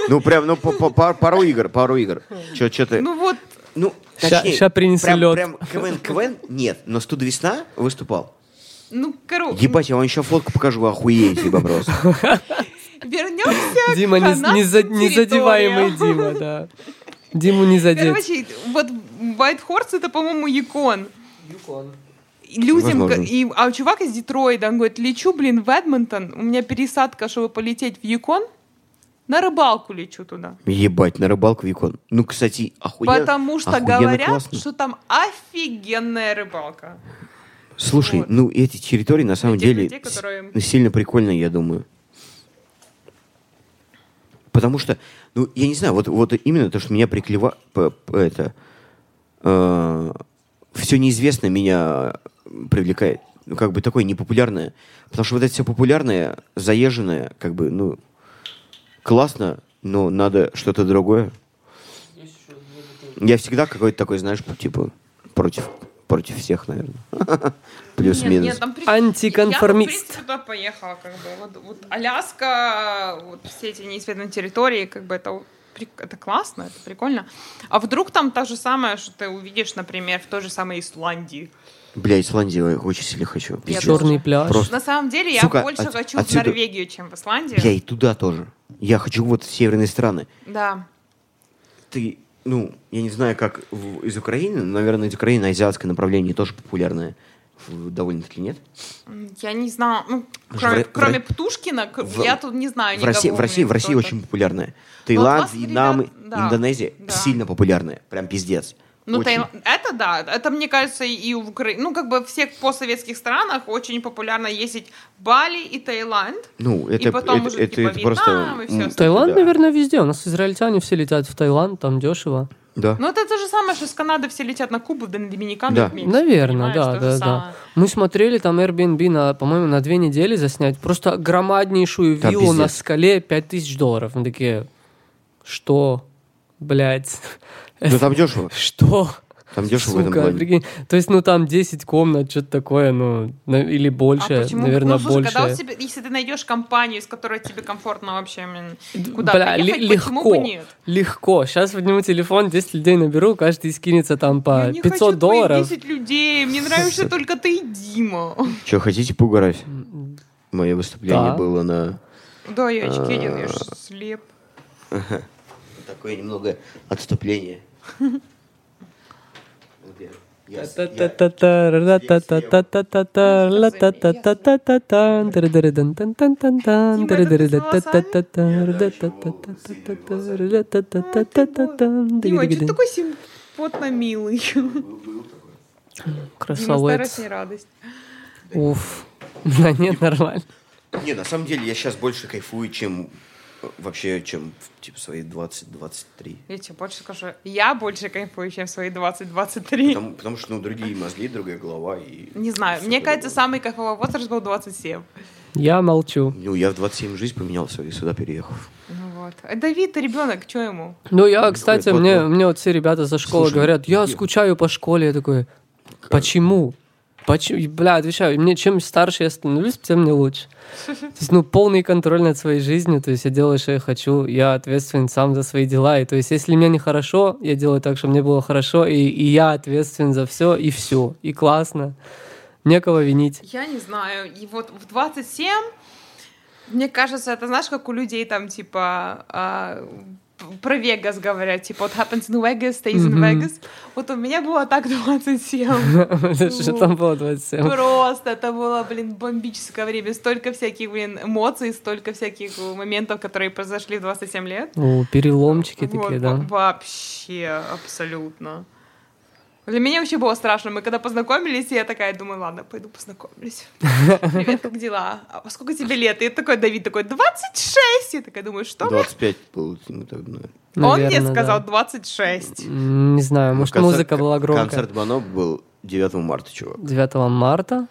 Speaker 2: Ну, прям, ну, по- по- пар- пару игр, пару игр. Че, че ты?
Speaker 3: Ну вот,
Speaker 2: Ну,
Speaker 1: Ща-
Speaker 2: точнее,
Speaker 1: ща принесу
Speaker 2: прям,
Speaker 1: лёд.
Speaker 2: прям КВН, КВН, нет, но студа весна выступал.
Speaker 3: ну, короче,
Speaker 2: Ебать, я вам еще фотку покажу, вы охуеете, типа, просто.
Speaker 3: вернемся
Speaker 1: Дима
Speaker 3: к
Speaker 1: не- не за-
Speaker 3: канадским
Speaker 1: незадеваемый
Speaker 3: территориям.
Speaker 1: Дима, да. Диму не задеть.
Speaker 3: Короче, вот White Horse это, по-моему, Юкон. И Людям,
Speaker 2: Возможно.
Speaker 3: ко- и, а чувак из Детройта, он говорит, лечу, блин, в Эдмонтон, у меня пересадка, чтобы полететь в Юкон, на рыбалку лечу туда.
Speaker 2: Ебать, на рыбалку в Юкон. Ну, кстати, охуенно.
Speaker 3: Потому что
Speaker 2: охуенно
Speaker 3: говорят,
Speaker 2: классно.
Speaker 3: что там офигенная рыбалка.
Speaker 2: Слушай,
Speaker 3: Вот.
Speaker 2: ну, эти территории, на самом
Speaker 3: Для тех
Speaker 2: деле,
Speaker 3: людей,
Speaker 2: с-
Speaker 3: которые-
Speaker 2: ну, сильно прикольные, я думаю. Потому что, ну, я не знаю, вот, вот именно то, что меня приклева... п- п- Это... все неизвестно меня привлекает. Ну, как бы такое непопулярное. Потому что вот это все популярное, заезженное, как бы, ну, классно, но надо что-то другое. Я всегда какой-то такой, знаешь, типа, против, против всех, наверное.
Speaker 3: Нет,
Speaker 2: Плюс-минус.
Speaker 3: нет, там при-
Speaker 1: Антиконформист.
Speaker 3: Я, в принципе, туда поехала, как бы. Вот, вот Аляска, вот все эти неизведанные территории, как бы это, при- это классно, это прикольно. А вдруг там то же самое, что ты увидишь, например, в той же самой Исландии.
Speaker 2: Бля, Исландию я очень сильно хочу. Пиздец.
Speaker 1: Черный пляж.
Speaker 2: Просто-
Speaker 3: На самом деле я
Speaker 2: Сука,
Speaker 3: больше
Speaker 2: от-
Speaker 3: хочу
Speaker 2: отсюда-
Speaker 3: в Норвегию, чем в Исландию.
Speaker 2: Я и туда тоже. Я хочу вот в северные страны.
Speaker 3: Да.
Speaker 2: Ты, ну, я не знаю, как в- из Украины, но, наверное, из Украины азиатское направление тоже популярное. В- Довольно-таки нет.
Speaker 3: М, Я не знаю, ну,
Speaker 2: В
Speaker 3: кроме,
Speaker 2: Ро- в
Speaker 3: кроме
Speaker 2: Ро-
Speaker 3: Птушкина, к-
Speaker 2: в-
Speaker 3: я тут не знаю
Speaker 2: в России,
Speaker 3: А никого,
Speaker 2: в России, в
Speaker 3: блин,
Speaker 2: России
Speaker 3: кто-то. Ну,
Speaker 2: очень популярное. Таиланд,
Speaker 3: классно,
Speaker 2: Вьетнам,
Speaker 3: ребят, да.
Speaker 2: Индонезия
Speaker 3: Да.
Speaker 2: сильно популярные. Прям пиздец.
Speaker 3: Ну,
Speaker 2: Очень.
Speaker 3: Таил- это да, это, мне кажется, и в Украине, ну, как бы в всех постсоветских странах очень популярно ездить в Бали и Таиланд.
Speaker 2: Ну, это,
Speaker 3: потом
Speaker 2: это,
Speaker 3: уже,
Speaker 2: это-
Speaker 3: типа,
Speaker 2: это просто...
Speaker 3: Вьетнам и всё
Speaker 2: м,
Speaker 3: остальное.
Speaker 1: Таиланд,
Speaker 2: да.
Speaker 1: наверное, везде. У нас израильтяне все летят в Таиланд, там дешево.
Speaker 2: Да.
Speaker 3: Ну, это то же самое, что с Канады все летят на Кубу, да на Доминикану.
Speaker 2: Да.
Speaker 3: и в Мексику,
Speaker 1: Наверное,
Speaker 3: понимаешь,
Speaker 1: да,
Speaker 3: то же
Speaker 1: да, да.
Speaker 3: самое. А
Speaker 1: Мы смотрели там Airbnb, на, по-моему, на две недели заснять. Просто громаднейшую
Speaker 2: Там
Speaker 1: виллу на
Speaker 2: пиздец.
Speaker 1: скале 5000 долларов. Мы такие, что? Блять.
Speaker 2: Ну, там дешево.
Speaker 1: Что?
Speaker 2: Там дешево в этом
Speaker 1: Сука,
Speaker 2: плане.
Speaker 1: прикинь. То есть, ну, там 10 комнат, что-то такое, ну, на- или больше,
Speaker 3: А почему?
Speaker 1: наверное,
Speaker 3: ну, слушай,
Speaker 1: больше.
Speaker 3: когда у тебя, если ты найдешь компанию, с которой тебе комфортно вообще м, куда
Speaker 1: Бля, ли-
Speaker 3: приехать, почему
Speaker 1: легко,
Speaker 3: бы нет?
Speaker 1: легко. Сейчас подниму телефон, 10 людей наберу, каждый скинется там по
Speaker 3: Я не
Speaker 1: 500
Speaker 3: хочу твоих
Speaker 1: долларов.
Speaker 3: 10 людей, мне нравишься только ты и Дима.
Speaker 2: Че, хотите поугарать? Мое выступление
Speaker 1: Да.
Speaker 2: было на
Speaker 3: Да, я очки одел, я же
Speaker 1: А.
Speaker 3: слеп.
Speaker 2: Такое немного отступление. Вот я- я- я-
Speaker 3: Дима, что
Speaker 1: Красавец.
Speaker 3: ты такой симпотно милый? Дима, старость не радость.
Speaker 1: Уф. Да нет, нормально.
Speaker 2: Не, на самом деле я сейчас больше кайфую, чем э, вообще, чем в, типа свои 20-23.
Speaker 3: Я тебе больше скажу, я больше кайфую, чем в свои 20-23.
Speaker 2: Потому, потому что, ну, другие мозги, другая голова. И
Speaker 3: Не знаю,
Speaker 2: всё
Speaker 3: мне
Speaker 2: по-другому.
Speaker 3: кажется, самый кайфовый возраст был 27.
Speaker 1: Я молчу.
Speaker 2: Ну, я в 27 жизнь поменял свою, сюда переехал.
Speaker 3: Ну вот. А Давид, ты ребенок, что ему?
Speaker 1: Ну, я, кстати,
Speaker 2: вот,
Speaker 1: мне,
Speaker 2: вот.
Speaker 1: мне вот все ребята за школы
Speaker 2: Слушай,
Speaker 1: говорят, я
Speaker 2: где?
Speaker 1: скучаю по школе. Я такой, почему? Почему? Бля, отвечаю, мне чем старше я становлюсь, тем мне лучше. То есть, ну, полный контроль над своей жизнью, то есть я делаю, что я хочу, я ответственен сам за свои дела, и то есть если мне нехорошо, я делаю так, чтобы мне было хорошо, и, и я ответственен за все, и все, и классно, некого винить.
Speaker 3: Я не знаю. И вот в 27, мне кажется, это знаешь, как у людей там, типа, а, п- про Вегас говорят, типа, what happens in Vegas stays in
Speaker 1: Мгм.
Speaker 3: Vegas. Вот у меня было так 27. Ну.
Speaker 1: Что там было 27?
Speaker 3: Просто это было, блин, бомбическое время. Столько всяких, блин, эмоций, столько всяких моментов, которые произошли в 27 лет.
Speaker 1: О, переломчики
Speaker 3: Вот,
Speaker 1: такие,
Speaker 3: во-
Speaker 1: да?
Speaker 3: Вообще, абсолютно. Для меня вообще было страшно. Мы когда познакомились, я такая думаю, ладно, пойду познакомлюсь. Привет, как дела? А сколько тебе лет? И такой Давид такой, 26! Я такая думаю, что?
Speaker 2: 25 было. ну, так, ну,
Speaker 3: Он мне
Speaker 1: Наверно,
Speaker 3: сказал
Speaker 1: да.
Speaker 3: 26.
Speaker 1: М, Не знаю, может,
Speaker 2: Ну, концерт-
Speaker 1: музыка была
Speaker 2: кон-
Speaker 1: громкая.
Speaker 2: Концерт Баноп был 9 марта, чувак.
Speaker 1: 9 марта.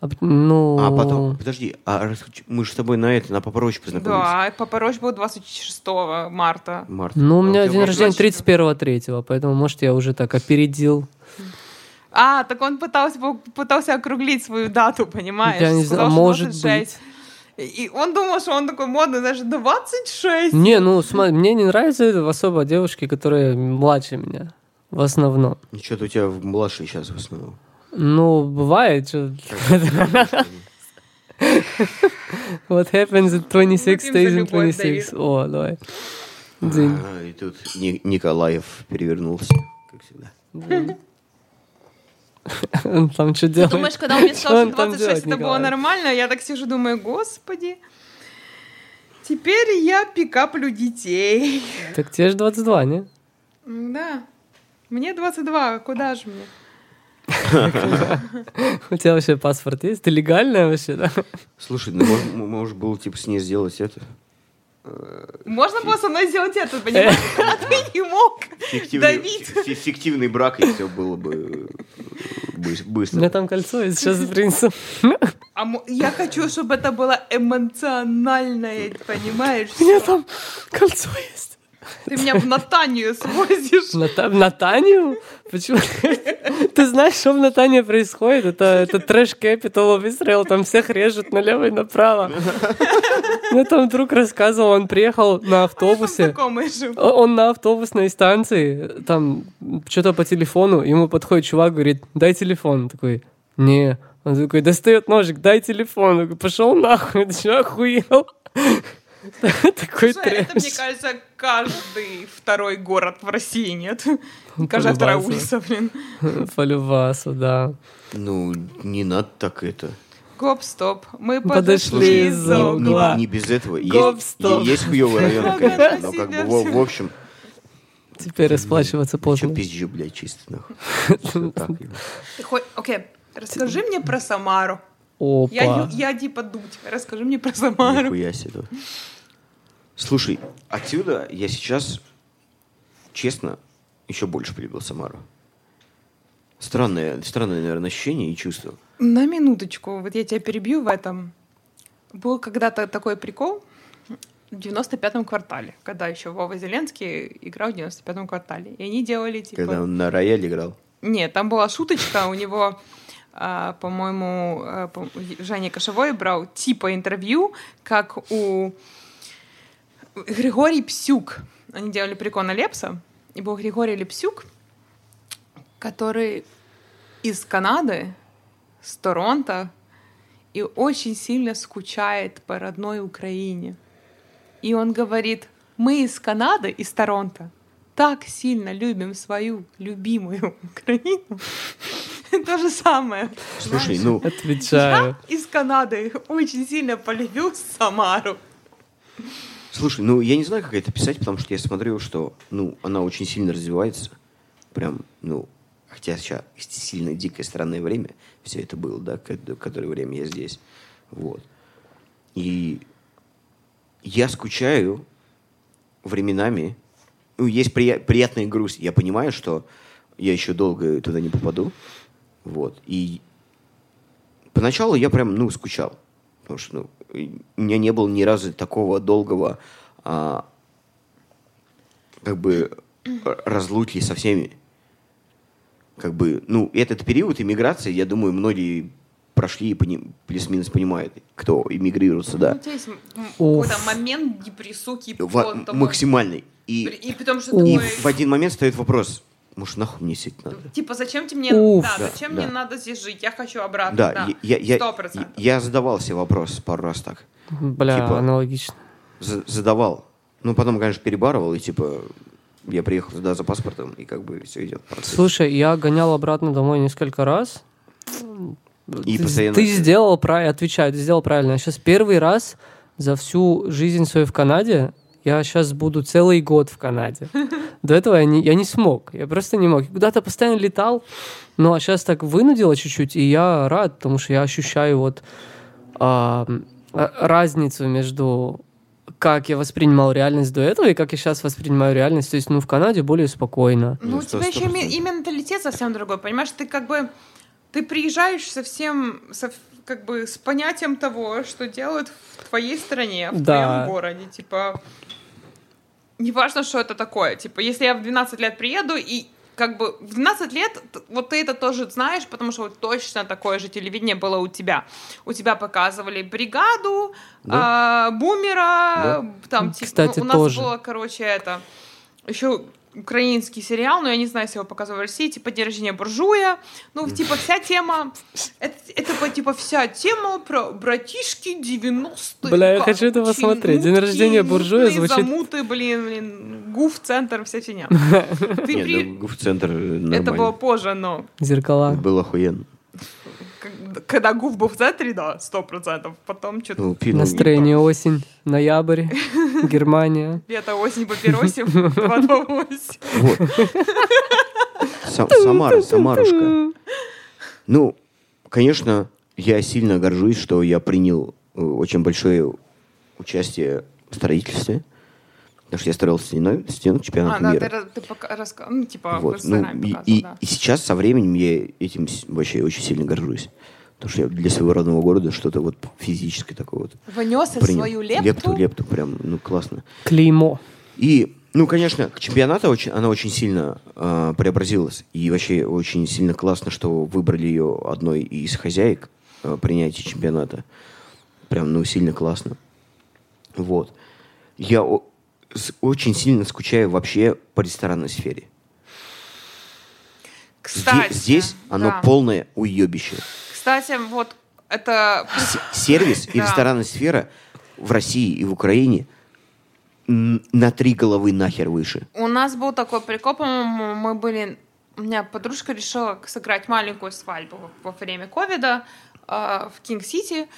Speaker 1: А п- Ну,
Speaker 2: А потом, подожди, а раз- мы же с тобой на это, на попроще познакомились.
Speaker 3: Да, и Папа Роч был 26 марта.
Speaker 2: Март.
Speaker 1: Ну, у меня
Speaker 2: Вот я
Speaker 1: день
Speaker 2: вот-
Speaker 1: рождения
Speaker 3: значит,
Speaker 1: 31 третьего, поэтому, может, я уже так опередил.
Speaker 3: А, так он пытался, пытался округлить свою дату, понимаешь?
Speaker 1: Я не знаю,
Speaker 3: что
Speaker 1: может
Speaker 3: 26. И и он думал, что он такой модный, даже 26.
Speaker 1: Не, ну, сма- мне не нравятся это особо девушки, которые младше меня, в основном.
Speaker 2: Ничего-то у тебя в- младший сейчас в основном.
Speaker 1: Ну, бывает, что... What happens at 26
Speaker 3: Выпьем за
Speaker 1: stays in
Speaker 3: любовь,
Speaker 1: 26. О, давай. День.
Speaker 2: А, и тут Ни- Николаев перевернулся, как всегда.
Speaker 1: Он там что
Speaker 3: Ты
Speaker 1: делает?
Speaker 3: думаешь, когда он мне сказал,
Speaker 1: он
Speaker 3: что
Speaker 1: там
Speaker 3: 26 это
Speaker 1: делает,
Speaker 3: было
Speaker 1: Николай?
Speaker 3: нормально, я так сижу, думаю, господи, теперь я пикаплю детей.
Speaker 1: Так тебе же 22, не?
Speaker 3: Да, мне 22, куда же мне?
Speaker 1: У тебя вообще паспорт есть? Ты легальная вообще, да?
Speaker 2: Слушай, ну, мож- м- может, было, типа, с ней сделать это? А,
Speaker 3: Можно было со мной сделать это, понимаешь? А ты не мог. Давить.
Speaker 2: фи- фи- фиктивный брак, и все было бы э, быс-
Speaker 1: У меня
Speaker 2: быстро.
Speaker 1: там кольцо есть, сейчас принесу.
Speaker 3: А мо- я хочу, чтобы это было эмоциональное, понимаешь?
Speaker 1: У меня
Speaker 3: всё.
Speaker 1: там кольцо есть.
Speaker 3: Ты меня в Натанию свозишь.
Speaker 1: Ната- в Натанию? Почему? Ты знаешь, что в Натании происходит? Это, это трэш capital of Israel, там всех режут налево и направо. Мне там друг рассказывал, он приехал на автобусе.
Speaker 3: Знакомые же.
Speaker 1: О- Он на автобусной станции, там что-то по телефону, ему подходит чувак, говорит, дай телефон. Он такой, не. Он такой, достает ножик, дай телефон. Он такой, пошел нахуй, ты что, охуел? Такой
Speaker 3: Слушай, а это, мне
Speaker 1: трэш.
Speaker 3: кажется, каждый второй город в России, нет? Каждая вторая
Speaker 1: Полюбасу.
Speaker 3: улица, блин.
Speaker 1: Полюбасу, да.
Speaker 2: Ну, не надо так это.
Speaker 3: Гоп, стоп. Мы
Speaker 1: Подошли
Speaker 3: подошли
Speaker 1: из-за
Speaker 3: за
Speaker 2: Не- не-
Speaker 1: угла.
Speaker 2: Не, без этого. Есть-
Speaker 1: Гоп, стоп.
Speaker 2: Есть хуёвый район,
Speaker 3: Надо
Speaker 2: конечно, но как
Speaker 3: себя
Speaker 2: бы в,
Speaker 3: всё.
Speaker 2: в общем...
Speaker 1: Теперь расплачиваться
Speaker 2: Чё
Speaker 1: поздно.
Speaker 2: пизжу, блядь, чисто нахуй. Всё так, блядь.
Speaker 3: Ты хоть- Окей, расскажи мне про Самару.
Speaker 1: Опа.
Speaker 3: Я, ю- я типа дуть. Расскажи мне про Самару.
Speaker 2: Нихуя себе. Слушай, отсюда я сейчас, честно, еще больше полюбил Самару. Странное, странное, наверное, ощущение и чувство.
Speaker 3: На минуточку, вот я тебя перебью в этом. Был когда-то такой прикол в 95-м квартале, когда еще Вова Зеленский играл в 95-м квартале. И они делали типа...
Speaker 2: Когда он на рояле играл.
Speaker 3: Нет, там была шуточка, у него, а, по-моему, а, по- Женя Кошевой брал типа интервью, как у Григорий Псюк. Они делали прикол на Лепса, и был Григорий Лепсюк, который из Канады, с Торонто, и очень сильно скучает по родной Украине. И он говорит, мы из Канады, из Торонто, так сильно любим свою любимую Украину. То же самое.
Speaker 2: Слушай, ну,
Speaker 1: Отвечаю.
Speaker 3: Я из Канады очень сильно полюбил Самару.
Speaker 2: слушай, ну, я не знаю, как это писать, потому что я смотрю, что, ну, она очень сильно развивается. Прям, ну, хотя сейчас сильно дикое странное время, все это было, да, ко- которое время я здесь. Вот. И я скучаю временами. Ну, есть прия- приятная грусть. Я понимаю, что я еще долго туда не попаду. Вот. И поначалу я прям, ну, скучал. Потому что, ну, и у меня не было ни разу такого долгого, а, как бы, р- разлуки со всеми. Как бы, ну, этот период иммиграции, я думаю, многие прошли и пони- плюс-минус понимают, кто эмигрирует сюда.
Speaker 3: Ну, то есть м- м-
Speaker 1: Уф.
Speaker 3: какой-то момент депрессуки.
Speaker 2: Ва-
Speaker 3: потом такой-
Speaker 2: а, максимальный. И,
Speaker 3: И потому что
Speaker 2: и
Speaker 3: такой,
Speaker 2: в один момент встает вопрос, может, нахуй мне сидеть надо?
Speaker 3: типа, зачем тебе мне,
Speaker 1: Уф.
Speaker 3: да,
Speaker 2: Да,
Speaker 3: зачем
Speaker 2: да.
Speaker 3: мне надо здесь жить? Я хочу обратно.
Speaker 2: Да,
Speaker 3: Да,
Speaker 2: я, я,
Speaker 3: сто
Speaker 2: я,
Speaker 3: процентов.
Speaker 2: я задавал себе вопрос пару раз так.
Speaker 1: Бля,
Speaker 2: Типа-
Speaker 1: аналогично.
Speaker 2: За- задавал. Ну, потом, конечно, перебарывал, и типа я приехал сюда за паспортом, и как бы все идет.
Speaker 1: Слушай, я гонял обратно домой несколько раз.
Speaker 2: И
Speaker 1: ты,
Speaker 2: постоянно-
Speaker 1: ты сделал правильно, отвечаю, ты сделал правильно. Я сейчас первый раз за всю жизнь свою в Канаде, я сейчас буду целый год в Канаде. До этого я не, я не смог, я просто не мог. Я Куда-то постоянно летал, ну а сейчас так вынудило чуть-чуть, и я рад, потому что я ощущаю вот а, м, а, разницу между как я воспринимал реальность до этого и как я сейчас воспринимаю реальность. То есть, ну, в Канаде более спокойно.
Speaker 3: Ну,
Speaker 2: Ну,
Speaker 3: у
Speaker 2: сто-
Speaker 3: тебя
Speaker 2: сто
Speaker 3: еще ми-
Speaker 2: процентов.
Speaker 3: и менталитет совсем другой, понимаешь? Ты как бы, ты приезжаешь совсем, со- как бы, с понятием того, что делают в твоей стране, в
Speaker 1: Да.
Speaker 3: твоем городе, типа... Неважно, что это такое. Типа, если я в 12 лет приеду и как бы в 12 лет, т- вот ты это тоже знаешь, потому что вот точно такое же телевидение было у тебя. У тебя показывали бригаду, а, бумера, там, типа,
Speaker 1: Кстати,
Speaker 3: у нас
Speaker 1: тоже.
Speaker 3: было, короче, это, еще украинский сериал, но я не знаю, если его показывали в России, типа «День рождения буржуя», ну, типа, вся тема, это, это, вот, типа, вся тема про братишки 90-е.
Speaker 1: Бля, я хочу это
Speaker 3: этого
Speaker 1: посмотреть. «День рождения буржуя» звучит-
Speaker 3: Замуты, блин, блин, гуф-центр, вся фигня. Ты
Speaker 2: Нет,
Speaker 3: при-
Speaker 2: ну, в центр
Speaker 3: Это было
Speaker 2: нормально.
Speaker 3: позже, но
Speaker 1: Зеркала.
Speaker 2: Было охуенно.
Speaker 3: к- когда гуф был в центре, да, сто процентов, потом что-то
Speaker 2: Ну, пи- ну,
Speaker 1: Настроение осень, ноябрь, Германия.
Speaker 3: лето, осень, папиросим, потом осень.
Speaker 2: Вот. Са- Самара, Самарушка. Ну, конечно, я сильно горжусь, что я принял э, очень большое участие в строительстве. Потому что я строил стену, стену чемпионата
Speaker 3: А, да,
Speaker 2: мира.
Speaker 3: ты, раз- ты пока рассказал, ну, типа, в
Speaker 2: Вот, ну,
Speaker 3: Инстаграме
Speaker 2: и,
Speaker 3: показывал,
Speaker 2: и-
Speaker 3: да.
Speaker 2: и сейчас со временем я этим с- вообще очень сильно горжусь. Потому что я для своего родного города что-то вот физическое такое вот
Speaker 3: Внес я
Speaker 2: принял.
Speaker 3: свою лепту.
Speaker 2: Лепту, лепту, прям, ну, классно.
Speaker 1: Клеймо.
Speaker 2: И, ну, конечно, к чемпионату очень, она очень сильно э, преобразилась. И вообще очень сильно классно, что выбрали ее одной из хозяек э, принятия чемпионата. Прям, ну, сильно классно. Вот. Я о- с- очень сильно скучаю вообще по ресторанной сфере. Зде-
Speaker 3: Кстати,
Speaker 2: здесь оно
Speaker 3: да.
Speaker 2: полное уебище.
Speaker 3: Кстати, вот это...
Speaker 2: С- Сервис и
Speaker 3: Да.
Speaker 2: ресторанная сфера в России и в Украине м, на три головы нахер выше.
Speaker 3: У нас был такой прикол, по-моему, мы были... У меня подружка решила сыграть маленькую свадьбу во время ковида э, в Кинг-Сити.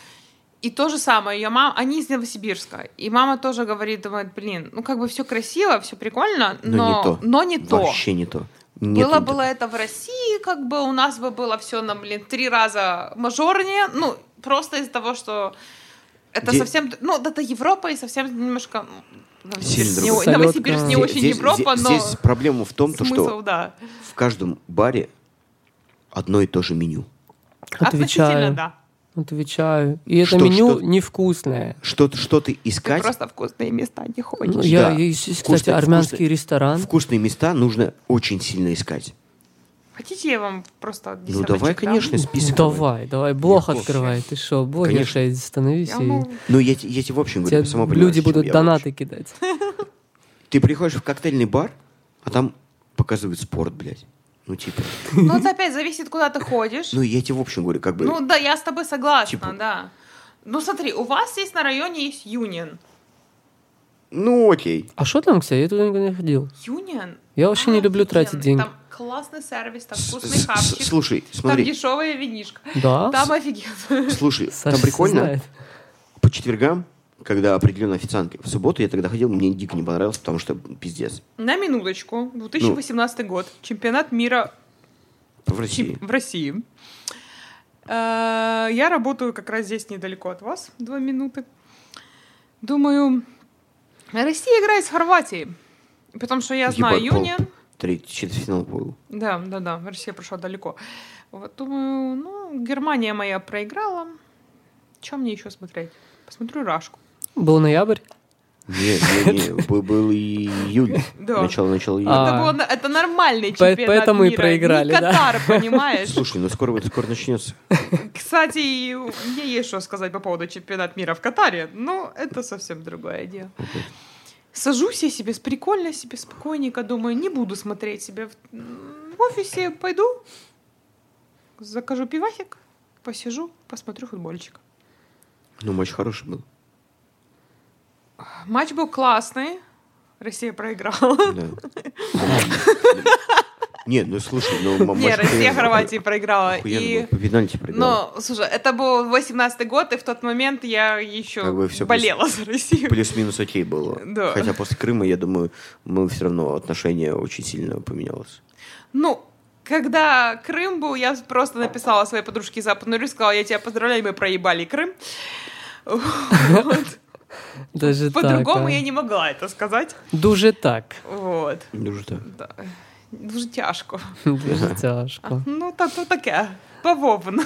Speaker 3: И то же самое, ее мама, они из Новосибирска. И мама тоже говорит, думает, блин, ну как бы все красиво, все прикольно,
Speaker 2: Но,
Speaker 3: но,
Speaker 2: не то.
Speaker 3: но не то.
Speaker 2: Вообще не то. Нет
Speaker 3: было
Speaker 2: интер-
Speaker 3: было это в России, как бы у нас бы было все на, блин, три раза мажорнее, ну, просто из-за того, что это
Speaker 2: Де-
Speaker 3: совсем, ну, да, это Европа и совсем немножко... ну, Новосибирск
Speaker 2: Сильно
Speaker 3: не,
Speaker 2: другое.
Speaker 3: о- Новосибирск не
Speaker 1: Салютка.
Speaker 3: очень
Speaker 2: Здесь-
Speaker 3: Европа,
Speaker 2: здесь-
Speaker 3: но
Speaker 2: Здесь проблема в том, то,
Speaker 3: смысл,
Speaker 2: что
Speaker 3: да.
Speaker 2: в каждом баре одно и то же меню.
Speaker 3: Относительно,
Speaker 1: Отвечаю.
Speaker 3: да.
Speaker 1: Отвечаю. И это
Speaker 2: Что-
Speaker 1: меню
Speaker 2: что?
Speaker 1: невкусное.
Speaker 2: Что-то что
Speaker 3: Ты
Speaker 2: искать,
Speaker 3: просто вкусные места не ходишь.
Speaker 1: Ну, я,
Speaker 2: Да.
Speaker 1: и, с- кстати,
Speaker 2: Вкусный,
Speaker 1: армянский
Speaker 2: вкусный.
Speaker 1: ресторан.
Speaker 2: вкусные места нужно очень сильно искать.
Speaker 3: Хотите, я вам просто
Speaker 2: Ну
Speaker 3: десяточек
Speaker 2: давай,
Speaker 3: дам?
Speaker 2: конечно, список.
Speaker 1: Давай, давай, блог
Speaker 2: Легко.
Speaker 1: открывай. Ты что,
Speaker 2: Конечно.
Speaker 1: блогерша, становись.
Speaker 3: Я,
Speaker 1: и
Speaker 3: ну,
Speaker 2: Ну я, те- я тебе в общем говорю,
Speaker 1: тебе
Speaker 2: ты сама понимаешь,
Speaker 1: люди
Speaker 2: о чем
Speaker 1: будут
Speaker 2: я
Speaker 1: донаты кидать.
Speaker 2: вообще. Ты приходишь в коктейльный бар, а там показывают спорт, блядь. Ну, типа.
Speaker 3: Ну, это опять зависит, куда ты ходишь.
Speaker 2: Ну, я тебе в общем говорю, как бы...
Speaker 3: Ну да, я с тобой согласна,
Speaker 2: Типа-
Speaker 3: да. Ну смотри, у вас есть на районе есть Юнион.
Speaker 2: Ну, окей.
Speaker 1: А что там, кстати? Я туда никогда не ходил.
Speaker 3: Юнион?
Speaker 1: Я вообще не люблю тратить деньги.
Speaker 3: А, Там классный сервис, там
Speaker 2: С-
Speaker 3: вкусный
Speaker 2: с-
Speaker 3: хапчик.
Speaker 2: с- Слушай,
Speaker 3: Там
Speaker 2: смотри,
Speaker 3: дешевая винишка.
Speaker 1: Да?
Speaker 3: Там офигенно.
Speaker 2: слушай,
Speaker 1: Саша
Speaker 2: там прикольно.
Speaker 1: знает.
Speaker 2: По четвергам, когда определенная официантка. В субботу я тогда ходил, мне дико не понравилось, потому что пиздец.
Speaker 3: На минуточку. 2018 год. Чемпионат мира
Speaker 2: В
Speaker 3: чемп-
Speaker 2: России.
Speaker 3: в России. Э, Я работаю как раз здесь недалеко от вас. Два минуты. Думаю, Россия играет с Хорватией. Потому что я знаю
Speaker 2: Ебать, пол-
Speaker 3: Юнион.
Speaker 2: Третий четвертьфинал был.
Speaker 3: Да, да, да, Россия прошла далеко. Вот думаю, ну, Германия моя проиграла. Чем мне еще смотреть? Посмотрю Рашку.
Speaker 1: Был ноябрь.
Speaker 2: Не, не, не, был- был июль.
Speaker 3: Да.
Speaker 2: Начало, начало
Speaker 1: А.
Speaker 2: июля.
Speaker 3: Это, было, на- это нормальный
Speaker 1: По-
Speaker 3: чемпионат
Speaker 1: поэтому и
Speaker 3: мира.
Speaker 1: проиграли,
Speaker 3: Не
Speaker 1: да.
Speaker 3: Катар, понимаешь?
Speaker 2: Слушай, ну скоро вот скоро начнется.
Speaker 3: Кстати, мне есть что сказать по поводу чемпионата мира в Катаре, но это совсем другое дело. Сажусь я себе, с- прикольно себе, спокойненько, думаю, не буду смотреть себе. В, в офисе пойду, закажу пивасик, посижу, посмотрю футбольчик.
Speaker 2: Ну, матч хороший был.
Speaker 3: Матч был классный. Россия проиграла.
Speaker 2: Да. Нет, ну слушай, ну м-
Speaker 3: Не,
Speaker 2: матч,
Speaker 3: Россия
Speaker 2: конечно,
Speaker 3: Хорватии проиграла.
Speaker 2: охуенно
Speaker 3: И...
Speaker 2: был. По пенальти проиграл.
Speaker 3: Но, слушай, это был 18-й год, и в тот момент я еще
Speaker 2: Как бы всё
Speaker 3: болела за Россию.
Speaker 2: Плюс-минус окей было.
Speaker 3: Да.
Speaker 2: Хотя после Крыма, я думаю, мы все равно отношение очень сильно поменялось.
Speaker 3: Ну, когда Крым был, я просто написала своей подружке из Западную и сказала, я тебя поздравляю, мы проебали Крым. Вот.
Speaker 1: Даже так.
Speaker 3: По-другому
Speaker 1: а.
Speaker 3: я не могла это сказать.
Speaker 1: Дуже так.
Speaker 3: Вот.
Speaker 2: Ну что?
Speaker 3: Да. Дуже тяжко.
Speaker 1: Дуже тяжко.
Speaker 3: Ну, та то таке, бавовна.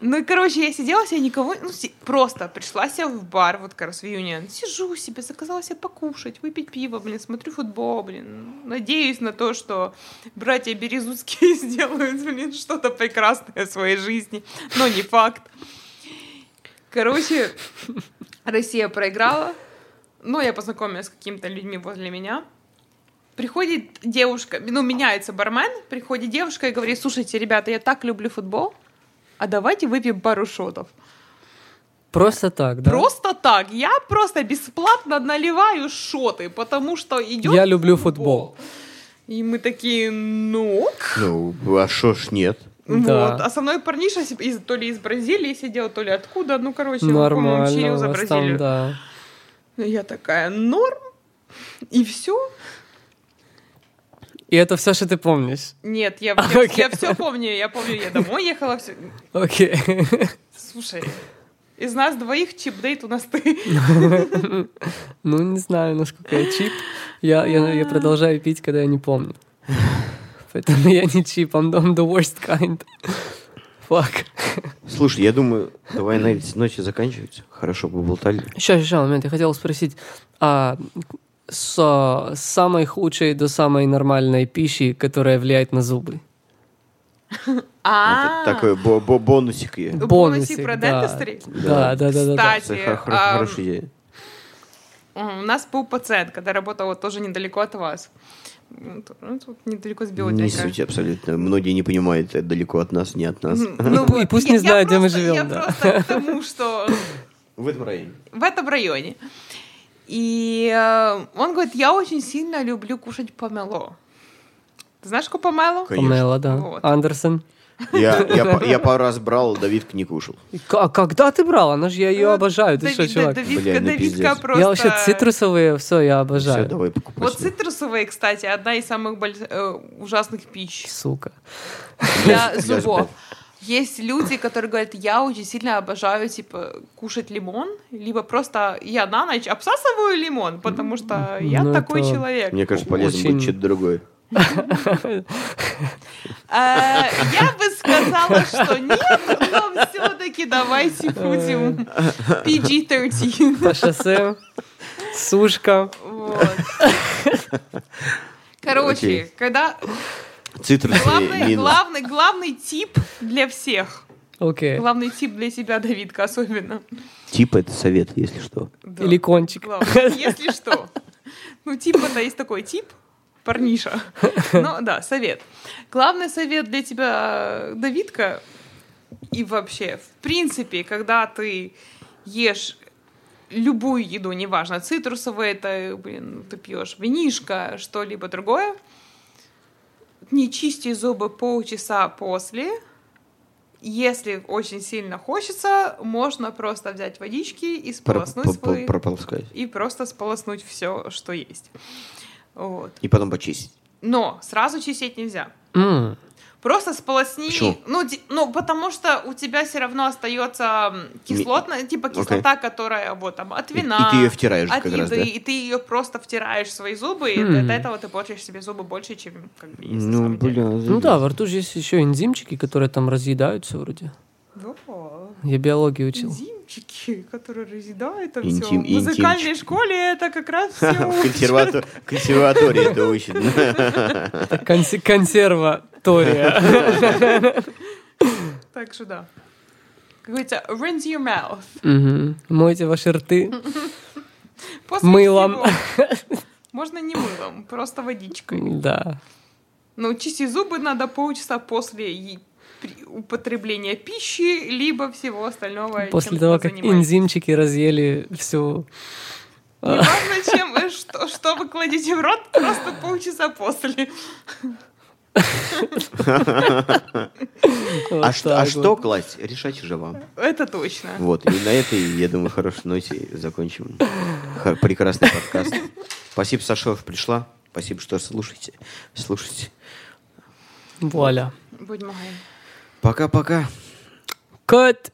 Speaker 3: Ну, и, короче, я сидела себе никого... Ну, си- просто пришла себе в бар, вот, как раз в Union. Сижу себе, заказала себе покушать, выпить пиво, блин, смотрю футбол, блин. Надеюсь на то, что братья Березутские сделают, блин, что-то прекрасное в своей жизни. Но не факт. Короче, Россия проиграла. Но я познакомилась с какими-то людьми возле меня. Приходит девушка, ну, меняется бармен, приходит девушка и говорит, слушайте, ребята, я так люблю футбол, а давайте выпьем пару шотов.
Speaker 1: Просто так, да?
Speaker 3: Просто так. Я просто бесплатно наливаю шоты, потому что идет
Speaker 1: Я люблю футбол.
Speaker 3: И мы такие, ну ок.
Speaker 2: Ну, а шо ж нет?
Speaker 1: Да.
Speaker 3: Вот. А со мной парниша с- из, то ли из Бразилии сидел, то ли откуда. Ну, короче, он, по-моему,
Speaker 1: Нормально.
Speaker 3: чилил
Speaker 1: У
Speaker 3: за
Speaker 1: вас там,
Speaker 3: Бразилию.
Speaker 1: да.
Speaker 3: Ну, Я такая, норм. И все.
Speaker 1: И это все, что ты помнишь.
Speaker 3: Нет, я,
Speaker 1: Окей.
Speaker 3: все помню. Я помню, я домой ехала. Все.
Speaker 1: Окей.
Speaker 3: Слушай, из нас двоих чипдейт у нас ты.
Speaker 1: Ну, не знаю, насколько я чип. Я, я, я продолжаю пить, когда я не помню. Поэтому я не чип, I'm, I'm the worst kind. Fuck.
Speaker 2: Слушай, я думаю, давай на этой ноте заканчивать. Хорошо поболтали.
Speaker 1: Ще, ще, ще момент. Я хотел спросить, а с, а, с самой худшей до самой нормальной пищи, которая влияет на зубы.
Speaker 3: А,
Speaker 2: Это такой бо- бо- бонусик. я.
Speaker 3: Бонусик про
Speaker 1: да.
Speaker 3: dentistry?
Speaker 1: Да, да, да, да. да.
Speaker 3: Кстати.
Speaker 2: Это хо- хо-
Speaker 3: ам,
Speaker 2: Хорошая идея.
Speaker 3: У нас был пациент, когда работала тоже недалеко от вас. Ну, т- ну, тут недалеко с
Speaker 2: Не
Speaker 3: библиотекой.
Speaker 2: суть абсолютно. Многие не понимают, это далеко от нас, не от нас.
Speaker 1: И пу- и пусть не знают, где мы
Speaker 3: просто-
Speaker 1: живем,
Speaker 3: ну Я
Speaker 1: да.
Speaker 3: просто к тому, что
Speaker 2: В этом районе.
Speaker 3: в этом районе. И э, он говорит, я очень сильно люблю кушать помело. Ты знаешь, какое помело?
Speaker 2: Конечно.
Speaker 1: Помела, да.
Speaker 3: Вот.
Speaker 1: Андерсон.
Speaker 2: Я, я, по- я пару раз брал, Давидка не кушал.
Speaker 1: И к- А когда ты брала? Она же я ее обожаю. Ты
Speaker 3: Ну, Дави-
Speaker 1: что,
Speaker 3: Э, да-
Speaker 1: чувак?
Speaker 3: Давидка,
Speaker 2: Бля, ну
Speaker 3: Давидка
Speaker 2: пиздец.
Speaker 3: просто...
Speaker 1: Я вообще цитрусовые, все, я обожаю.
Speaker 2: Все, давай покупай.
Speaker 3: Вот
Speaker 2: себе.
Speaker 3: цитрусовые, кстати, одна из самых боль- э, ужасных пищ.
Speaker 1: Сука.
Speaker 3: для
Speaker 2: Для
Speaker 3: зубов.
Speaker 2: зубов.
Speaker 3: Есть люди, которые говорят, я очень сильно обожаю, типа, кушать лимон, либо просто я на ночь обсасываю лимон, потому что я
Speaker 1: Ну,
Speaker 3: такой
Speaker 1: это-
Speaker 3: человек.
Speaker 2: Мне кажется, полезно
Speaker 1: Очень.
Speaker 2: будет что-то другое.
Speaker 3: Э, Я бы сказала, что нет, но все-таки давайте будем PG-13.
Speaker 1: По шоссе, сушка.
Speaker 3: Вот. Короче,
Speaker 2: Окей. Э,
Speaker 3: когда
Speaker 2: Цитрусы
Speaker 3: главный,
Speaker 2: минус.
Speaker 3: главный, главный тип для всех,
Speaker 1: Окей.
Speaker 3: главный тип для себя, Давидка, особенно.
Speaker 2: Типа это совет, если что.
Speaker 3: Да.
Speaker 1: Или кончик.
Speaker 3: Ну, Главное, если что. Ну, тип, это есть такой тип, парниша. Ну да, совет. Главный совет для тебя, Давидка, и вообще, в принципе, когда ты ешь любую еду, неважно, цитрусовые, это, блин, ты пьешь винишко, что-либо другое, не чисти зубы полчаса после. Если очень сильно хочется, можно просто взять водички и сполоснуть свои...
Speaker 2: Прополоскать.
Speaker 3: И просто сполоснуть все, что есть. Вот.
Speaker 2: И потом почистить.
Speaker 3: Но сразу чистить нельзя.
Speaker 1: М,
Speaker 3: Просто сполосни.
Speaker 2: Почему?
Speaker 3: Ну, ди- ну, потому что у тебя все равно остается м, кислотная, типа кислота, которая вот там от
Speaker 2: И-
Speaker 3: вина.
Speaker 2: И ты ее втираешь
Speaker 3: от
Speaker 2: как раз,
Speaker 3: еды,
Speaker 2: да?
Speaker 3: и ты ее просто втираешь в свои зубы, и
Speaker 1: Хм.
Speaker 3: от этого ты портишь себе зубы больше, чем как бы есть на
Speaker 2: Ну,
Speaker 3: самом деле.
Speaker 2: блин.
Speaker 1: Ну да, во рту же есть еще энзимчики, которые там разъедаются вроде.
Speaker 3: Да.
Speaker 1: Я биологию учил.
Speaker 3: Интимчики, которые разъедают это все.
Speaker 2: Интим-
Speaker 3: В музыкальной
Speaker 2: интимчики.
Speaker 3: школе это как раз
Speaker 2: В
Speaker 3: все.
Speaker 2: консерватор- консерватории это учат.
Speaker 1: Консе- консерватория.
Speaker 3: Так что да. Как говорится, rinse your mouth.
Speaker 1: Мгм. Мойте ваши рты.
Speaker 3: После
Speaker 1: Мылом.
Speaker 3: всего. Можно не мылом, просто водичкой.
Speaker 1: Да.
Speaker 3: Ну, чисти зубы надо полчаса после е- при- употребления пищи, либо всего остального.
Speaker 1: После
Speaker 3: чем
Speaker 1: того,
Speaker 3: вы
Speaker 1: как
Speaker 3: занимаетесь.
Speaker 1: энзимчики разъели всю...
Speaker 3: Неважно, чем, э, что, что вы кладете в рот, просто полчаса после.
Speaker 1: вот
Speaker 2: А что, а
Speaker 1: так
Speaker 2: что
Speaker 1: вот.
Speaker 2: класть? Решать же вам.
Speaker 3: Это точно.
Speaker 2: Вот, и на этой, я думаю, хорошей ноте закончим. Хо- Прекрасный подкаст. Спасибо, Саша, что пришла. Спасибо, что слушаете. Слушайте.
Speaker 1: Вуаля.
Speaker 3: Будь моей.
Speaker 2: Пока-пока.
Speaker 1: Кот!